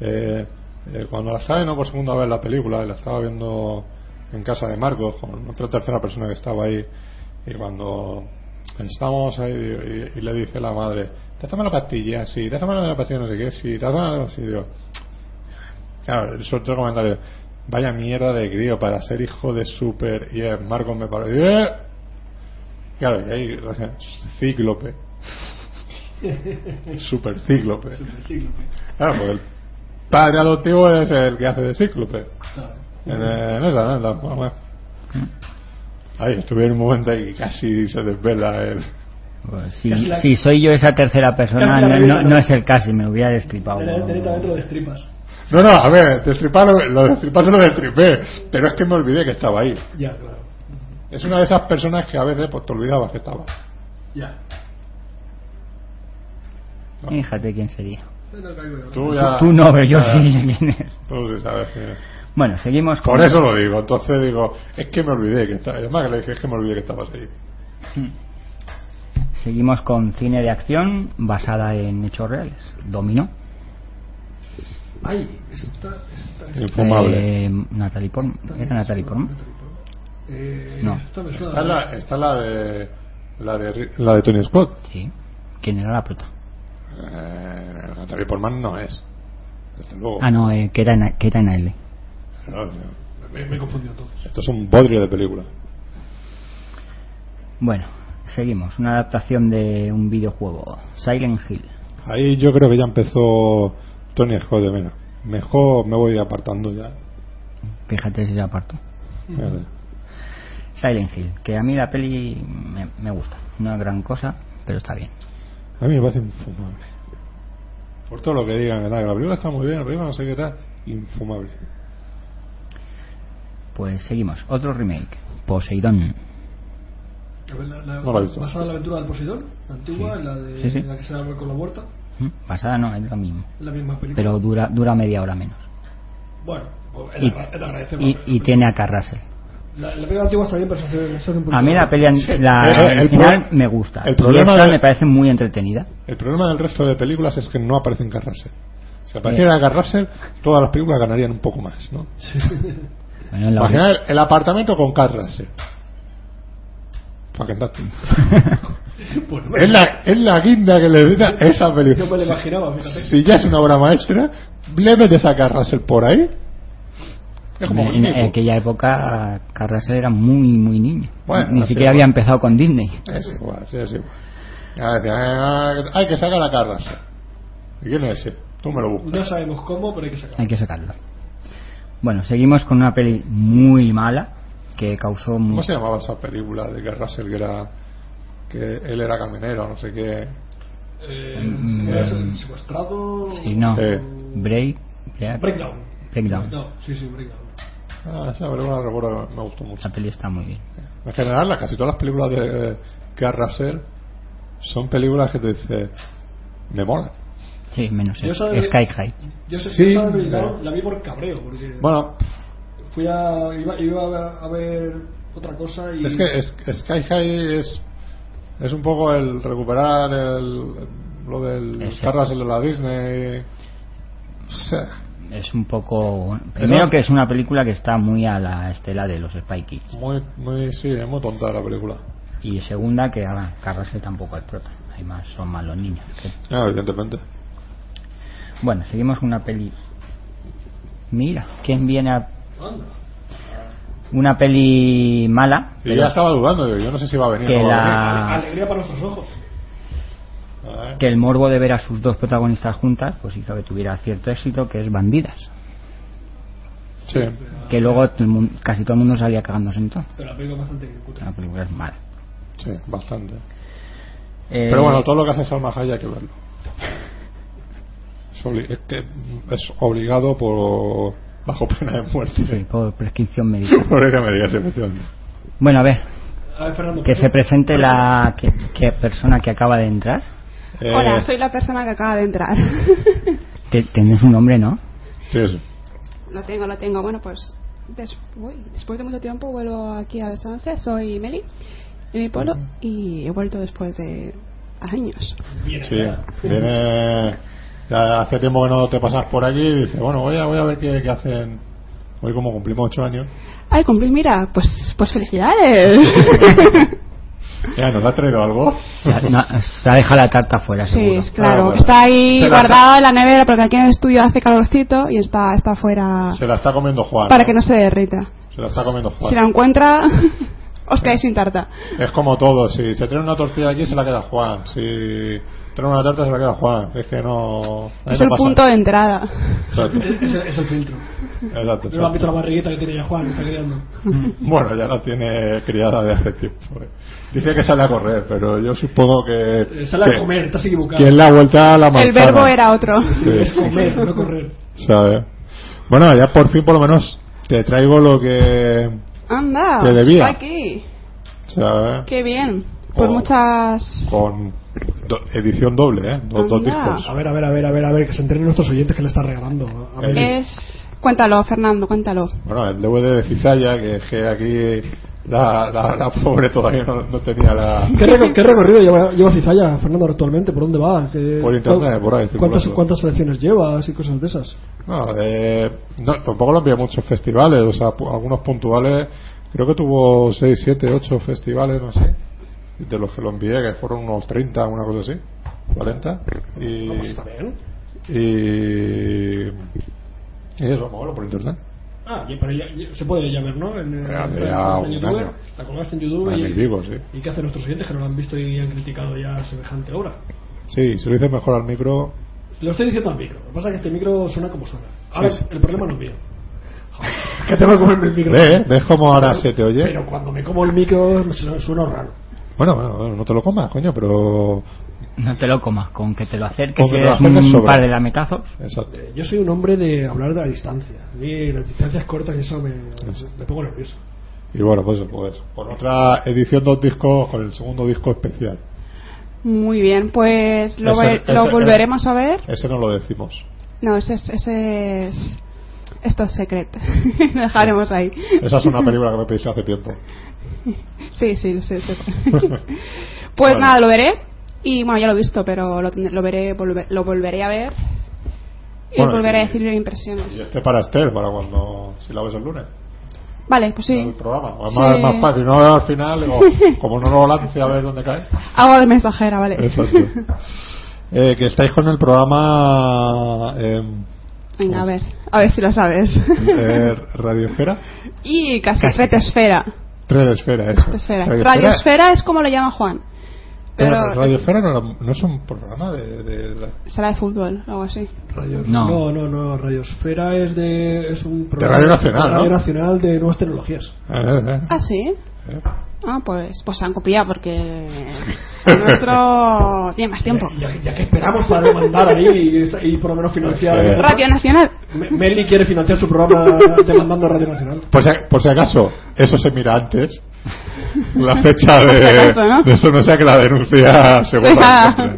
D: Eh, eh, cuando la estaba viendo por segunda vez la película, y la estaba viendo en casa de Marcos, con otra tercera persona que estaba ahí, y cuando estábamos ahí, y, y le dice la madre, te has tomado la pastilla, sí, te has tomado la pastilla, no sé qué, sí, te has tomado así, digo, claro, el otro comentario, vaya mierda de crío para ser hijo de super, y eh, Marcos me paró, y, "Eh". Claro, y ahí, o sea, cíclope. Super cíclope. Claro, porque el padre adoptivo es el que hace de cíclope. En, eh, en esa, ¿no? En la- bueno, bueno. Ahí estuve en un momento ahí que casi se desvela el.
I: Pues Si,
H: Casi la-
I: si soy yo esa tercera persona,
D: Casi la
I: no, no-
D: película.
I: no es el casi, me hubiera destripado.
H: Tener- Directamente lo destripas.
D: No, no, a ver, destripar lo, lo destripar se lo destripé, pero es que me olvidé que estaba ahí.
H: Ya, claro.
D: Es una de esas personas que a veces pues, te olvidabas que estaba.
H: Ya.
I: Fíjate quién sería.
D: Tú ya.
I: Tú no, pero yo
D: ya-
I: sí. quién es.
D: Tú sí sabes quién es.
I: Bueno, seguimos con...
D: Por eso lo digo, entonces digo, es que me olvidé que estaba. Además que le dije, es que me olvidé que estabas ahí.
I: Seguimos con cine de acción basada en hechos reales. Dominó.
H: Ay, esta... esta, esta
D: Infumable.
I: Eh, Natalie Portman. ¿Era Natalie Portman?
H: Eh,
I: No.
H: Esta me suena.
D: Está la, está la de. La de, Ri- la de Tony Scott.
I: Sí. ¿Quién era la prota?
D: Eh, Natalie Portman no es. Desde luego.
I: Ah, no, eh, que era en- que era en Aile.
D: No, no.
H: Me, me confundió entonces.
D: Esto es un bodrio de película.
I: Bueno, seguimos. Una adaptación de un videojuego. Silent Hill.
D: Ahí yo creo que ya empezó Tony Scott de menos. Mejor me voy apartando ya.
I: Fíjate si la aparto.
D: Fíjate.
I: Silent Hill. Que a mí la peli me, me gusta. No es gran cosa, pero está bien.
D: A mí me parece infumable. Por todo lo que digan, ¿verdad? Que la película está muy bien, la película no sé qué tal. Infumable.
I: Pues seguimos. Otro remake. Poseidón.
H: La, la-
D: No la he visto.
H: Basada en la aventura del Poseidón, la antigua, en la, de,
I: Sí, sí.
H: en la que se abre con la huerta,
I: ¿Mm? Pasada no, es lo mismo.
H: es la misma película.
I: Pero dura, dura media hora menos.
H: Bueno, pues, el
I: Y,
H: agra- el agradecemos.
I: y, y tiene a Carrasel.
H: La, la película antigua está bien, pero se hace, se hace un poquito.
I: A mí la pelea la
D: El- el
I: original
D: pro-
I: me gusta.
D: el
I: y
D: problema
I: esta
D: de-
I: me parece muy entretenida.
D: El problema del resto de películas es que no aparecen Kurt Russell. Si apareciera Kurt Russell, todas las películas ganarían un poco más, ¿no?
I: Bueno, en la
D: Imaginar el, el apartamento con Kurt Russell. Fucking fantástico.
H: Bueno,
D: es, la, es la guinda que le da esa película.
H: No Pues, me lo imaginaba, fíjate.
D: Si, si ya es una obra maestra, le metes a Kurt Russell por ahí. Es como
I: en, en
D: muñeco.
I: aquella época Carrasel era muy, muy niño.
D: Bueno,
I: Ni
D: así
I: siquiera
D: es.
I: había empezado con Disney.
D: Es igual, sí, es igual. Ya decía, "Ah, hay que sacar a Kurt Russell. ¿Y quién es ese? Tú me lo buscas.
H: No sabemos cómo, pero hay que sacarlo.
I: Hay que sacarlo. Bueno, seguimos con una peli muy mala que causó
D: ¿Cómo
I: mu-
D: se llamaba esa película de que Russell que era que él era camionero, no sé qué?
H: Eh,
I: Mm,
H: ¿era
I: mm.
H: secuestrado.
I: Sí, no.
D: Eh.
I: Break, break-
H: Eh, Breakdown.
I: Breakdown.
H: No, sí, sí, Breakdown.
D: Ah, esa película recuerdo que me gustó mucho.
I: Esa peli está muy bien.
D: En general, la- casi todas las películas de Kurt Russell son películas que te dice me mola.
I: Sí, menos
H: Yo
I: el-
H: esa de-
I: Sky High.
H: Yo, sé-
D: Sí,
H: yo esa Breakdown
D: no.
H: la vi por cabreo, porque
D: Bueno,
H: fui a, iba, iba a ver- a ver otra cosa y...
D: es que es- Sky High es es un poco el recuperar el, lo del
I: Ese.
D: Kurt Russell de la Disney. O sea,
I: Es un poco. Primero que es una película que está muy a la estela de los Spy Kids.
D: muy, muy, sí, es muy tonta la película.
I: Y segunda que ahora Carrasel tampoco es prota. Hay más, son malos niños. que-
D: Ah, evidentemente.
I: Bueno, seguimos con una peli. Mira, ¿quién viene a
H: Anda.
I: una peli mala?
D: Y ya estaba dudando, digo, yo no sé si va a venir.
I: Que
D: o no va a
I: la-
D: venir.
I: Ah.
H: Alegría para nuestros ojos.
I: que el morbo de ver a sus dos protagonistas juntas pues hizo que tuviera cierto éxito que es Bandidas
D: Sí.
I: que luego todo el mun- casi todo el mundo salía cagándose en todo
H: Pero la película es bastante cutre.
D: Ah, pues
I: la película es mala
D: Sí, bastante.
I: Eh,
D: Pero bueno, todo lo que hace Salma Hayek hay que verlo. Es, obli- es que es obligado por bajo pena de muerte.
I: sí, por prescripción médica
D: Por lo que me digas, efectivamente.
I: bueno a ver
H: A ver, Fernando.
I: que se presente la que, que persona que acaba de entrar
D: Eh,
B: Hola, soy la persona que acaba de entrar.
I: Te- tenés un nombre no
D: sí, eso.
B: lo tengo, lo tengo. Bueno, pues des- uy, después de mucho tiempo vuelvo aquí al Sunset. Soy Meli, de mi pueblo, y he vuelto después de años.
D: Sí, viene. ya hace tiempo que no te pasas por aquí y dices, bueno, voy a, voy a ver qué, qué hacen. Hoy, como cumplimos ocho años,
B: Ay, cumplí, mira, pues, pues felicidades.
D: ya nos ha traído algo.
I: La- no, se ha dejado la tarta fuera
B: sí,
I: seguro
B: es Pues claro.
D: Ah, bueno.
B: Está ahí
D: Se la-
B: guardado en la nevera porque aquí en el estudio hace calorcito y está, está afuera
D: Se la está comiendo Juan.
B: para
D: ¿eh?
B: que no se derrita.
D: Se la está comiendo Juan.
B: Si la encuentra, os quedáis sin tarta.
D: Es como todo, si se trae una tortilla aquí se la queda Juan, si trae una tarta se la queda Juan, es que no... a mí
B: Es
D: me
B: el
D: pasa.
B: punto de entrada.
D: Exacto,
H: Es, el- es el filtro.
D: exacto,
H: No lo han visto la
D: exacto.
H: barriguita que tiene ya Juan, que está criando.
D: Bueno, ya la tiene criada de hace tiempo. eh. Dice que sale a correr, pero yo supongo que...
H: Eh, Sale
D: que-
H: a comer, estás equivocado.
D: Que es la vuelta a la manzana.
B: El verbo era otro.
H: Sí, es
D: Sí, sí,
H: comer,
D: sí.
H: no correr.
D: ¿Sabe? Bueno, ya por fin por lo menos te traigo lo que...
B: Anda,
D: Te debía.
B: está aquí.
D: ¿Sabe?
B: Qué bien. Por
D: Oh.
B: muchas.
D: Con do- edición doble, ¿eh? Dos, dos
B: Anda.
D: discos.
H: A ver, a ver, a ver, a ver, a ver, que se enteren nuestros oyentes que le está regalando. A ver.
B: Es. Cuéntalo, Fernando, cuéntalo.
D: Bueno, el DVD de Cizalla, que es que aquí la, la, la pobre todavía no, no tenía la...
H: ¿Qué, recor- qué recorrido lleva, lleva Cizalla, Fernando, actualmente? ¿Por dónde va? ¿Qué-
D: Por internet,
H: cuál-
D: por ahí,
H: ¿Cuántas,
D: circulando.
H: cuántas selecciones llevas y cosas de esas?
D: No, eh, no, tampoco lo envié a muchos festivales, o sea, pu- algunos puntuales, creo que tuvo 6, 7, 8 festivales, no sé, de los que lo envié, que fueron unos 30, una cosa así, 40. Y,
H: Vamos, está bien.
D: y, y eso, móvalo por internet.
H: Ah, ya- pero ya- ya- se puede ya ver, ¿no? En, eh,
D: Ya,
H: en-
D: ya,
H: en
D: un
H: YouTube,
D: año.
H: La colgaste en YouTube
D: Ah,
H: y,
D: en el vivo, sí.
H: y qué hacen nuestros oyentes que no la han visto y han criticado ya semejante obra.
D: Sí, si lo dices mejor al micro,
H: Lo estoy diciendo al micro. Lo que pasa es que este micro suena como suena.
D: Sí,
H: Ahora,
D: sí.
H: el problema no es mío. Joder, que tengo que comerme el micro.
D: ¿ves? ¿Ves cómo ahora se te oye?
H: Pero cuando me como el micro me suena- suena raro.
D: Bueno, bueno, no te lo comas, coño, pero...
I: no te lo comas con que te lo
D: Con
I: acerques que
D: que te lo
I: eres
D: acerques
I: un
D: sobra.
I: par de lametazos
D: Exacto.
H: Yo soy un hombre de hablar de la distancia. A mí las distancias cortas y eso me, me pongo nervioso.
D: Y bueno, pues, pues por otra edición dos discos con el segundo disco especial.
B: Muy bien, pues lo,
D: Ese-
B: ve-
D: ese-
B: lo volveremos a ver.
D: Ese no lo decimos.
B: No, ese es. Ese es esto es secreto. lo dejaremos ahí.
D: Esa es una película que me pediste hace tiempo.
B: Sí, sí, lo sé, lo sé. pues
D: Vale.
B: nada, lo veré. Y bueno, ya lo he visto, pero lo, tendré- lo veré, volver- lo volveré a ver. Y
D: Bueno,
B: volveré
D: y-
B: a decir impresiones.
D: Y este para Estel, para cuando. Si la ves el lunes.
B: Vale, pues sí.
D: El programa. O Es más,
B: Sí.
D: más fácil, ¿no? Al final, digo, como no lo lance, a ver dónde cae.
B: Hago de mensajera, vale.
D: Exacto. Eh, que estáis con el programa. Eh,
B: Venga, a ver. A ver si lo sabes.
D: eh, Radiosfera.
B: y casi Retesfera.
D: Radiosfera, eso.
B: Esfera.
D: Radiosfera.
B: Radiosfera es como le llama Juan.
D: Pero
B: Pero
D: Radiosfera no, era- no es un programa de. de- de-
B: será de fútbol o algo así.
D: No.
H: no, no, no, Radiosfera es de es un
D: Radio Nacional,
H: Radio
D: ¿no?
H: Nacional de nuevas tecnologías.
D: eh,
B: Ah, sí. Ah, pues, pues se han copiado porque el nuestro tiene más tiempo.
H: Esperamos para demandar ahí y, y por lo menos financiar.
D: Sí.
B: Radio Nacional.
H: Me- Meli quiere financiar su programa demandando a Radio Nacional.
D: Por, si, por si acaso, eso se mira antes. La fecha
H: Por si
D: de,
H: acaso, ¿no?
D: de eso no sea que la denuncia se
B: Sí,
D: borra.
B: ah.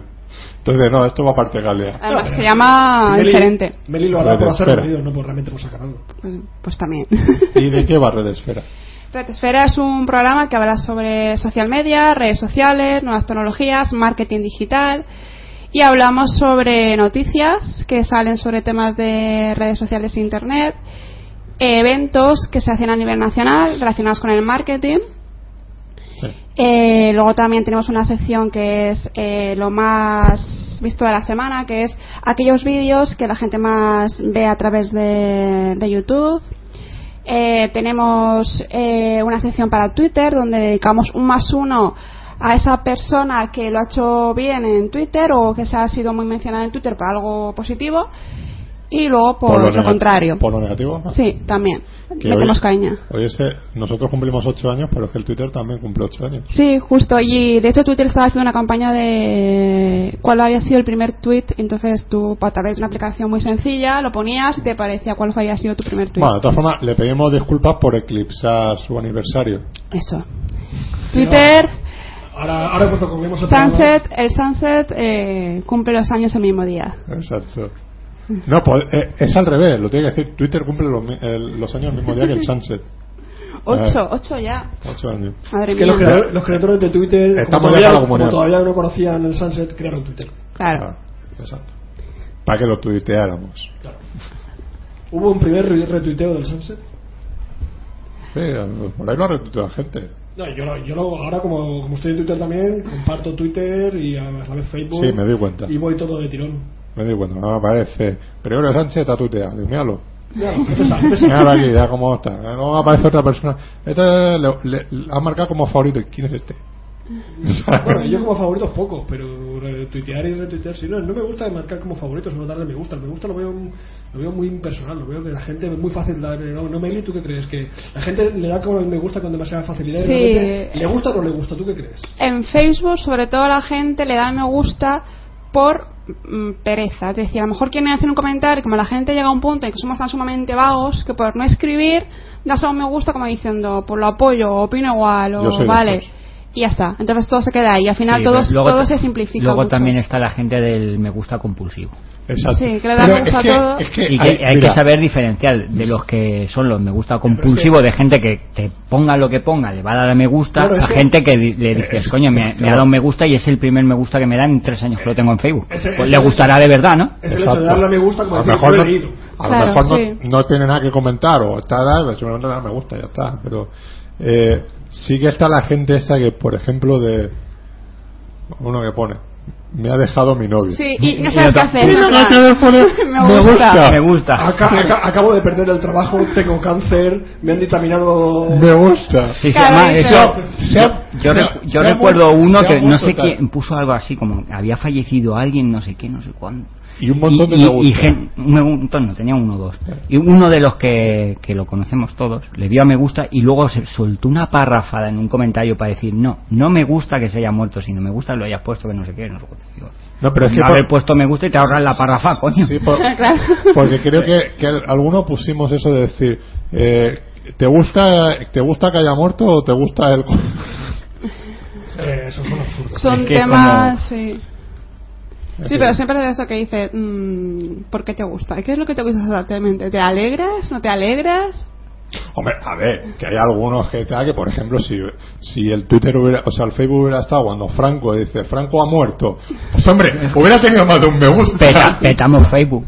D: Entonces, no, esto va aparte de Galea.
B: Además se llama
H: Meli-
B: diferente.
H: Meli lo hará por hacer
D: Radiosfera.
H: ruido, no por realmente por sacar algo.
B: Pues, pues también.
D: ¿Y de qué va Red Esfera?
B: Retesfera es un programa que habla sobre social media, redes sociales, nuevas tecnologías, marketing digital y hablamos sobre noticias que salen sobre temas de redes sociales e internet, eventos que se hacen a nivel nacional relacionados con el marketing. Eh, luego también tenemos una sección que es eh, lo más visto de la semana, que es aquellos vídeos que la gente más ve a través de, de YouTube. Eh, tenemos eh, una sección para Twitter donde dedicamos un más uno a esa persona que lo ha hecho bien en Twitter o que se ha sido muy mencionada en Twitter por algo positivo y luego por, lo,
D: nega-
B: contrario.
D: Por lo negativo.
B: Sí, también.
D: Que
B: Metemos
D: hoy-
B: caña.
D: Hoy ese- nosotros cumplimos 8 años, pero es que el Twitter también cumple 8 años.
B: Sí, justo. Y de hecho Twitter estaba haciendo una campaña de cuál había sido el primer tweet. Entonces tú a través de una aplicación muy sencilla lo ponías y te parecía cuál había sido tu primer tweet.
D: Bueno, de todas formas, le pedimos disculpas por eclipsar su aniversario.
B: Eso. Twitter,
H: Ahora, ahora cuando comemos el
B: Sunset, el Sunset eh, cumple los años el mismo día.
D: Exacto. No, pues, eh, es al revés, lo tiene que decir. Twitter cumple los, mi- el- los años el mismo día que el Sunset.
B: Ocho, ocho ya.
D: 8 años.
B: Madre
H: Que
B: mía.
H: los, creadores, los creadores de Twitter, como
D: Estamos ya
H: todavía,
D: con la
H: como
D: comunión.
H: todavía no conocían el Sunset, crearon Twitter.
B: Claro.
D: Exacto. Para Ah, que lo tuiteáramos.
H: Hubo un primer re- retuiteo del Sunset.
D: Sí, por ahí lo ha retuiteado la gente.
H: No, yo, lo- yo lo- ahora como, como estoy en Twitter también, comparto Twitter y a la vez Facebook.
D: Sí, me doy cuenta.
H: Y voy todo de tirón.
D: Me doy cuenta, no me aparece. Primero Sánchez está tuiteado, digo, míralo.
H: Ya, empieza,
B: Pues
H: empieza.
D: Míralo aquí, ya cómo está. Luego aparece otra persona. Este le, le- le ha marcado como favorito. ¿Quién es este?
H: Bueno, yo como favoritos pocos, pero retuitear y retuitear sí. No, no me gusta marcar como favoritos, solo darle me gusta. El me gusta lo veo, lo veo muy impersonal, lo veo que la gente es muy fácil darle. No, no Meli, ¿tú qué crees? Que la gente le da como el me gusta con demasiada facilidad. y
B: Sí.
H: realmente, ¿Le gusta o no le gusta? ¿Tú qué crees?
B: En Facebook, sobre todo la gente le da el me gusta por mm, pereza. Es decir, a lo mejor quieren hacer un comentario, y como la gente llega a un punto en que somos tan sumamente vagos que por no escribir das a un me gusta como diciendo, pues lo apoyo, opino igual,
I: Yo
B: o
I: soy
B: vale.
I: después.
B: Y ya está. Entonces todo se queda ahí. Al final
I: Sí,
B: todo,
I: pero luego
B: todo
I: ta-
B: se simplifica.
I: Luego
B: mucho.
I: también está la gente del me gusta compulsivo.
D: Exacto.
B: Sí, que le da Pero me gusta es que- a todo. es que
I: y que
D: hay-
I: hay, que
D: mira.
I: saber diferenciar de los que son los me gusta compulsivo, de gente que te ponga lo que ponga, le va a dar a me gusta,
D: Claro, es
I: a
D: que-
I: gente que di- le dices, coño, me, me ha
D: claro.
I: dado un me gusta y es el primer me gusta que me dan en tres años que lo tengo en Facebook.
D: Ese-
I: pues le
D: ese-
I: gustará de verdad, ¿no?
H: Es el hecho de darle a me gusta como
D: A lo
H: decir,
D: mejor,
H: "Lo
D: no,
H: he leído".
D: a lo
H: Claro,
D: mejor no-
H: sí.
D: no, tiene nada que comentar o está dado, simplemente le da me gusta, ya está. Pero eh, sí que está la gente esta que, por ejemplo, de uno que pone, me ha dejado mi novio.
B: Sí, y no sabes qué hacer.
D: Mira,
B: Nada.
D: que me pone,
B: Me gusta.
D: Me gusta.
H: Aca- aca- acabo de perder el trabajo, tengo cáncer, me han dictaminado.
D: Me gusta.
I: Sí, se llama eso.
D: Se ha-
I: Yo- yo
D: se ha-
I: recu- yo
D: se ha
I: recuerdo
D: muerto-
I: uno
D: se ha
I: que no
D: muerto
I: sé
D: tal.
I: quién puso algo así como había fallecido alguien, no sé qué, no sé cuándo.
D: Y un montón de
I: y-
D: me gusta.
I: y gen- un me- un montón, no, tenía uno o dos. Y uno de los que, que lo conocemos todos le dio a me gusta y luego se soltó una párrafada en un comentario para decir: No, no me gusta que se haya muerto, sino me gusta que lo hayas puesto, que no sé qué, no sé cuánto". Digo, "Pues
D: No, pero es que
I: no
D: por-
I: haber puesto me gusta y te ahorras la párrafa, coño.
D: Sí, por- Porque creo que, que algunos pusimos eso de decir, eh, ¿Te gusta, ¿Te gusta que haya muerto o te gusta el.?
H: Eh, eso es un absurdo.
B: Son
D: Es que es
B: temas, sí.
D: Es
B: Sí,
D: que-
B: pero siempre de eso que dices, mm, ¿por qué te gusta? ¿Qué es lo que te gusta exactamente? ¿Te alegras? ¿No te alegras?
D: Hombre, a ver, que hay algunos GTA que, por ejemplo, si, si el Twitter hubiera, o sea, el Facebook hubiera estado cuando Franco dice, Franco ha muerto, pues hombre, hubiera tenido más de un me gusta.
I: Peta- petamos Facebook.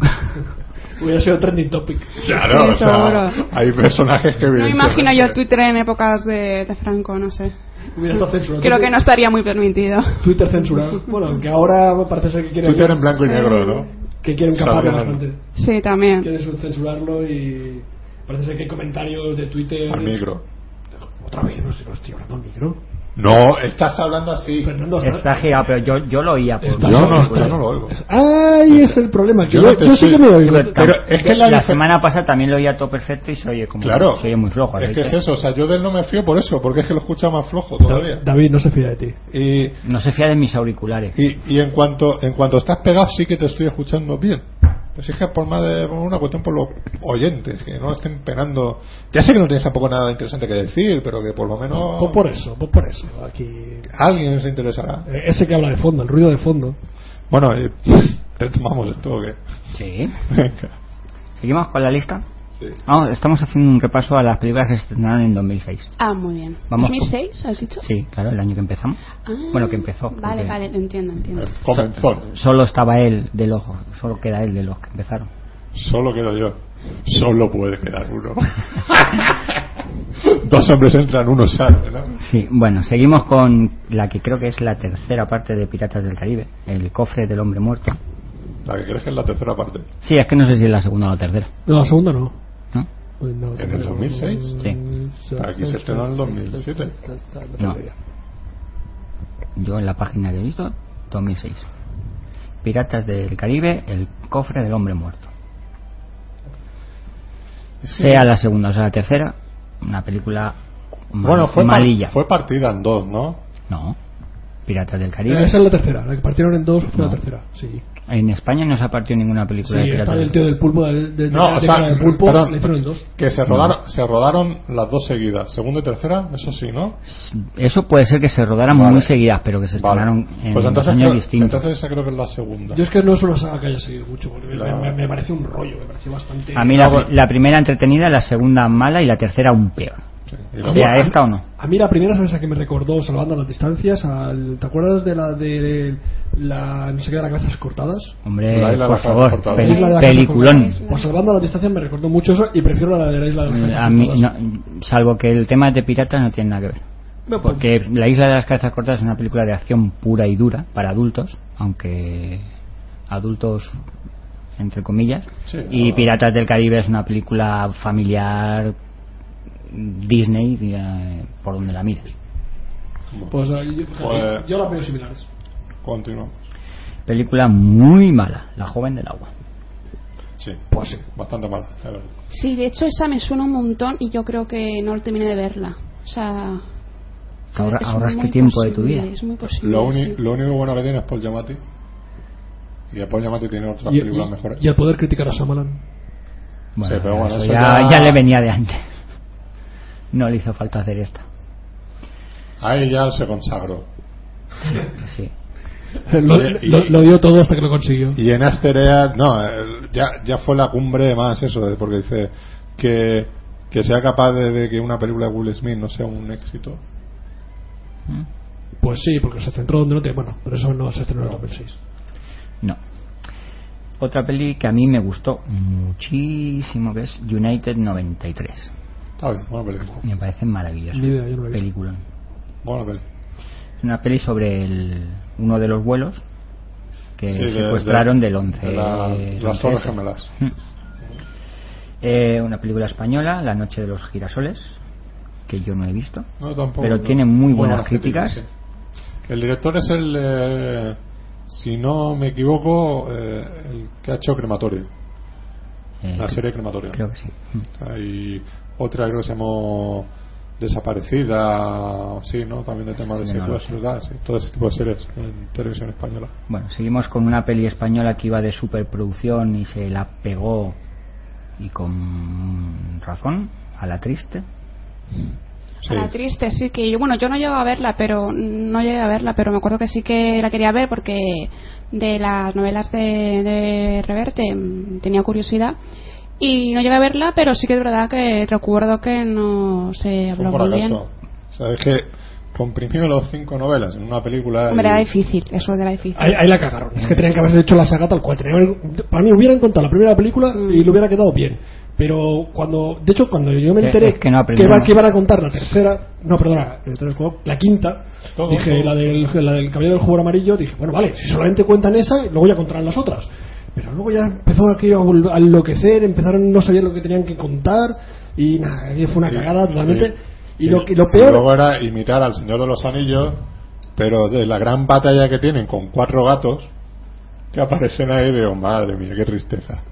H: Hubiera sido trending topic.
D: Claro,
B: Sí,
D: o sea,
B: seguro.
D: hay personajes que
B: No me
D: evidentemente-
B: imagino yo Twitter en épocas de, de Franco, no sé.
H: Hubiera estado censurado.
B: Creo que no estaría muy permitido.
H: Twitter censurado. Bueno, aunque ahora parece ser que quieren.
D: Twitter en blanco y
B: Eh.
D: negro, ¿no?
H: Que quieren caparlo
D: Sabrán.
H: bastante.
B: Sí, también.
H: Quieren su- censurarlo y. Parece ser que hay comentarios de Twitter.
D: Al micro.
H: Otra vez, no sé, no estoy hablando al micro.
D: No, estás hablando así.
I: Está girado, pero yo, yo lo oía. pues, por-
D: Yo no, yo no lo oigo.
H: ¡Ay! Es el problema. Que yo, yo, sí que me
I: Sí,
H: oigo.
I: pero, es que la,
D: difer-
I: semana pasada también lo oía todo perfecto y se oye como
D: Claro.
I: se oye muy flojo.
D: Es
I: así
D: que es eso, o sea, yo de él no me fío por eso, porque es que lo escucha más flojo todavía.
H: David no se fía de ti.
D: Y,
I: no se fía de mis auriculares.
D: Y, y en cuanto en cuanto estás pegado sí que te estoy escuchando bien. Pues es que por más de por una cuestión por los oyentes, que no estén penando. Ya sé que no tienes tampoco nada interesante que decir, pero que por lo menos
H: Pues por eso, pues por eso. Aquí.
D: alguien se interesará.
H: Eh, Ese que habla de fondo, el ruido de fondo.
D: Bueno, eh, retomamos esto que
I: Sí. ¿Seguimos con la lista?
D: Sí.
I: Vamos, estamos haciendo un repaso a las películas que se estrenaron en 2006.
B: Ah, muy bien.
I: Vamos.
B: ¿2006 has dicho?
I: Sí, claro, el año que empezamos.
B: Ah,
I: Bueno, que empezó,
B: Vale,
I: porque-
B: vale, lo entiendo, entiendo.
D: comenzó.
I: Solo estaba él de los, solo queda él de los que empezaron.
D: Solo quedo yo. Solo puede quedar uno. Dos hombres entran, uno sale. ¿no?
I: Sí, bueno, seguimos con la que creo que es la tercera parte de Piratas del Caribe, el cofre del hombre muerto.
D: La que crees que es la tercera parte.
I: Sí, es que no sé si es la segunda o la tercera.
H: No, la segunda no.
I: ¿No?
H: Pues no,
D: ¿En el 2006?
I: Sí.
D: Aquí se estrenó en el 2007.
I: No. Yo en la página que he visto, 2006. Piratas del Caribe, el cofre del hombre muerto. Sea la segunda o sea la tercera, una película ma-
D: Bueno, fue, par-
I: malilla.
D: fue partida en dos, ¿no?
I: No. Piratas del
H: Eh,
I: Caribe.
H: Esa es la tercera, la que partieron en dos fue
I: No.
H: la tercera. Sí,
I: En España no se ha partido ninguna película de
H: sí
I: Piratas
H: está el
I: del
H: tío del pulpo, del, del- de
D: No,
H: la
D: o
H: década
D: sea,
H: del pulpo,
D: perdón.
H: la hicieron en dos.
D: Que se rodaron, se rodaron las dos seguidas, segunda y tercera, eso sí, ¿no?
I: Eso puede ser que se rodaran
D: Vale.
I: muy seguidas, pero que se estrenaron en
D: Pues entonces,
I: años
D: creo-
I: distintos.
D: entonces esa creo que es la segunda.
H: Yo es que no es una saga que haya seguido mucho, porque me-
D: La-
H: me, me parece un rollo, me parece bastante.
I: A mí
H: Ah,
I: la,
H: bueno.
I: la primera entretenida, la segunda mala y la tercera aún peor.
D: Y
H: Ah,
D: luego-
I: Sea
H: bueno,
I: esta o no.
H: A mí la primera es esa que me recordó salvando las distancias. al- ¿Te acuerdas de la de la no sé qué de las cabezas cortadas?
D: La
I: Hombre,
D: isla de
I: por
D: las cabezas
I: favor,
D: cortadas.
I: peli-
H: La isla de las
I: peliculón. Mm,
H: cabezas cortadas. Pues salvando las distancias me recordó mucho eso y prefiero la de la isla de las cabezas
I: A mí,
H: cortadas.
I: no, salvo que el tema de piratas no tiene nada que ver.
H: Me pon-
I: Porque La Isla de las Cabezas Cortas es una película de acción pura y dura para adultos, aunque adultos entre comillas.
D: Sí,
I: y
D: claro.
I: Piratas del Caribe es una película familiar Disney eh, por donde la mires.
H: Pues eh, yo,
D: Pues-
H: yo las veo similares.
D: Continuamos.
I: Película muy mala, La joven del agua.
D: Sí, pues sí, bastante mala. la verdad.
B: Sí, de hecho esa me suena un montón y yo creo que no terminé de verla. O sea...
I: Ahorra-
B: es
I: ahorraste
B: muy
I: tiempo de tu
B: posible,
I: vida.
B: Es muy posible.
D: Lo, uni-
B: sí.
D: lo único bueno que tiene es Paul Giamatti. Y Paul Giamatti tiene otras
H: Y,
D: películas
H: y-
D: mejores.
H: y al poder criticar a Samalan.
I: Bueno,
D: Sí, pero bueno,
I: eso
D: eso
I: ya,
D: ya-
I: ya le venía de antes. No le hizo falta hacer esta.
D: Ahí ya se consagró.
I: Sí.
H: lo,
D: Y-
H: lo- lo dio todo hasta que lo consiguió.
D: Y en Asterea, no, eh, ya, ya fue la cumbre más eso, de- porque dice que, que sea capaz de, de que una película de Will Smith no sea un éxito.
I: ¿Mm?
H: Pues sí, porque se centró donde no te. Bueno, pero eso no se estrenó en el 2006.
I: No. Otra peli que a mí me gustó muchísimo que es United 93.
D: Está bien, buena película.
I: Me parece maravillosa.
H: Ni idea, yo no la he visto.
I: Película.
D: Buena película.
I: Es una peli sobre el- uno de los vuelos que
D: Sí, de-
I: secuestraron
D: de-
I: del 11.
D: de la-
I: eh,
D: las
I: 11S.
D: Torres Gemelas.
I: Mm. Eh, una película española, La noche de los girasoles, que yo no he visto.
D: No, tampoco,
I: Pero
D: no.
I: tiene muy buenas críticas.
D: sí. El director es el, eh, si no me equivoco, eh, el que ha hecho Crematorio,
I: Eh,
D: la serie Crematorio.
I: Creo que sí. Mm.
D: Hay otra creo que se llamó Desaparecida, sí, ¿no? También de temas de
I: Sí, no lo
D: secuestros, ¿verdad? Sí, todo ese tipo de series en televisión española.
I: Bueno, seguimos con una peli española que iba de superproducción y se la pegó y con razón a la triste
B: A La triste, sí, que yo, bueno, yo no llego a verla, pero no llegué a verla, pero me acuerdo que sí que la quería ver porque de las novelas de, de Reverte mm, tenía curiosidad y no llegué a verla, pero sí que es verdad que recuerdo que no se habló
D: Por
B: muy bien.
D: acaso. O sea, es que comprimir los cinco novelas en una película.
B: Hombre, era
D: y-
B: difícil, eso era difícil.
H: Ahí, ahí la cagaron. Es que tenían que haberse hecho la saga tal cual. Tenían que- para mí hubieran contado la primera película y le hubiera quedado bien. Pero cuando, de hecho, cuando yo me
I: Sí,
H: enteré
I: es que no
H: que,
I: aprendieron.
H: iba- que iban a contar la tercera, no, perdona, el tercer- la quinta, dije la del, la del cabello del jugador amarillo, dije, bueno, vale, si solamente cuentan esa, luego ya contarán las otras. Pero luego ya empezó aquello a vol- a enloquecer, empezaron, no sabían lo que tenían que contar, y nada, aquello fue una cagada totalmente. Y, lo, que- lo
D: Y
H: peor.
D: luego era imitar al Señor de los Anillos, pero de la gran batalla que tienen con cuatro gatos que aparecen ahí, digo, madre mía, qué tristeza.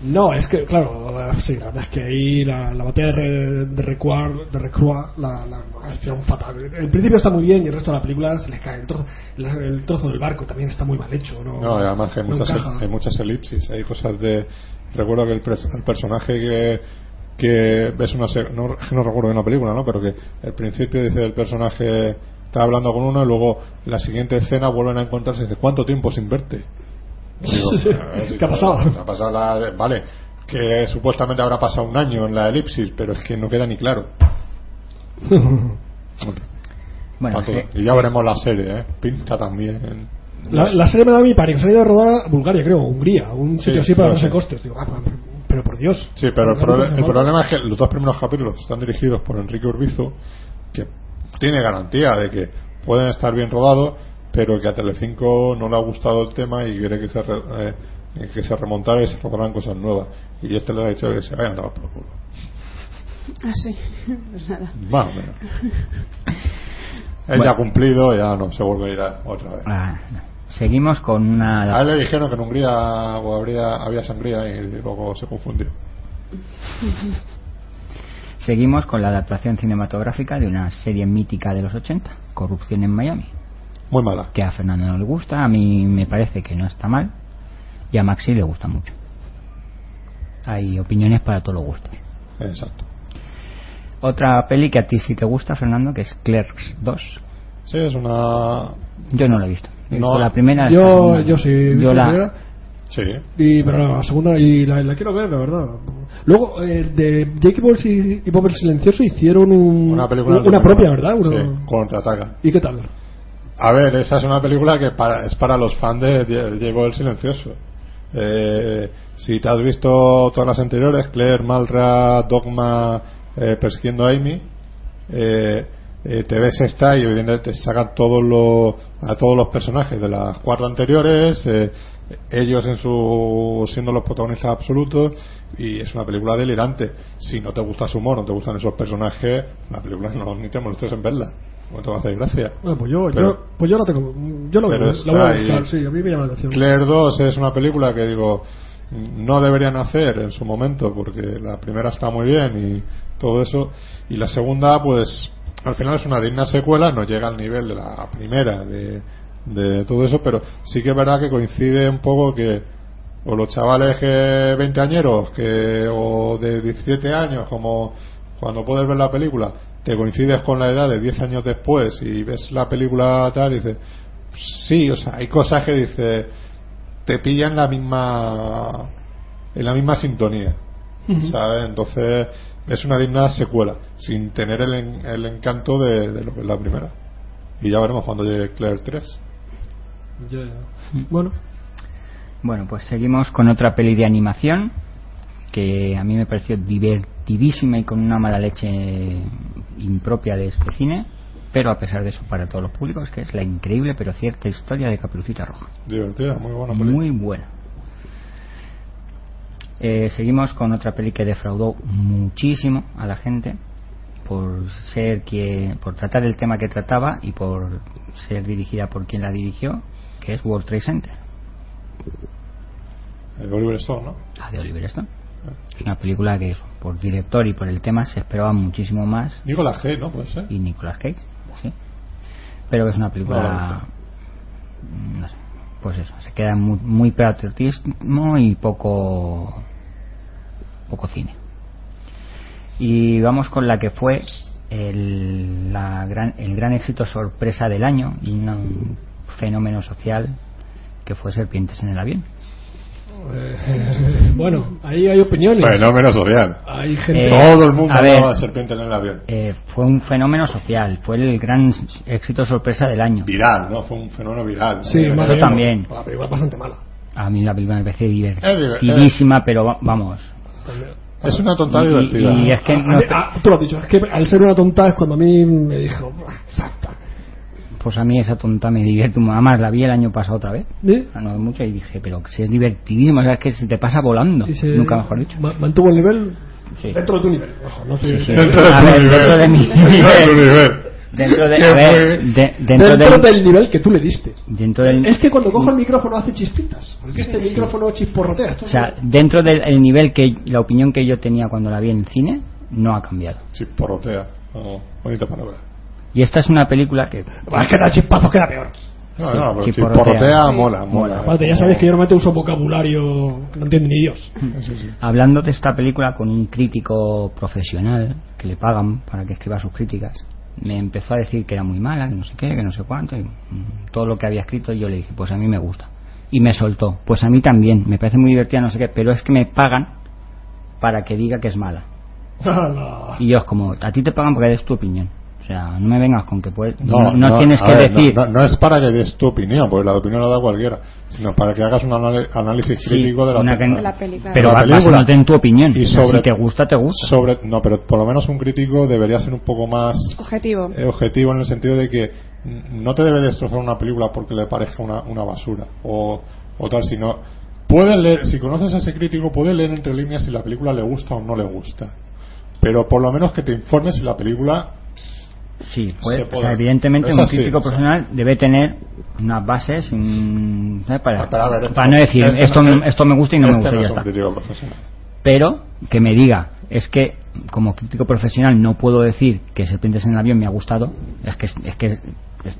H: No, es que, claro, la- sí, la verdad es que ahí la, la batalla de, Re- de Recuar- de Recroix la, la hicieron fatal. El principio está muy bien y el resto de la película se les cae. El trozo, la- el trozo del barco también está muy mal hecho. No,
D: No, y además que hay
H: No
D: muchas,
H: encaja.
D: hay muchas elipsis, hay cosas de... Recuerdo que el, pres- el personaje que, que es una... se- No, no recuerdo de una película, ¿no? Pero que al principio dice el personaje está hablando con uno y luego en la siguiente escena vuelven a encontrarse y dice, ¿cuánto tiempo sin verte? Digo, a ver,
H: ¿Qué ha pasado?
D: Ha pasado la- vale, que supuestamente habrá pasado un año en la elipsis, pero es que no queda ni claro.
I: Bueno,
D: Tanto-
I: sí.
D: y ya veremos la serie, ¿eh? Pinta también.
H: La, la serie me da a mí pánico. Se ha ido a rodar a Bulgaria, creo, Hungría, un sitio así para
D: no
H: hacerse
D: sé.
H: costes. Digo, ah, pero- pero por Dios.
D: Sí, pero el,
H: Bulgaria
D: proble-
H: no hace
D: el
H: falta.
D: problema es que los dos primeros capítulos están dirigidos por Enrique Urbizo, que tiene garantía de que pueden estar bien rodados, pero que a Telecinco no le ha gustado el tema y quiere que se, re- eh, que se remontara y se rodaran cosas nuevas. Y este le ha dicho que se vayan a tomar por culo.
B: Ah, sí, pues nada.
D: Más o menos. Él ya ha cumplido, ya no se vuelve a ir a- otra vez.
I: Ah, seguimos con una
D: A él le dijeron que en Hungría o habría, había sangría y luego se confundió.
I: Seguimos con la adaptación cinematográfica de una serie mítica de los 80, Corrupción en Miami.
D: Muy mala.
I: Que a Fernando no le gusta, a mí me parece que no está mal, y a Maxi le gusta mucho. Hay opiniones para todos los gustos.
D: Exacto.
I: Otra peli que a ti sí te gusta, Fernando, que es Clerks 2.
D: Sí, es una.
I: Yo no la he visto. He
D: No,
I: visto la primera. la
H: Yo,
I: segunda.
H: yo sí. vi
I: Yo
H: la
I: la-
H: primera,
D: Sí.
H: y, pero la segunda, y la, la quiero ver, la verdad. Luego, eh, de Jake Balls y, y Bob el Silencioso hicieron un-
D: Una película.
H: una propia, ¿verdad? Uno-
D: Sí, contraataca.
H: ¿Y qué tal?
D: A ver, esa es una película que para- es para los fans de Die- Diego el Silencioso. Eh, si te has visto todas las anteriores, Claire, Malra, Dogma, eh, Persiguiendo a Amy, eh, eh, te ves esta y evidentemente te sacan todos los, a todos los personajes de las cuatro anteriores, eh, ellos en su, siendo los protagonistas absolutos, y es una película delirante. Si no te gusta su humor, no te gustan esos personajes, la película no ni te molestes en verla, no te va a hacer gracia.
H: Bueno, pues yo,
D: Pero-
H: yo, pues yo la tengo. Yo lo
D: Pero
H: veo, la voy a
D: está
H: buscar,
D: ahí.
H: sí, a mí me llama la atención.
D: Claire 2 es una película que digo no deberían hacer en su momento porque la primera está muy bien y todo eso y la segunda pues al final es una digna secuela no llega al nivel de la primera de, de todo eso pero sí que es verdad que coincide un poco que o los chavales que veinteañeros que o de 17 años como cuando puedes ver la película te coincides con la edad de 10 años después y ves la película tal y dices sí o sea hay cosas que dices te pillan la misma en la misma sintonía
J: Ujú.
D: ¿sabes? entonces es una digna secuela sin tener el, en- el encanto de, de lo que es la primera y ya veremos cuando llegue Claire 3
H: Bueno.
I: Bueno, pues seguimos con otra peli de animación que a mí me pareció divertidísima y con una mala leche impropia de este cine, pero a pesar de eso para todos los públicos, que es la increíble pero cierta historia de Caperucita Roja.
D: divertida muy buena
I: Muy buena. Eh, seguimos con otra peli que defraudó muchísimo a la gente por ser que por tratar el tema que trataba y por ser dirigida por quien la dirigió, que es World Trade Center.
D: el Oliver Stone ¿no?
I: La de Oliver Stone. Es una película que por director y por el tema se esperaba muchísimo más.
D: Nicolas Cage ¿no? puede ser
I: Y Nicolas Cage, sí. Pero que es una película...
D: No la he
I: mm, no sé, pues eso, se queda muy, muy patriotismo y poco... poco cine. Y vamos con la que fue el, la gran, el gran éxito sorpresa del año, y un fenómeno social que fue Serpientes en el avión.
H: Eh, bueno, ahí hay opiniones.
D: Fenómeno social.
H: Hay gente.
I: Eh,
D: Todo el mundo
I: a ver.
D: hablaba de serpiente en el avión.
I: Eh, fue un fenómeno social, fue el gran éxito sorpresa del año.
D: Viral, ¿no? Fue un fenómeno viral.
I: Sí,
D: Eh,
I: madre Yo mía. también.
H: La película es Ah, bastante mala.
I: A mí la película me parece
D: diver-
I: divertidísima, pero va- vamos.
D: Es una tontada
I: Y- y-
D: divertida.
I: y es que
H: A
I: no
H: mí-
I: te-
H: ah, tú lo has dicho, es que al ser una tonta es cuando a mí me dijo. "Buah, exacta".
I: Pues a mí esa tonta me divierte. un- Además, la vi el año pasado otra vez.
H: ¿Sí?
I: No mucho y dije, pero si es divertidísimo, o sea, es que se te pasa volando.
H: Y se-
I: Nunca mejor dicho.
H: ma- Mantuvo el nivel
I: Sí.
H: dentro de tu nivel. Ojo, no estoy-
I: Sí, sí. A ver, dentro de mi Dentro de, a
H: ¿Qué
I: ver,
H: fue?
I: de- dentro,
H: pues, dentro,
I: del-
H: del nivel que tú le diste.
I: dentro del- Mm.
H: Es que cuando cojo el micrófono hace chispitas. Porque este
I: sí.
H: micrófono chisporrotea. esto
I: o
H: es-
I: sea, dentro del el nivel que la opinión que yo tenía cuando la vi en el cine no ha cambiado.
D: Sí, porrotea.
H: Ah.
D: Oh, bonita palabra.
I: Y esta es una película que
H: es que da chispazos queda peor.
D: No,
I: Sí,
D: no, pero
I: sí,
D: si
I: porrotea.
D: porrotea, mola, mola.
H: Aparte, ya sabéis que yo normalmente uso vocabulario que no entiende ni Dios.
I: Mm. hablando de esta película con un crítico profesional que le pagan para que escriba sus críticas, me empezó a decir que era muy mala, que no sé qué, que no sé cuánto, y, mm, todo lo que había escrito, y yo le dije, pues a mí me gusta. Y me soltó, pues a mí también, me parece muy divertida, no sé qué, pero es que me pagan para que diga que es mala.
H: Ala.
I: Y yo es como, a ti te pagan porque des tu opinión. O sea, no me vengas con que puedes, no,
D: No,
I: no
D: no,
I: tienes
D: a
I: que
D: ver,
I: decir.
D: No, no- no es para que des tu opinión, porque la opinión la da cualquiera, sino para que hagas un anal- análisis
I: Sí,
D: crítico de la
I: una
D: película.
I: que-
B: La película.
I: Pero
D: La
I: va-
D: película.
I: basándote en tu opinión.
D: Y
I: O sea,
D: sobre-
I: si te gusta, te gusta.
D: Sobre, no, pero por lo menos un crítico debería ser un poco más
B: Objetivo.
D: eh, objetivo en el sentido de que mm, no te debe destrozar una película porque le parezca una, una basura o, o tal, sino puedes leer, si conoces a ese crítico, puedes leer entre líneas si la película le gusta o no le gusta. Pero por lo menos que te informes si la película
I: Sí, pues,
D: Se
I: o sea,
D: podrá.
I: evidentemente
D: Es
I: un
D: así,
I: crítico
D: o sea.
I: profesional debe tener unas bases mm, ¿sabes? para,
D: Para ver, esto
I: para
D: no-
I: no decir
D: este
I: esto,
D: no-
I: me- esto me gusta y no
D: este
I: me gusta y
D: no
I: ya
D: es un
I: está.
D: crítico profesional.
I: Pero que me diga, es que como crítico profesional no puedo decir que Serpientes en el avión me ha gustado, es que es, es que es, es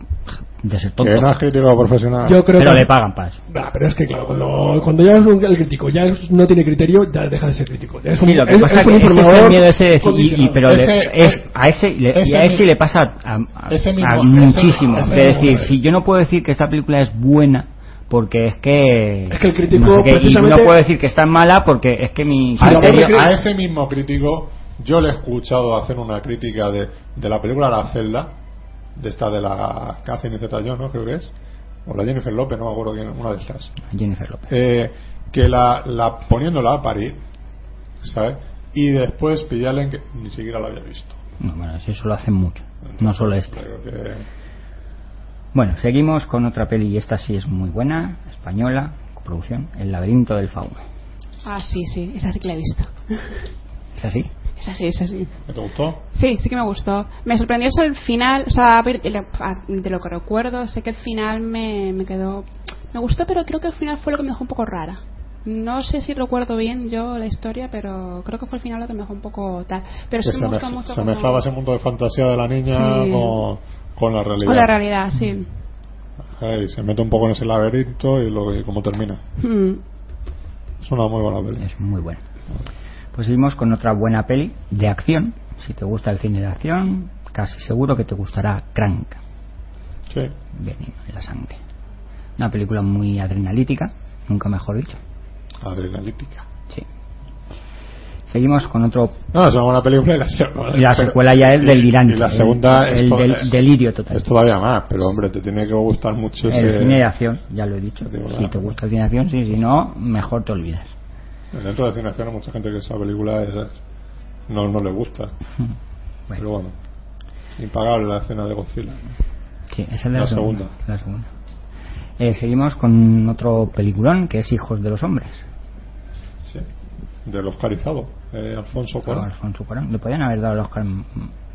I: de ser tonto.
D: Que no es crítico profesional.
H: Yo creo
I: pero
H: que-
I: le pagan para eso.
H: Nah, pero es que claro, cuando, cuando ya es un, el crítico, ya es- no tiene criterio, ya deja de ser crítico. Ya es un,
I: Sí, lo que
H: es-
I: pasa
H: es
I: es
H: un
I: que ese es el
H: informador
I: miedo ese de decir, y- y-
H: condicionado.
I: pero le-
D: Ese-
I: es, a ese, le, y a
D: ese
I: ese
D: mi-
I: le pasa a, a-
D: ese
I: a
D: mismo-
I: muchísimo.
D: ese- ese
I: de
D: mismo-
I: decir, si yo no puedo decir que esta película es buena, porque es que.
H: Es que el crítico
I: no sé qué, y
H: precisamente-
I: no puedo decir que está mala porque es que mi.
D: a,
H: la
D: ese,
H: verdad es que-
D: a ese mismo crítico yo le he escuchado hacer una crítica de, de la película La Celda, de esta de la Catherine Zeta Jones, ¿no? creo que es, o la Jennifer López, no me acuerdo quién, una de estas,
I: Jennifer López.
D: Eh, que la, la poniéndola a parir, ¿sabes? Y después pillarle en que ni siquiera la había visto.
I: No, bueno, si eso lo hacen mucho. No solo este.
D: Creo que-
I: Bueno, seguimos con otra peli y esta sí es muy buena, española, producción, El laberinto del fauno.
B: Ah, sí, sí, esa sí que la he visto.
I: ¿Es así?
B: Esa sí, esa sí.
D: ¿Que ¿Te gustó?
B: Sí, sí que me gustó. Me sorprendió eso el final, o sea, a ver, de lo- a- de lo que recuerdo, sé que el final me, me quedó... Me gustó, pero creo que el final fue lo que me dejó un poco rara. No sé si recuerdo bien yo la historia, pero creo que fue el final lo que me dejó un poco tal. Pero sí
D: Que
B: me
D: se,
B: gustó
D: mez-
B: mucho
D: se
B: como-
D: mezclaba ese mundo de fantasía de la niña
B: Sí.
D: con, con la realidad.
B: con la realidad, sí.
D: Ahí, se mete un poco en ese laberinto y, lo, y cómo termina.
B: Mm.
D: Es una muy buena peli.
I: Es muy buena. Pues seguimos con otra buena peli de acción. Si te gusta el cine de acción, casi seguro que te gustará Crank,
D: Sí.
I: Veneno en la sangre. Una película muy adrenalítica, nunca mejor dicho.
D: Adrenalítica.
I: Sí. Seguimos con otro.
D: No, es una buena película y la secuela.
I: La
D: pero-
I: secuela ya es
D: y-
I: delirante.
D: Y la segunda
I: el,
D: es,
I: el
D: to-
I: del- delirio total.
D: es todavía más, pero hombre, te tiene que gustar mucho
I: el
D: ese.
I: cine de acción, ya lo he dicho.
D: Digo,
I: Si
D: la-
I: te gusta el cine de acción, sí, si no, mejor te olvidas.
D: Dentro de cine de acción hay mucha gente que esa película es- no, no le gusta. Pero bueno, impagable la escena de Godzilla.
I: Sí, esa es la,
D: La
I: segunda.
D: segunda.
I: La segunda. Eh, seguimos con otro peliculón que es Hijos de los Hombres.
D: Sí. Del Oscarizado, eh, Alfonso
I: Claro,
D: Cuarón.
I: Alfonso Cuarón. Le podían haber dado el Oscar. mm,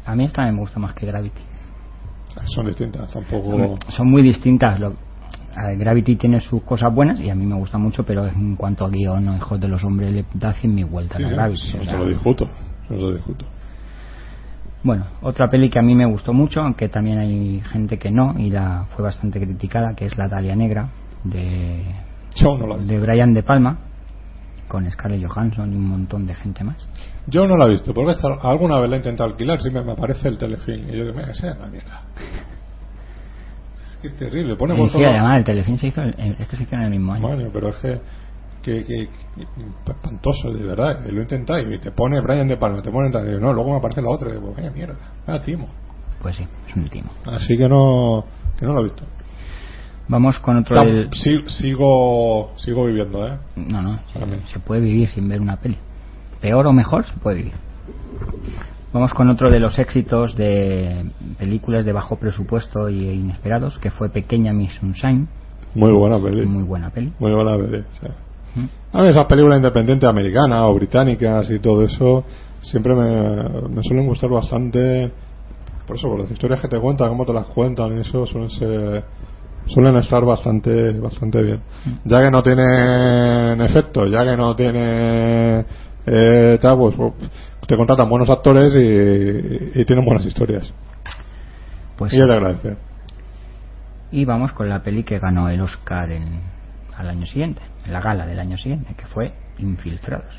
I: A mí esta me gusta más que Gravity.
D: Son distintas, tampoco.
I: Son muy distintas. Lo, a ver, Gravity tiene sus cosas buenas y a mí me gusta mucho, pero en cuanto a guión, no, Hijos de los Hombres le da 100.000 vueltas
D: Sí,
I: a
D: sí,
I: Gravity.
D: sí,
I: o
D: no
I: sea,
D: te lo discuto. No te lo discuto.
I: Bueno, otra peli que a mí me gustó mucho, aunque también hay gente que no y la fue bastante criticada, que es La Dalia Negra de,
D: Yo no la vi.
I: de Brian De Palma con Scarlett Johansson y un montón de gente más.
D: Yo no la he visto, porque hasta alguna vez la he intentado alquilar, si me, me aparece el telefilm. Y yo digo, me sea la mierda. Es que es terrible, pone
I: Eh,
D: por
I: sí, además, el telefilm se hizo, el- el- es que se hizo en el mismo año.
D: Bueno, pero es que, que, que- que espantoso, de verdad. Lo he intentado y te pone Brian de Palma, te pone tal, y digo, no, luego me aparece la otra, y digo, vaya mierda, ah, timo.
I: Pues sí, es un timo.
D: Así que no, que no lo he visto.
I: Vamos con otro.
D: Tam-
I: del-
D: si- sigo, sigo viviendo, ¿eh?
I: No, no, se, se puede vivir sin ver una peli. Peor o mejor, se puede vivir. Vamos con otro de los éxitos de películas de bajo presupuesto y inesperados, que fue Pequeña Miss Sunshine.
D: Muy buena peli.
I: Muy buena peli.
D: Muy buena peli. sí. A mí esas películas independientes americanas o británicas y todo eso siempre me, me suelen gustar bastante. Por eso, por las historias que te cuentan, cómo te las cuentan, y eso suelen ser- suelen estar bastante bastante bien.
I: Mm.
D: Ya que no tienen efecto, ya que no tienen eh, tal, pues, pues, te contratan buenos actores y, y tienen buenas historias.
I: Pues
D: y yo
I: sí.
D: te agradezco.
I: Y vamos con la peli que ganó el Oscar en, al año siguiente, en la gala del año siguiente, que fue Infiltrados.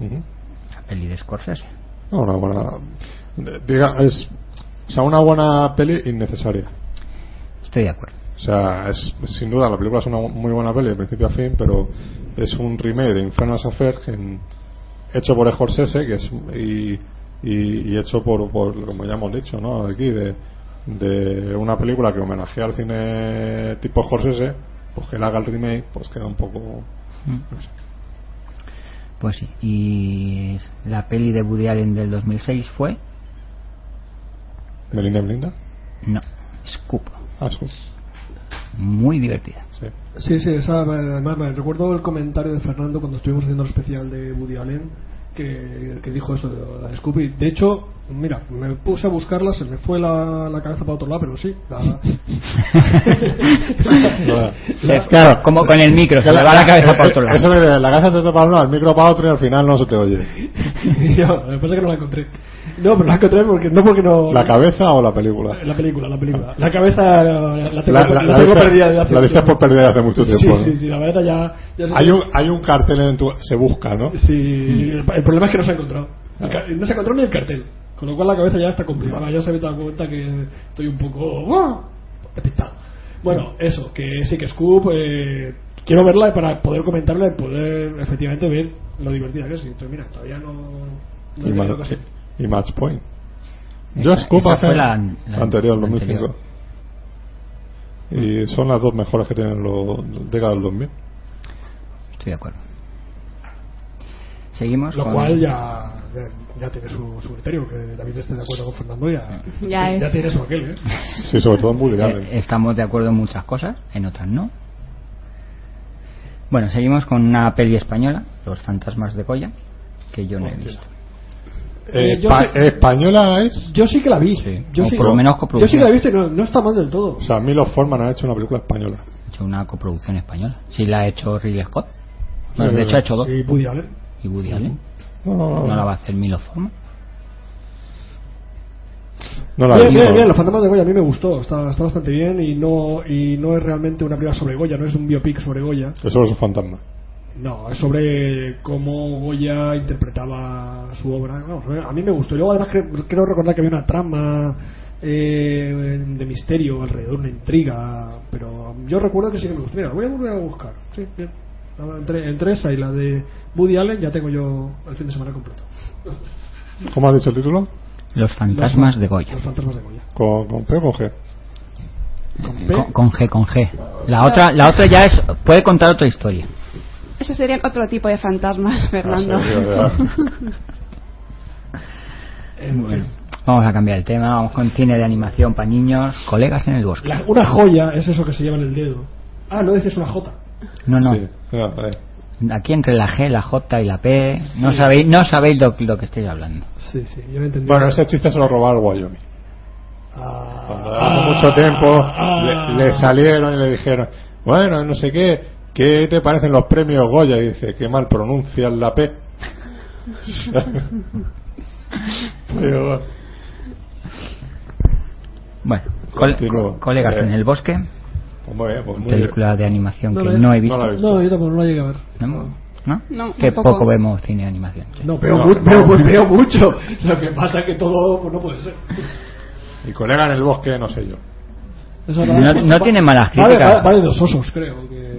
I: La peli de Scorsese.
D: No, una buena. Diga, es. O sea, una buena peli innecesaria.
I: Estoy de acuerdo.
D: O sea, es, sin duda la película es una muy buena peli de principio a fin, pero es un remake de Infernal Affair en- hecho por Scorsese que es, y, y, y hecho por, por, como ya hemos dicho, ¿no? Aquí, de, de una película que homenajea al cine tipo Scorsese, pues que le haga el remake, pues queda un poco.
I: Pues sí. Y la peli de Woody Allen del 2006 fue.
D: ¿Melinda Melinda?
I: No, Scoop.
D: Ah, Scoop.
I: Muy divertida.
H: Sí, sí, esa, además me recuerdo el comentario de Fernando cuando estuvimos haciendo el especial de Woody Allen, que, que dijo eso de la de Scoopy. De hecho, mira, me puse a buscarla, se me fue la, la cabeza para otro lado, pero sí. la-
I: Se- claro, como con el micro, se
D: Que eh,
I: le va la cabeza para otro lado.
D: Eso de la cabeza se te va para un lado, el micro para otro y al final no se te oye.
H: Yo, lo que pasa es que no la encontré. No, pero la encontré porque no porque no...
D: ¿La cabeza o la película?
H: La película, la película. La cabeza la, la tengo,
D: La- la-
H: la
D: la
H: tengo
D: dices-
H: perdida desde hace
D: la
H: mucho
D: dices por perdida desde mucho tiempo,
H: Sí,
D: ¿no?
H: sí, sí, la verdad ya... ya se-
D: Hay un, hay un cartel en tu... Se busca, ¿no?
H: Sí, el, el problema es que no se ha encontrado. El ca- No se ha encontrado ni el cartel. Con lo cual la cabeza ya está complicada. Ya se había dado cuenta que estoy un poco. ¡ah! despistado. Bueno, eso, que sí que Scoop. eh, quiero verla para poder comentarla y poder efectivamente ver lo divertida que es. Entonces, mira, todavía no. no he
D: Y,
H: tenido
D: ma-
H: ocasión.
D: y Match Point. Yo
I: Esa-
D: Scoop
I: esa
D: hace
I: fue la- la-
D: anterior,
I: la
D: 2005. Y son las dos mejores que tienen los décadas del 2000.
I: Estoy de acuerdo. Seguimos
H: Lo
I: con-
H: cual ya, ya, ya tiene su, su criterio, que David esté de acuerdo con Fernando, ya,
B: Ya es.
H: tiene su aquel, ¿eh?
D: Sí, sobre todo en Bulgaria.
I: Eh, Estamos de acuerdo en muchas cosas, en otras no. Bueno, seguimos con una peli española, Los Fantasmas de Goya, que yo no he visto.
D: Eh, pa- ¿Española es?
H: Yo sí que la vi. Yo
I: o
H: sí,
I: por lo menos
H: yo sí que
I: coproducción.
H: la viste, no, no está mal del todo.
D: O sea, Milo Forman ha hecho una película española.
I: Ha hecho una coproducción española. Sí, la ha hecho Ridley Scott. Bueno,
D: Eh,
I: de hecho, ha hecho dos.
H: Y Woody Allen.
I: ¿Y Woody Allen?
D: No, no,
H: Ah.
D: no.
I: ¿No la va a hacer Milo Forman?
D: No la
H: bien,
D: vi,
H: bien,
D: no.
H: bien, Los Fantasmas de Goya a mí me gustó, está, está bastante bien y no, y no es realmente una película sobre Goya, no es un biopic sobre Goya.
D: Eso es un fantasma.
H: No, es sobre cómo Goya interpretaba su obra. Vamos, a mí me gustó. Y luego además cre- creo recordar que había una trama eh, de misterio alrededor, una intriga, pero yo recuerdo que sí que me gustó. Mira, la voy a volver a buscar. Sí, bien. Ahora, Entre, entre esa y la de Woody Allen ya tengo yo el fin de semana completo.
D: ¿Cómo has dicho el título?
I: Los Fantasmas de Goya.
H: Los Fantasmas de Goya.
D: ¿Con, con P o con G?
I: Con, con G, con G.
H: Ah.
I: La otra, la otra ya es. Puede contar otra historia.
B: Eso serían otro tipo de fantasmas, Fernando.
D: Ah,
I: sí, verdad. Bueno, vamos a cambiar el tema. Vamos con cine de animación para niños. Colegas en el bosque.
H: La- una joya es eso que se lleva en el dedo. Ah, no dices una jota.
I: No, no.
D: Mira, eh.
I: Aquí entre la G, la J y la P. No sabéis, no sabéis lo, lo que estoy hablando.
H: Sí, sí, yo lo entendí.
D: Bueno, ese chiste se lo robaron al Wyoming.
H: Ah.
D: Cuando hace mucho tiempo le, le salieron y le dijeron, bueno, no sé qué, ¿qué te parecen los premios Goya? Y dice, qué mal pronuncias la P. Pero bueno,
I: Bueno, col-
D: Continúo.
I: co- colegas
D: Eh,
I: en el bosque.
D: pues muy bien, pues muy bien.
I: película de animación
H: No
I: que
H: la he-
I: no he visto.
H: No, yo tampoco no la llegué a ver.
I: No. ¿no?
B: No,
I: que
B: muy poco.
I: poco. vemos cine de animación. sí.
H: No, veo, mu- veo, mu- veo mucho. Lo que pasa es que todo pues, no puede ser.
D: Y colega en el bosque, no sé yo.
H: Eso
I: No-
H: nada-
I: no tiene malas
H: Vale,
I: críticas.
H: Vale, vale dos osos, creo. que-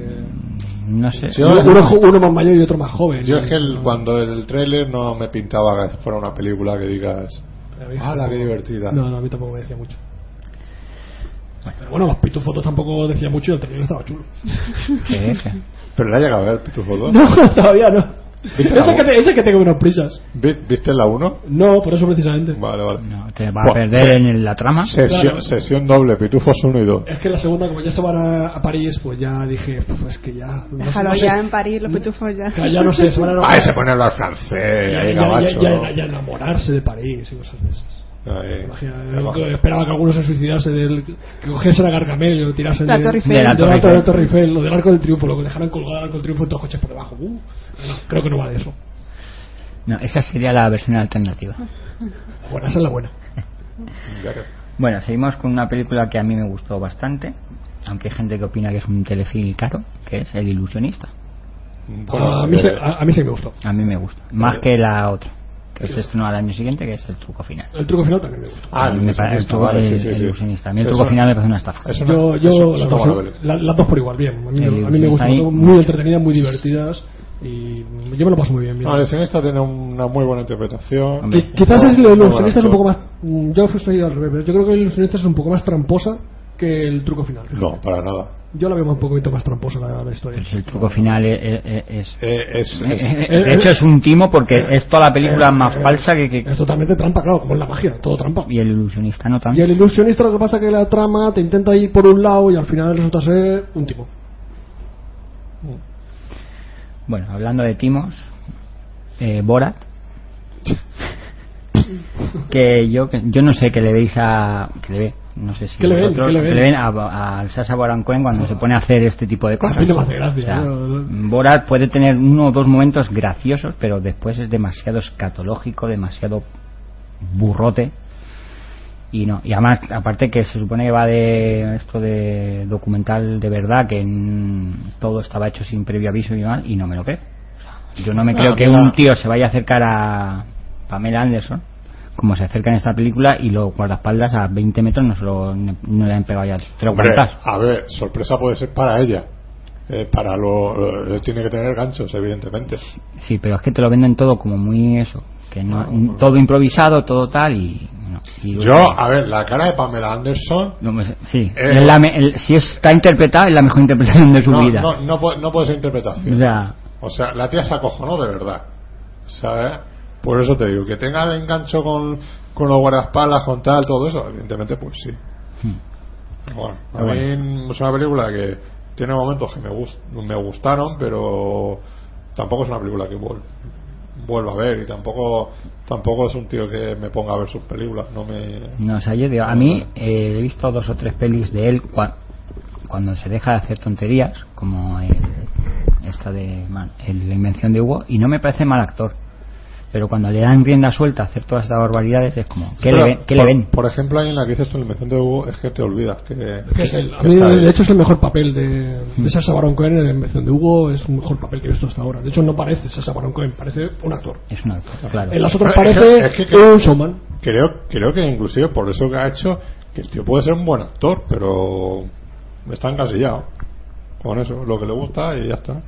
I: No sé.
D: Yo-
H: uno, uno jo- uno más mayor y otro más joven.
D: Yo
H: sí.
D: es que el- cuando el tráiler no me pintaba que fuera una película que digas,
H: Pero a mí
D: ¡hala, qué Ah, divertida!
H: No, no, a mí tampoco me decía mucho. Pero bueno, los pitufotos tampoco decía mucho y el trailer estaba chulo.
D: Pero la ha llegado a ver, Pitufo 2.
H: No, todavía no.
D: Sí, pero
H: Ese que,
D: bueno.
H: te- ese que tengo unas prisas.
D: ¿Vi- ¿Viste la 1?
H: No, por eso precisamente.
D: Vale, vale.
I: Te va
D: Buah,
I: a perder
D: se-
I: en el- la trama.
D: Sesión,
H: Ah, Claro.
D: sesión doble, Pitufos 1 y 2.
H: Es que la segunda, como ya se van a, a París, pues ya dije, "Puf, es que ya. no sé-
N: Déjalo
H: no sé-
N: ya en París, los pitufos ya.
H: Ya, ya no sé, se van a enamorar.
D: Ah, ese pone a hablar francés,
H: Ya-
D: ahí
H: ya-
D: gabacho.
H: ya- ya- ya enamorarse de París y cosas de esas.
D: Ahí.
H: Imagina, yo que esperaba que alguno se suicidase del. que cogiese la gargamel y lo tirasen
N: La
H: de-
N: Torre Eiffel.
H: de la
N: De la
H: Torre,
N: Torre
H: de la Torre Eiffel, lo del Arco del Triunfo, lo que dejaran colgado el Arco del Triunfo en todos los coches por debajo. Uh, no, creo que no va de eso.
I: No, esa sería la versión alternativa.
H: Ah. Bueno, esa es la buena.
I: Bueno, seguimos con una película que a mí me gustó bastante, aunque hay gente que opina que es un telefilm caro, que es El ilusionista.
H: a, mí se, a- a mí sí que me gustó.
I: A mí me gusta, más
H: Eh.
I: que la otra, que se estrenó al año siguiente, que es El truco final.
H: El truco final también me gustó.
I: A mí me parece- el truco-
D: vale, sí,
I: el-
D: sí,
I: el
D: sí.
I: ilusionista. A mí el
D: Eso-
I: truco final me parece una estafa.
D: eso
H: Yo, yo
D: no- eso- eso
H: las,
D: está
H: dos,
D: bueno,
H: la- las dos por igual, bien. A mí,
D: El
H: me- a mí me
D: ilusionista
H: gustan
D: ahí-
H: muy entretenidas, muy divertidas. Y yo me lo paso muy bien. bien.
D: No, el escenista tiene una muy buena interpretación.
H: Qui- Quizás es, el ilusionista es un poco más. mm, Yo estoy al revés, pero yo creo que el ilusionista es un poco más tramposa que el truco final.
D: No, para nada.
H: Yo la veo un poquito más tramposa la, la historia.
I: El truco final e- e- e- es...
D: Eh, es-
H: es-
I: de hecho es un timo porque es toda la película más falsa que, que-
H: Eh, Es totalmente trampa, claro, como es la magia, todo trampa.
I: Y el ilusionista no
H: Y
I: tanto.
H: el ilusionista lo que pasa es que la trama te intenta ir por un lado y al final resulta ser un tipo. Mm.
I: Bueno, hablando de timos, eh, Borat, que yo que- yo no sé qué le veis a... que le ve, no sé si
H: ¿Qué le ven?
I: vosotros-
H: ¿Qué le ven?
I: que a, a Sacha Baron Cohen cuando se pone a hacer este tipo de cosas.
H: A mí no me hace gracia,
I: O sea,
H: no,
I: Borat puede tener uno o dos momentos graciosos, pero después es demasiado escatológico, demasiado burrote. Y no, y además, aparte que se supone que va de esto de documental de verdad, que en- todo estaba hecho sin previo aviso y mal, y no me lo creo. O sea, Yo no me
O: Ah,
I: creo que
O: mira.
I: un tío se vaya a acercar a Pamela Anderson, como se acerca en esta película, y los guardaespaldas a 20 metros no, se lo- no le han pegado ya tres
D: Hombre,
I: guantazos.
D: a ver, sorpresa puede ser para ella. Eh, para lo, lo- Tiene que tener ganchos, evidentemente.
I: Sí, pero es que te lo venden todo como muy eso, que no, todo improvisado, todo tal, y. no. Y-
D: Yo, a ver, la cara de Pamela Anderson.
I: No me sé- sí,
D: Eh,
I: es la me- el- si está interpretada, es la mejor interpretación de su
D: no,
I: vida.
D: No, no, puede, no puede ser interpretación.
I: O sea,
D: O sea, la tía se acojonó de verdad. ¿Sabes? Por eso te digo, que tenga el engancho con, con los guardaespaldas, con tal, todo eso, evidentemente, pues sí.
I: Hmm.
D: Bueno,
I: Ah,
D: a mí es una película que tiene momentos que me, gus- me gustaron, pero tampoco es una película que vuel- vuelvo a ver y tampoco tampoco es un tío que me ponga a ver sus películas. No me.
I: No, o sea, yo digo, a mí eh, he visto dos o tres pelis de él cua- cuando se deja de hacer tonterías, como el- esta de man- el- la invención de Hugo, y no me parece mal actor. Pero cuando le dan rienda suelta a hacer todas estas barbaridades, es como, ¿qué,
D: Pero,
I: le, ven, qué le
D: por,
I: ven?
D: Por ejemplo, ahí en la que dices tú, en el mención de Hugo, es que te olvidas que.
H: Que es el- a
D: que
H: mí,
D: está Hmm. ahí.
H: de hecho, es el mejor papel de, de Sacha Baron Cohen en la invención de Hugo. Es un mejor papel que he visto hasta ahora. De hecho, no parece Sacha Baron Cohen, parece un actor.
I: Es una cosa, claro.
H: En las otras
D: Pero es que-
H: parece
D: es que creo-
H: un showman.
D: Creo, creo que inclusive por eso que ha hecho, que el tío puede ser un buen actor, pero está encasillado con eso, lo que le gusta y ya está.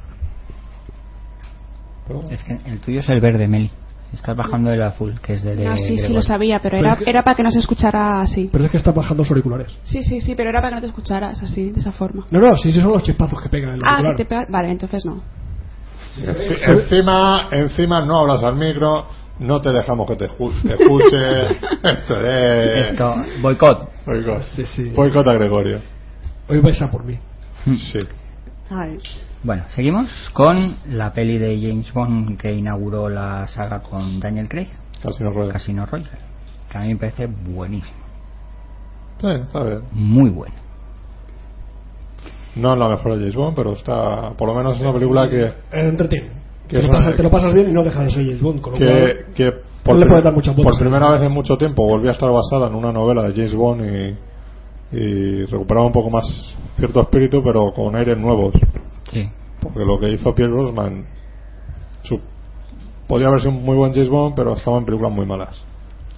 D: Pero bueno.
I: Es que el tuyo es el verde, Meli. Estás bajando del azul, que es de...
B: No,
I: de
B: sí, sí
I: Gregorio.
B: lo sabía, pero
H: Pero
B: era,
H: Pues es que- Pues
B: era para que no se escuchara así.
H: Pero es que está bajando los auriculares.
B: Sí, sí, sí, pero era para que no te escucharas así, de esa forma.
H: No, no, sí, sí, son los chispazos que pegan en el
B: Ah,
H: auricular.
B: que te pega- Vale, entonces no.
D: Enci- encima, encima no hablas al micro, no te dejamos que te, ju- te escuche. Esto es.
I: Esto, boicot.
D: Boicot.
H: Sí, sí.
D: Boicot a Gregorio.
H: Hoy vais a por mí. Eh,
D: Sí.
I: Bueno, seguimos con la peli de James Bond que inauguró la saga con Daniel Craig.
D: Casino Royale.
I: Casino Royale. Que a mí me parece buenísimo.
D: Bueno, está bien.
I: Muy buena.
D: No es la mejor de James Bond, pero está. Por lo menos es una película que.
H: Eh, Entretiene. Te
D: Que
H: lo,
D: es una-
H: pasas, te lo pasas bien y no dejas de ser James Bond. Con lo
D: que,
H: cual,
D: que
H: Pues no le
D: prim-
H: puedes dar muchas vueltas.
D: por primera vez en mucho tiempo volvió a estar basada en una novela de James Bond y, y recuperaba un poco más cierto espíritu, pero con aires nuevos.
I: Sí.
D: Porque lo que hizo Pierre Brosnan su- podía haber sido un muy buen James Bond, pero estaba en películas muy malas.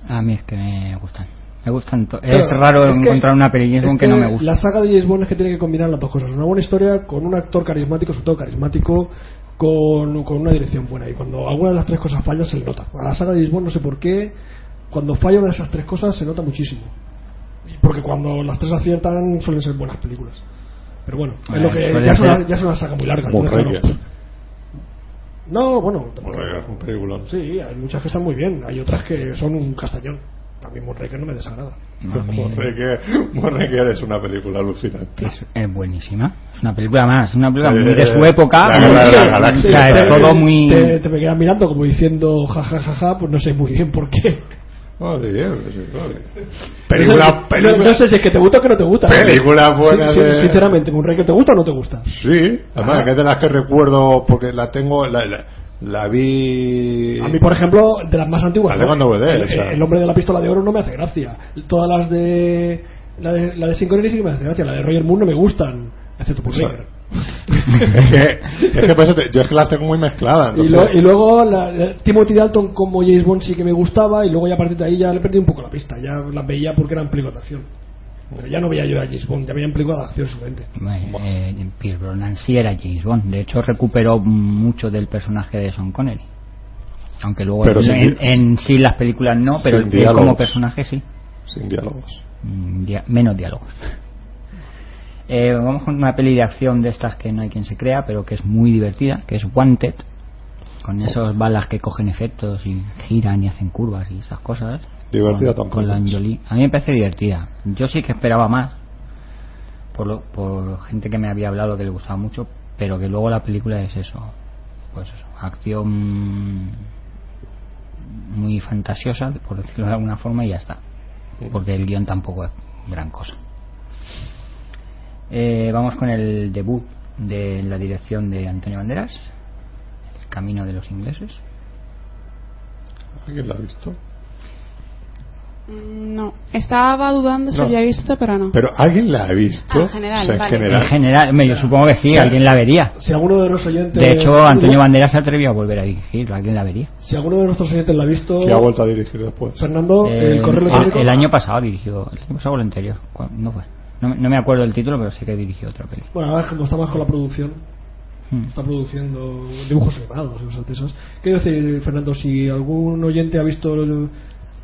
I: A mí es que me gustan. Me gustan. to-
H: Claro,
I: es raro
H: es que-
I: encontrar una película
H: es
I: que, no me gusta.
H: La saga de James Bond es que tiene que combinar las dos cosas. Una buena historia con un actor carismático, sobre todo carismático, con, con una dirección buena. Y cuando alguna de las tres cosas falla, se le nota. A la saga de James Bond, no sé por qué, cuando falla una de esas tres cosas, se nota muchísimo. Porque cuando las tres aciertan, suelen ser buenas películas. Pero bueno, es
D: Eh,
H: lo que,
D: suele
H: ya, es una,
D: ser-
H: ya es una saga muy larga.
D: Como
H: entonces,
D: Reyes.
H: claro, No, bueno,
D: Como Reyes, un peliculón.
H: sí, hay muchas que están muy bien. Hay otras que son un castañón. A mí Monreque no me desagrada.
D: Monreque, Monreque es una película alucinante.
I: Es, es buenísima. Es una película más. Una película muy de
D: Eh,
I: su época.
D: la guerra de las
I: o
D: galaxias,
I: sea, es
D: eh.
I: todo muy.
H: te, te me quedas mirando como diciendo jajajaja, pues no sé muy bien por qué.
D: Madre mía, sí, vale. Película,
H: no, sé,
D: película.
H: no- no sé si es que te gusta o que no te gusta.
D: Película buena
H: Sí, sí,
D: de-
H: Sinceramente, ¿un rey que te gusta o no te gusta?
D: Sí, además
H: Ah.
D: que es de las que recuerdo porque la tengo, la, la, la vi.
H: A mí, por ejemplo, de las más antiguas.
D: La tengo en DVD,
H: el,
D: o sea.
H: el hombre de la pistola de oro no me hace gracia. Todas las de. La de, la de Sincronini sí que me hace gracia. La de Roger Moore no me gustan. Excepto por
D: O sea,
H: Riker.
D: es que, es que por eso te- yo es que las tengo muy mezcladas.
H: Y,
D: entonces-
H: lo- y luego la, la- Timothy Dalton como James Bond sí que me gustaba y luego ya a partir de ahí ya le perdí un poco la pista, ya las veía porque eran películas de acción. Pero ya no veía yo a James Bond, ya veía películas de acción solamente.
I: Eh, eh, Pierre Brosnan sí era James Bond. De hecho, recuperó mucho del personaje de Sean Connery. Aunque luego
D: Pero
I: en,
D: sin
I: en-
D: di-
I: en sí las películas no, pero
D: sin
I: él como
D: diálogos.
I: personaje sí.
D: Sin diálogos.
I: Mm, dia- menos diálogos. Eh, vamos con una peli de acción de estas que no hay quien se crea, pero que es muy divertida, que es Wanted, con esas balas que cogen efectos y giran y hacen curvas y esas cosas.
D: Divertida
I: con,
D: tampoco
I: con la
D: es.
I: Anjoli. A mí me parece divertida. Yo sí que esperaba más, por, lo- por gente que me había hablado que le gustaba mucho, pero que luego la película es eso, pues eso, acción muy fantasiosa, por decirlo de alguna forma, y ya está. Porque el guión tampoco es gran cosa. Eh, vamos con el debut de la dirección de Antonio Banderas, El Camino de los Ingleses.
D: ¿Alguien la ha visto?
B: Mm, No, estaba dudando si
D: No.
B: había visto, pero no.
D: Pero alguien la ha visto.
B: Ah, en general,
D: O sea, en
B: vale.
D: general.
I: En general, me- yo supongo que sí,
H: O sea,
I: alguien la vería.
H: Si alguno de los oyentes.
I: De hecho, Antonio Banderas se atrevió a volver a dirigir, alguien la vería.
H: Si alguno de nuestros oyentes la ha visto.
D: Que ha vuelto a dirigir después.
H: Fernando, el
I: Eh,
H: correo
I: el-
H: electrónico.
I: el año pasado dirigió, el año pasado o el anterior, ¿cuál? no fue. No, me- no me acuerdo del título, pero sé que dirigió otra peli.
H: Bueno, ahora es como está más con la producción.
I: Hmm.
H: Está produciendo dibujos animados y cosas de esas. Quiero decir, Fernando, si algún oyente ha visto el-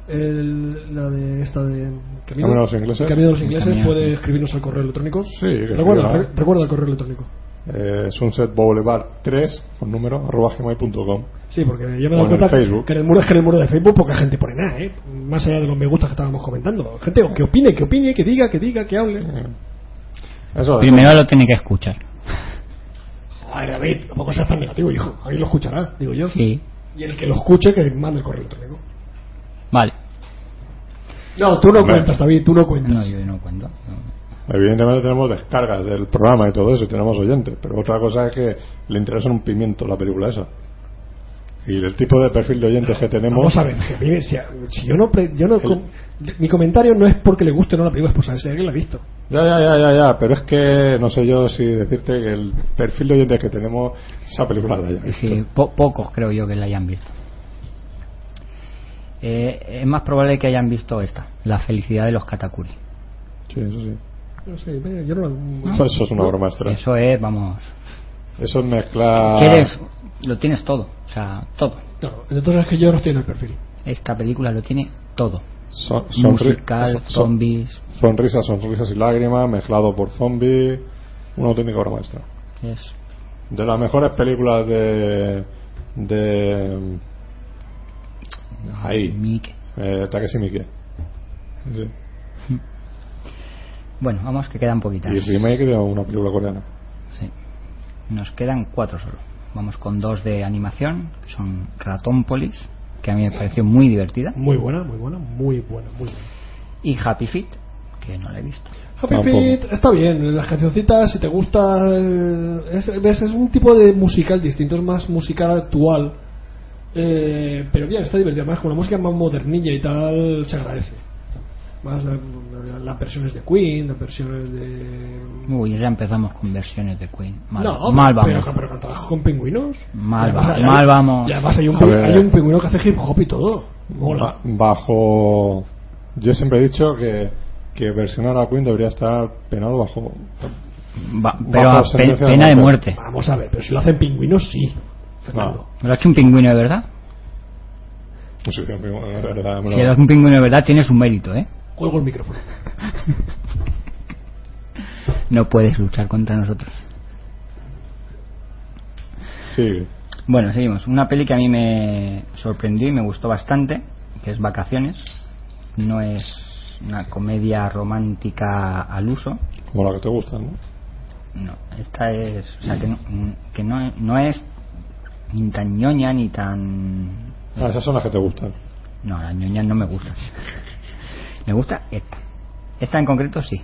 H: el- la de esta de
D: Camino de los Ingleses.
H: Camino de los Ingleses,
D: Camino.
H: puede escribirnos al correo electrónico.
D: Sí, que
H: recuerda,
D: escriba.
H: re- recuerda el correo electrónico.
D: Eh, Sunset Boulevard 3 con número arroba gmail.com.
H: Sí, porque yo me he
D: O
H: dado
D: en el
H: cuenta
D: Facebook.
H: que en el muro es que en el muro de Facebook poca gente pone nada, ¿eh? Más allá de los me gustas que estábamos comentando. Gente que opine, que opine, que diga, que diga, que hable.
D: Eh,
H: Ah,
D: Eso de-
I: Primero lo tiene que escuchar.
H: Ay, David, tampoco seas tan negativo, hijo. Alguien lo escuchará, digo yo.
I: Sí,
H: Y el que lo escuche, que mande el correo electrónico.
I: vale.
H: No, tú no
D: Hombre.
H: cuentas, David, tú no cuentas.
I: No, yo no cuento.
D: Evidentemente tenemos descargas del programa y todo eso, y tenemos oyentes, pero otra cosa es que le interesa un pimiento la película esa. Y el tipo de perfil de oyentes que tenemos.
H: Vamos a ver, si, a mí- si a- si yo no. pre- yo no com- mi comentario no es porque le guste o no la película, es por saber si alguien la ha visto.
D: Ya, ya, ya, ya, ya, pero es que no sé yo si decirte que el perfil de oyentes que tenemos, esa película la haya visto.
I: Sí, po- pocos creo yo que la hayan visto. Eh, es más probable que hayan visto esta, La felicidad de los Katakuri.
D: Sí, eso sí.
H: No sé, mira, yo no Pues, la.
D: Eso, es una obra maestra.
I: Eso es, vamos.
D: Eso es
H: Ah.
D: mezclar.
I: quieres- lo tienes todo, o sea, todo.
H: Claro, entonces es que yo no estoy en el perfil.
I: Esta película lo tiene todo.
D: Son- sonri-
I: Musical,
D: son-
I: zombies.
D: Sonrisas, sonrisas y lágrimas, mezclado por zombies. Una auténtica obra maestra.
I: es-
D: De las mejores películas de. de. Ahí.
I: Mike.
D: Eh, Takeshi Miike. Sí.
I: Bueno, vamos que quedan poquitas.
D: Y remake de una película coreana.
I: Sí. Nos quedan cuatro solo. Vamos con dos de animación, que son Ratónpolis, que a mí me pareció muy divertida,
H: Muy buena, muy buena, muy buena, muy buena.
I: y Happy Feet, que no la he visto.
H: Happy
I: Tampoco.
H: Feet está bien, las cancioncitas, si te gusta, eh, es, ves, es un tipo de musical distinto, es más musical actual, eh, pero bien, está divertido, además con la música más modernilla y tal, se agradece. Más la- la- las versiones de Queen, las versiones de.
I: Uy, ya empezamos con versiones de Queen. Mal,
H: no,
I: mal
H: pero-
I: vamos.
H: Pero, pero trabajo con pingüinos.
I: Mal
H: Y además
I: va-
H: hay-
I: mal vamos.
H: Y además hay un,
D: A
H: pi-
D: ver.
H: hay un pingüino que hace hip hop y todo. Mola.
D: Ba- Bajo. Yo siempre he dicho que, que versionar a Queen debería estar penado bajo.
I: Va- pero a pe-
D: sentencia
I: pena de muerte.
H: Vamos a ver, pero si lo hacen pingüinos, sí. Fernando.
I: ¿Me lo ha hecho un pingüino de verdad?
D: No sé, yo, bueno, la verdad, me lo-
I: Si lo hace un pingüino de verdad, tiene su mérito, ¿eh?
H: Cuelgo el micrófono.
I: No puedes luchar contra nosotros.
D: Sí.
I: Bueno, seguimos. Una peli que a mí me sorprendió y me gustó bastante, que es Vacaciones. No es una comedia romántica al uso.
D: Como la que te gusta, ¿no?
I: No, esta es. O sea, que no, mm, que no, no es ni tan ñoña ni tan.
D: Ah, esas son las que te gustan.
I: No, las ñoñas no me gustan. me gusta esta. Esta en concreto sí.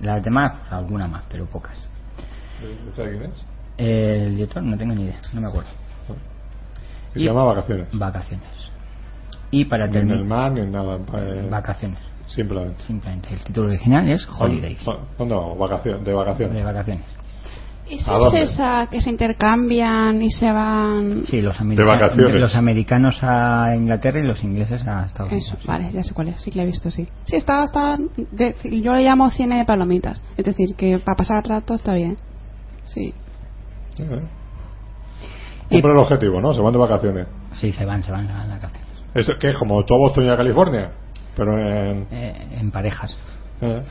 I: Las demás, pues, alguna más, pero pocas.
D: ¿Sabes quién es?
I: El director no tengo ni idea, no me acuerdo.
D: Que se llama Vacaciones.
I: Vacaciones. Y para
D: Ni en
I: terminar.
D: el mar, ni en nada. eh, Ah,
I: Vacaciones.
D: Simplemente.
I: Simplemente. El título original es Holidays.
D: No, no, vacaciones, de vacaciones.
I: De vacaciones.
D: ¿A
B: ¿Eso
D: dónde?
B: es esa que se intercambian y se van?
I: Sí, los,
D: De vacaciones.
I: los americanos a Inglaterra y los ingleses a Estados
B: Eso,
I: Unidos.
B: vale, ya sé cuál es, sí que la he visto, sí. Sí, está, está de- yo le llamo cine de palomitas, es decir, que para pasar rato está bien. Sí.
D: Sí, ¿eh? Cumple el objetivo, ¿no? Se van de vacaciones.
I: Sí, se van, se van, se van de vacaciones.
D: ¿Eso qué? ¿Como tú a Boston y a California? Pero en...
I: Eh, en parejas.
D: eh,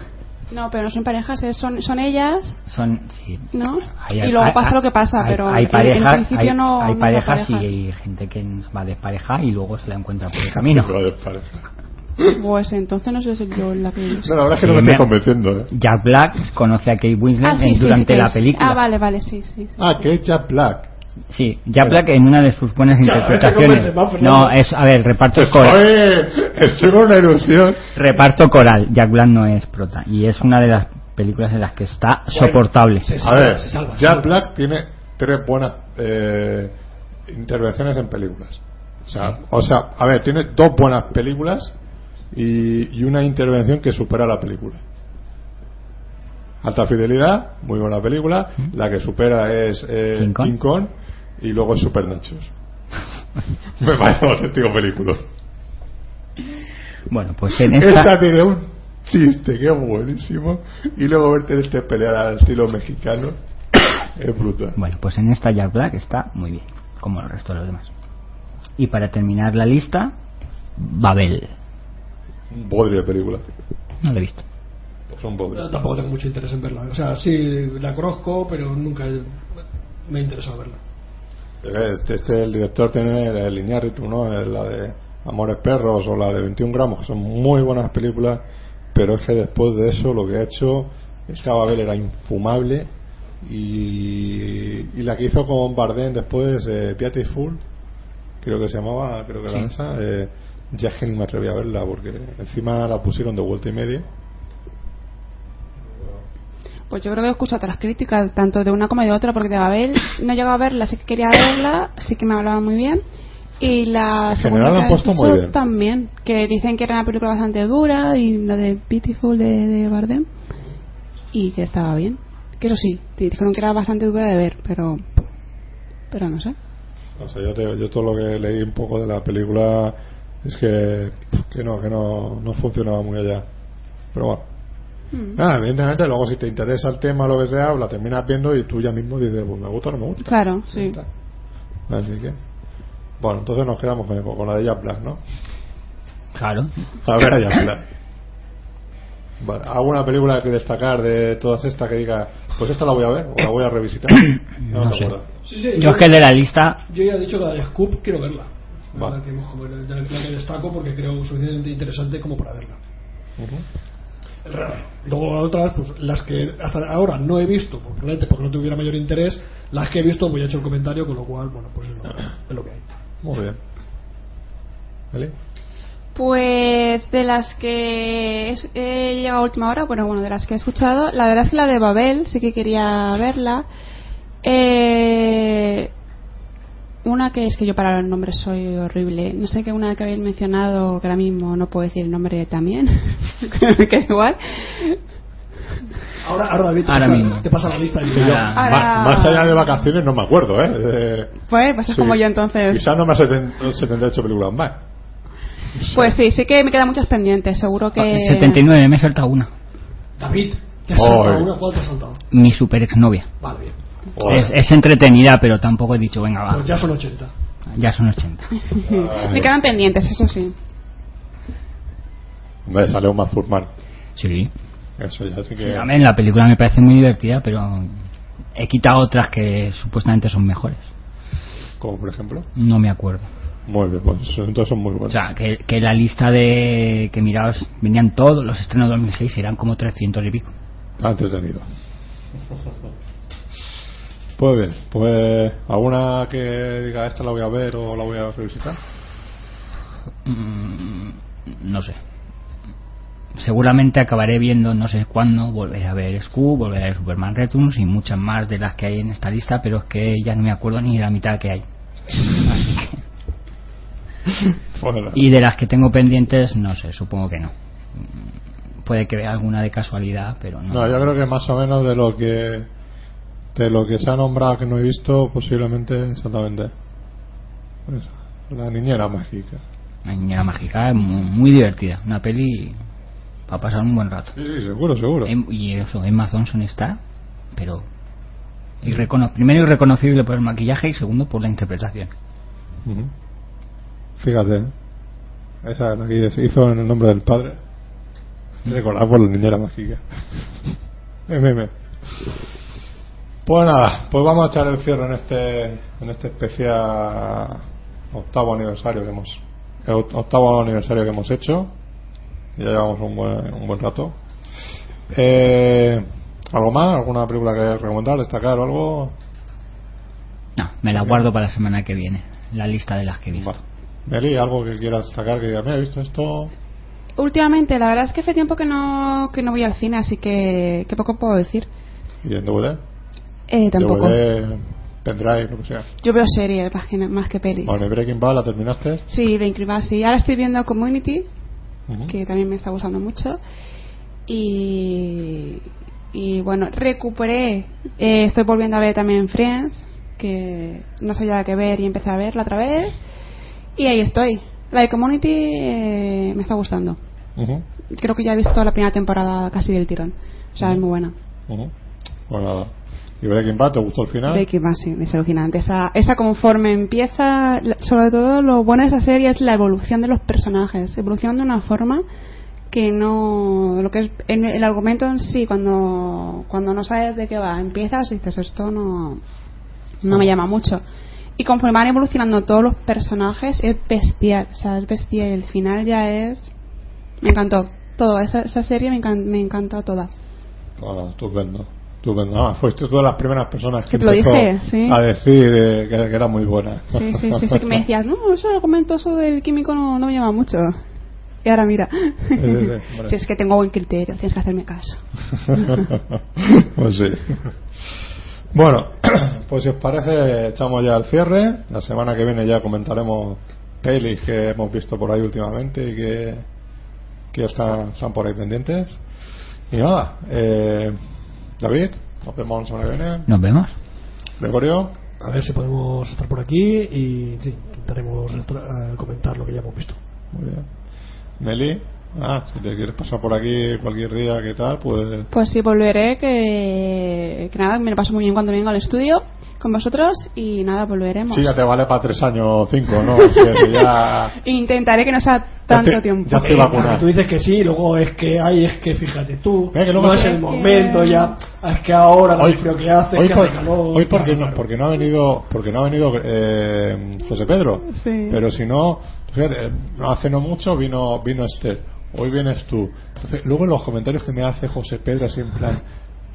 B: No, pero no son parejas, es- son, son ellas,
I: Son, sí.
B: ¿no?
I: Hay-
B: y luego
I: hay-
B: pasa
I: hay-
B: lo que pasa,
I: hay-
B: pero
I: hay
B: en-
I: parejas,
B: en principio
I: hay,
B: no.
I: hay
B: no
I: parejas y
B: pareja.
I: hay gente que va despareja y luego se la encuentra por el camino.
B: Pues entonces no sé si yo la que he visto.
I: Sí, me-
D: convenciendo, ¿eh?
I: Jack Black conoce a Kate Winslet
B: Ah, sí,
I: en-
B: sí, sí
I: durante
B: que
I: la
B: es.
I: película.
B: Ah, vale, vale, sí, sí. sí.
D: Ah, que es Jack Black.
I: Sí, Jack Black en una de sus buenas interpretaciones.
D: convence más, Fernando.
I: No, es, a ver, el reparto es coral.
D: ¡Oye! Estoy con una ilusión.
I: Reparto coral. Jack Black no es prota. Y es una de las películas en las que está soportable.
D: A ver, Jack Black tiene tres buenas eh, intervenciones en películas. O sea, o sea, a ver, tiene dos buenas películas y, y una intervención que supera la película. Alta Fidelidad, muy buena película. La que supera es eh, Mm. King, Kong. y luego es Super Nachos. Me parece un auténtico película.
I: Bueno, pues en
D: Esa...
I: esta...
D: tiene un chiste que es buenísimo. Y luego verte este pelear al estilo mexicano es brutal.
I: Bueno, pues en esta Jack Black está muy bien, como el resto de los demás. Y para terminar la lista, Babel.
D: Un bodrio de película.
I: No la he visto.
D: Pues un bodrio.
H: Yo tampoco tengo mucho interés en verla. O sea, sí, la conozco, pero nunca me ha interesado verla.
D: Este, este, el director tiene el, el Iñárritu, ¿no? El- La de Amores Perros o la de 21 gramos, que son muy buenas películas, pero es que después de eso lo que ha hecho esta Babel era infumable y, y la que hizo con Bardem después, eh, Beautiful, creo que se llamaba, creo que era
I: Sí.
D: esa, eh, ya es que ni me atreví a verla porque encima la pusieron de vuelta y media.
B: Pues yo creo que he escuchado otras críticas, tanto de una como de otra, porque de Babel no he llegado a verla, sí que quería verla, sí que me hablaban muy bien. Y la
D: En
B: segunda Ah,
D: general la
B: que
D: han
B: has
D: puesto muy
B: dicho
D: bien.
B: también, que dicen que era una película bastante dura y la de Beautiful de, de Bardem, y que estaba bien. Que eso sí, te dijeron que era bastante dura de ver, pero. Pero no sé.
D: O sea, yo, te- yo todo lo que leí un poco de la película es que, que no, que no, no funcionaba muy allá. Pero bueno.
B: Mm.
D: Ah, evidentemente, luego si te interesa el tema o lo que sea, la terminas viendo y tú ya mismo dices, pues me gusta o no me gusta.
B: Claro, sí.
D: Así que. Bueno, entonces nos quedamos con, con la de Jack Black, ¿no?
I: Claro.
D: A ver, a Jack Black. Vale, ¿Alguna película que destacar de todas estas que diga, pues esta la voy a ver o la voy a revisitar? No,
I: No
D: te
I: sé.
D: acuerdas.
H: Sí, sí,
I: Yo es que de la lista...
H: Yo ya he dicho que la de Scoop quiero verla. La
D: Vale.
H: que hemos comentado, de la que destaco porque creo suficientemente interesante como para verla. Luego otras, pues las que hasta ahora no he visto, pues, probablemente porque no tuviera mayor interés, las que he visto voy a echar el comentario, con lo cual, bueno, pues es lo, es lo que hay.
D: Muy bien. ¿Vale?
B: Pues de las que es- he llegado a última hora, bueno, bueno, de las que he escuchado, la verdad es que la de Babel sí que quería verla. Eh, una que es que yo para los nombres soy horrible. No sé que una que habéis mencionado, que ahora mismo no puedo decir el nombre también. Me queda igual.
H: Ahora, ahora David, te,
I: Ahora
H: pasa,
I: mismo.
H: te pasa la lista.
D: Que yo,
I: Ahora-
D: ma- Ah, Más allá de vacaciones no me acuerdo, ¿eh? Eh,
B: Ah. Pues, pues es
D: sí,
B: como yo entonces.
D: Quizás no me ha 78 películas más.
B: Pues sí, sí que me quedan muchas pendientes. Seguro que.
I: 79, me he saltado una.
H: David, ¿te
I: has saltado
H: una? ¿Cuál te has saltado?
I: Mi super exnovia.
H: Vale, bien.
I: Es, es entretenida, pero tampoco he dicho, venga, va.
H: Pues ya son 80.
I: Ya son 80.
D: Ah,
B: me quedan pendientes, eso sí.
D: Me sale un Mazurman.
I: Sí.
D: Eso ya sí que.
I: Sí, hombre, la película me parece muy divertida, pero he quitado otras que supuestamente son mejores.
D: Como por ejemplo.
I: No me acuerdo.
D: Muy bien, pues entonces son muy
I: O
D: buenos.
I: sea, que, que la lista de que miraos, venían todos los estrenos de 2006, eran como 300 y pico.
D: Está entretenido. Pues bien, pues alguna que diga esta la voy a ver o la voy a revisitar.
I: Mm, no sé. Seguramente acabaré viendo, no sé cuándo, volveré a ver Scoob, volveré a ver Superman Returns y muchas más de las que hay en esta lista, pero es que ya no me acuerdo ni de la mitad que hay. Así que-
D: Fuera.
I: Y de las que tengo pendientes, no sé, supongo que no. Mm, Puede que vea alguna de casualidad, pero no.
D: No, yo creo que más o menos de lo que de lo que se ha nombrado que no he visto, posiblemente exactamente. Pues, la niñera mágica.
I: La niñera mágica es muy, muy divertida, una peli para pasar un buen rato.
D: Sí, sí, seguro, seguro.
I: Em- Y eso, Emma Thompson está, pero irrecono- primero irreconocible por el maquillaje y segundo por la interpretación.
D: Ujú. Fíjate, ¿eh? esa es la que se hizo en el nombre del padre. Recordad por la niñera mágica. MM. Pues nada, pues vamos a echar el cierre en este, en este especial octavo aniversario que hemos, el oct- octavo aniversario que hemos hecho. Ya llevamos un buen, un buen rato. Eh, ¿Algo más? ¿Alguna película que recomendar, destacar o algo?
I: No, me la guardo para la semana que viene, la lista de las que he visto.
D: Meli, algo que quieras destacar que diga, mira, he visto esto.
B: Últimamente, la verdad es que hace tiempo que no, que no voy al cine, así que, que poco puedo decir.
D: Y en DVD.
B: Eh, tampoco.
D: DVD, pendrive, lo que sea.
B: Yo veo series más que, más que pelis.
D: Vale, Breaking Bad, ¿la terminaste?
B: Sí, de Incredible, sí. Ahora estoy viendo Community,
D: Ujú.
B: que también me está gustando mucho. Y, y bueno, recuperé. eh, estoy volviendo a ver también Friends, que no sabía qué ver y empecé a verla otra vez. Y ahí estoy. La de Community eh, me está gustando.
D: Ujú,
B: Creo que ya he visto la primera temporada casi del tirón. O sea, es muy buena.
D: ujú. Pues nada. ¿Y Breaking Bad, te gustó el final?
B: Breaking Bad, sí, es alucinante. Esa, esa conforme empieza, la- sobre todo lo bueno de esa serie es la evolución de los personajes. Evolucionan de una forma que no. Lo que es en el argumento en sí, cuando, cuando no sabes de qué va, empiezas y dices esto no, no me llama mucho. Y conforme van evolucionando todos los personajes, es bestial. O sea, es bestial. El final ya es. Me encantó. Todo. Esa, esa serie me, encan- me encantó toda.
D: Ah, estupendo. Estupendo. Ah, fuiste tú de las primeras personas que
B: Que te lo
D: empezó
B: dije, sí.
D: a decir eh, que, que era muy buena.
B: Sí, sí, sí, sí, que me decías, no, eso argumento eso del químico no, no me llama mucho. Y ahora mira,
D: Sí, sí, sí, hombre.
B: si es que tengo buen criterio, tienes que hacerme caso.
D: pues sí. Bueno, pues si os parece, echamos ya el cierre. La semana que viene ya comentaremos pelis que hemos visto por ahí últimamente y que, que están, están por ahí pendientes. Y nada, eh, David, nos vemos la semana que viene.
I: Nos vemos.
D: Gregorio,
H: A ver si podemos estar por aquí y sí, intentaremos estra- eh, comentar lo que ya hemos visto.
D: muy bien. Meli, ah, si te quieres pasar por aquí cualquier día que tal, pues
B: Pues sí, volveré, que, que nada, me lo paso muy bien cuando vengo al estudio con vosotros y nada, volveremos.
D: sí, ya te vale para tres años o cinco, ¿no? O sea, que ya...
B: Intentaré que no sea tanto
D: estoy-
B: tiempo.
D: ya estoy vacunado.
H: Tú dices que sí, y luego es que, ay, es que fíjate tú,
D: Mira que luego
H: no
D: es
H: es
D: que-
H: el momento ya, es que ahora, con
D: Hoy-
H: el frío que hace,
D: hoy,
H: que
D: por-
H: hace calor.
D: hoy porque no porque no ha venido porque no ha venido eh, José Pedro
H: Sí.
D: pero si no fíjate, eh, hace no mucho vino vino Esther hoy vienes tú Entonces, luego en los comentarios que me hace José Pedro así en plan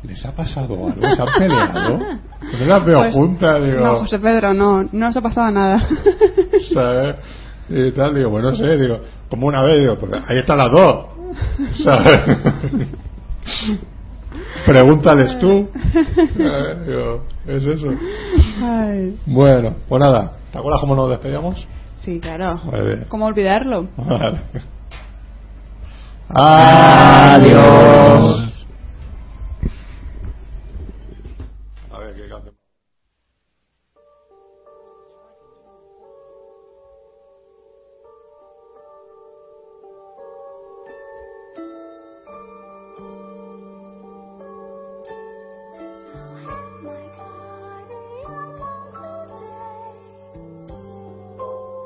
D: les ha pasado algo se han peleado no las veo
B: Pues,
D: juntas digo
B: No, José Pedro, no, no os ha pasado nada.
D: ¿sabes? y tal digo bueno no sé digo como una vez digo pues ahí están las dos ¿sabes? pregúntales tú Eh, digo, es eso
B: Ay.
D: bueno, pues nada, ¿Te acuerdas cómo nos despedíamos?
N: Sí, claro.
D: Vale.
N: ¿Cómo olvidarlo?
D: Vale. Adiós. A ver, ¿qué canción?
H: Oh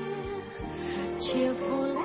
F: Oh. cheerful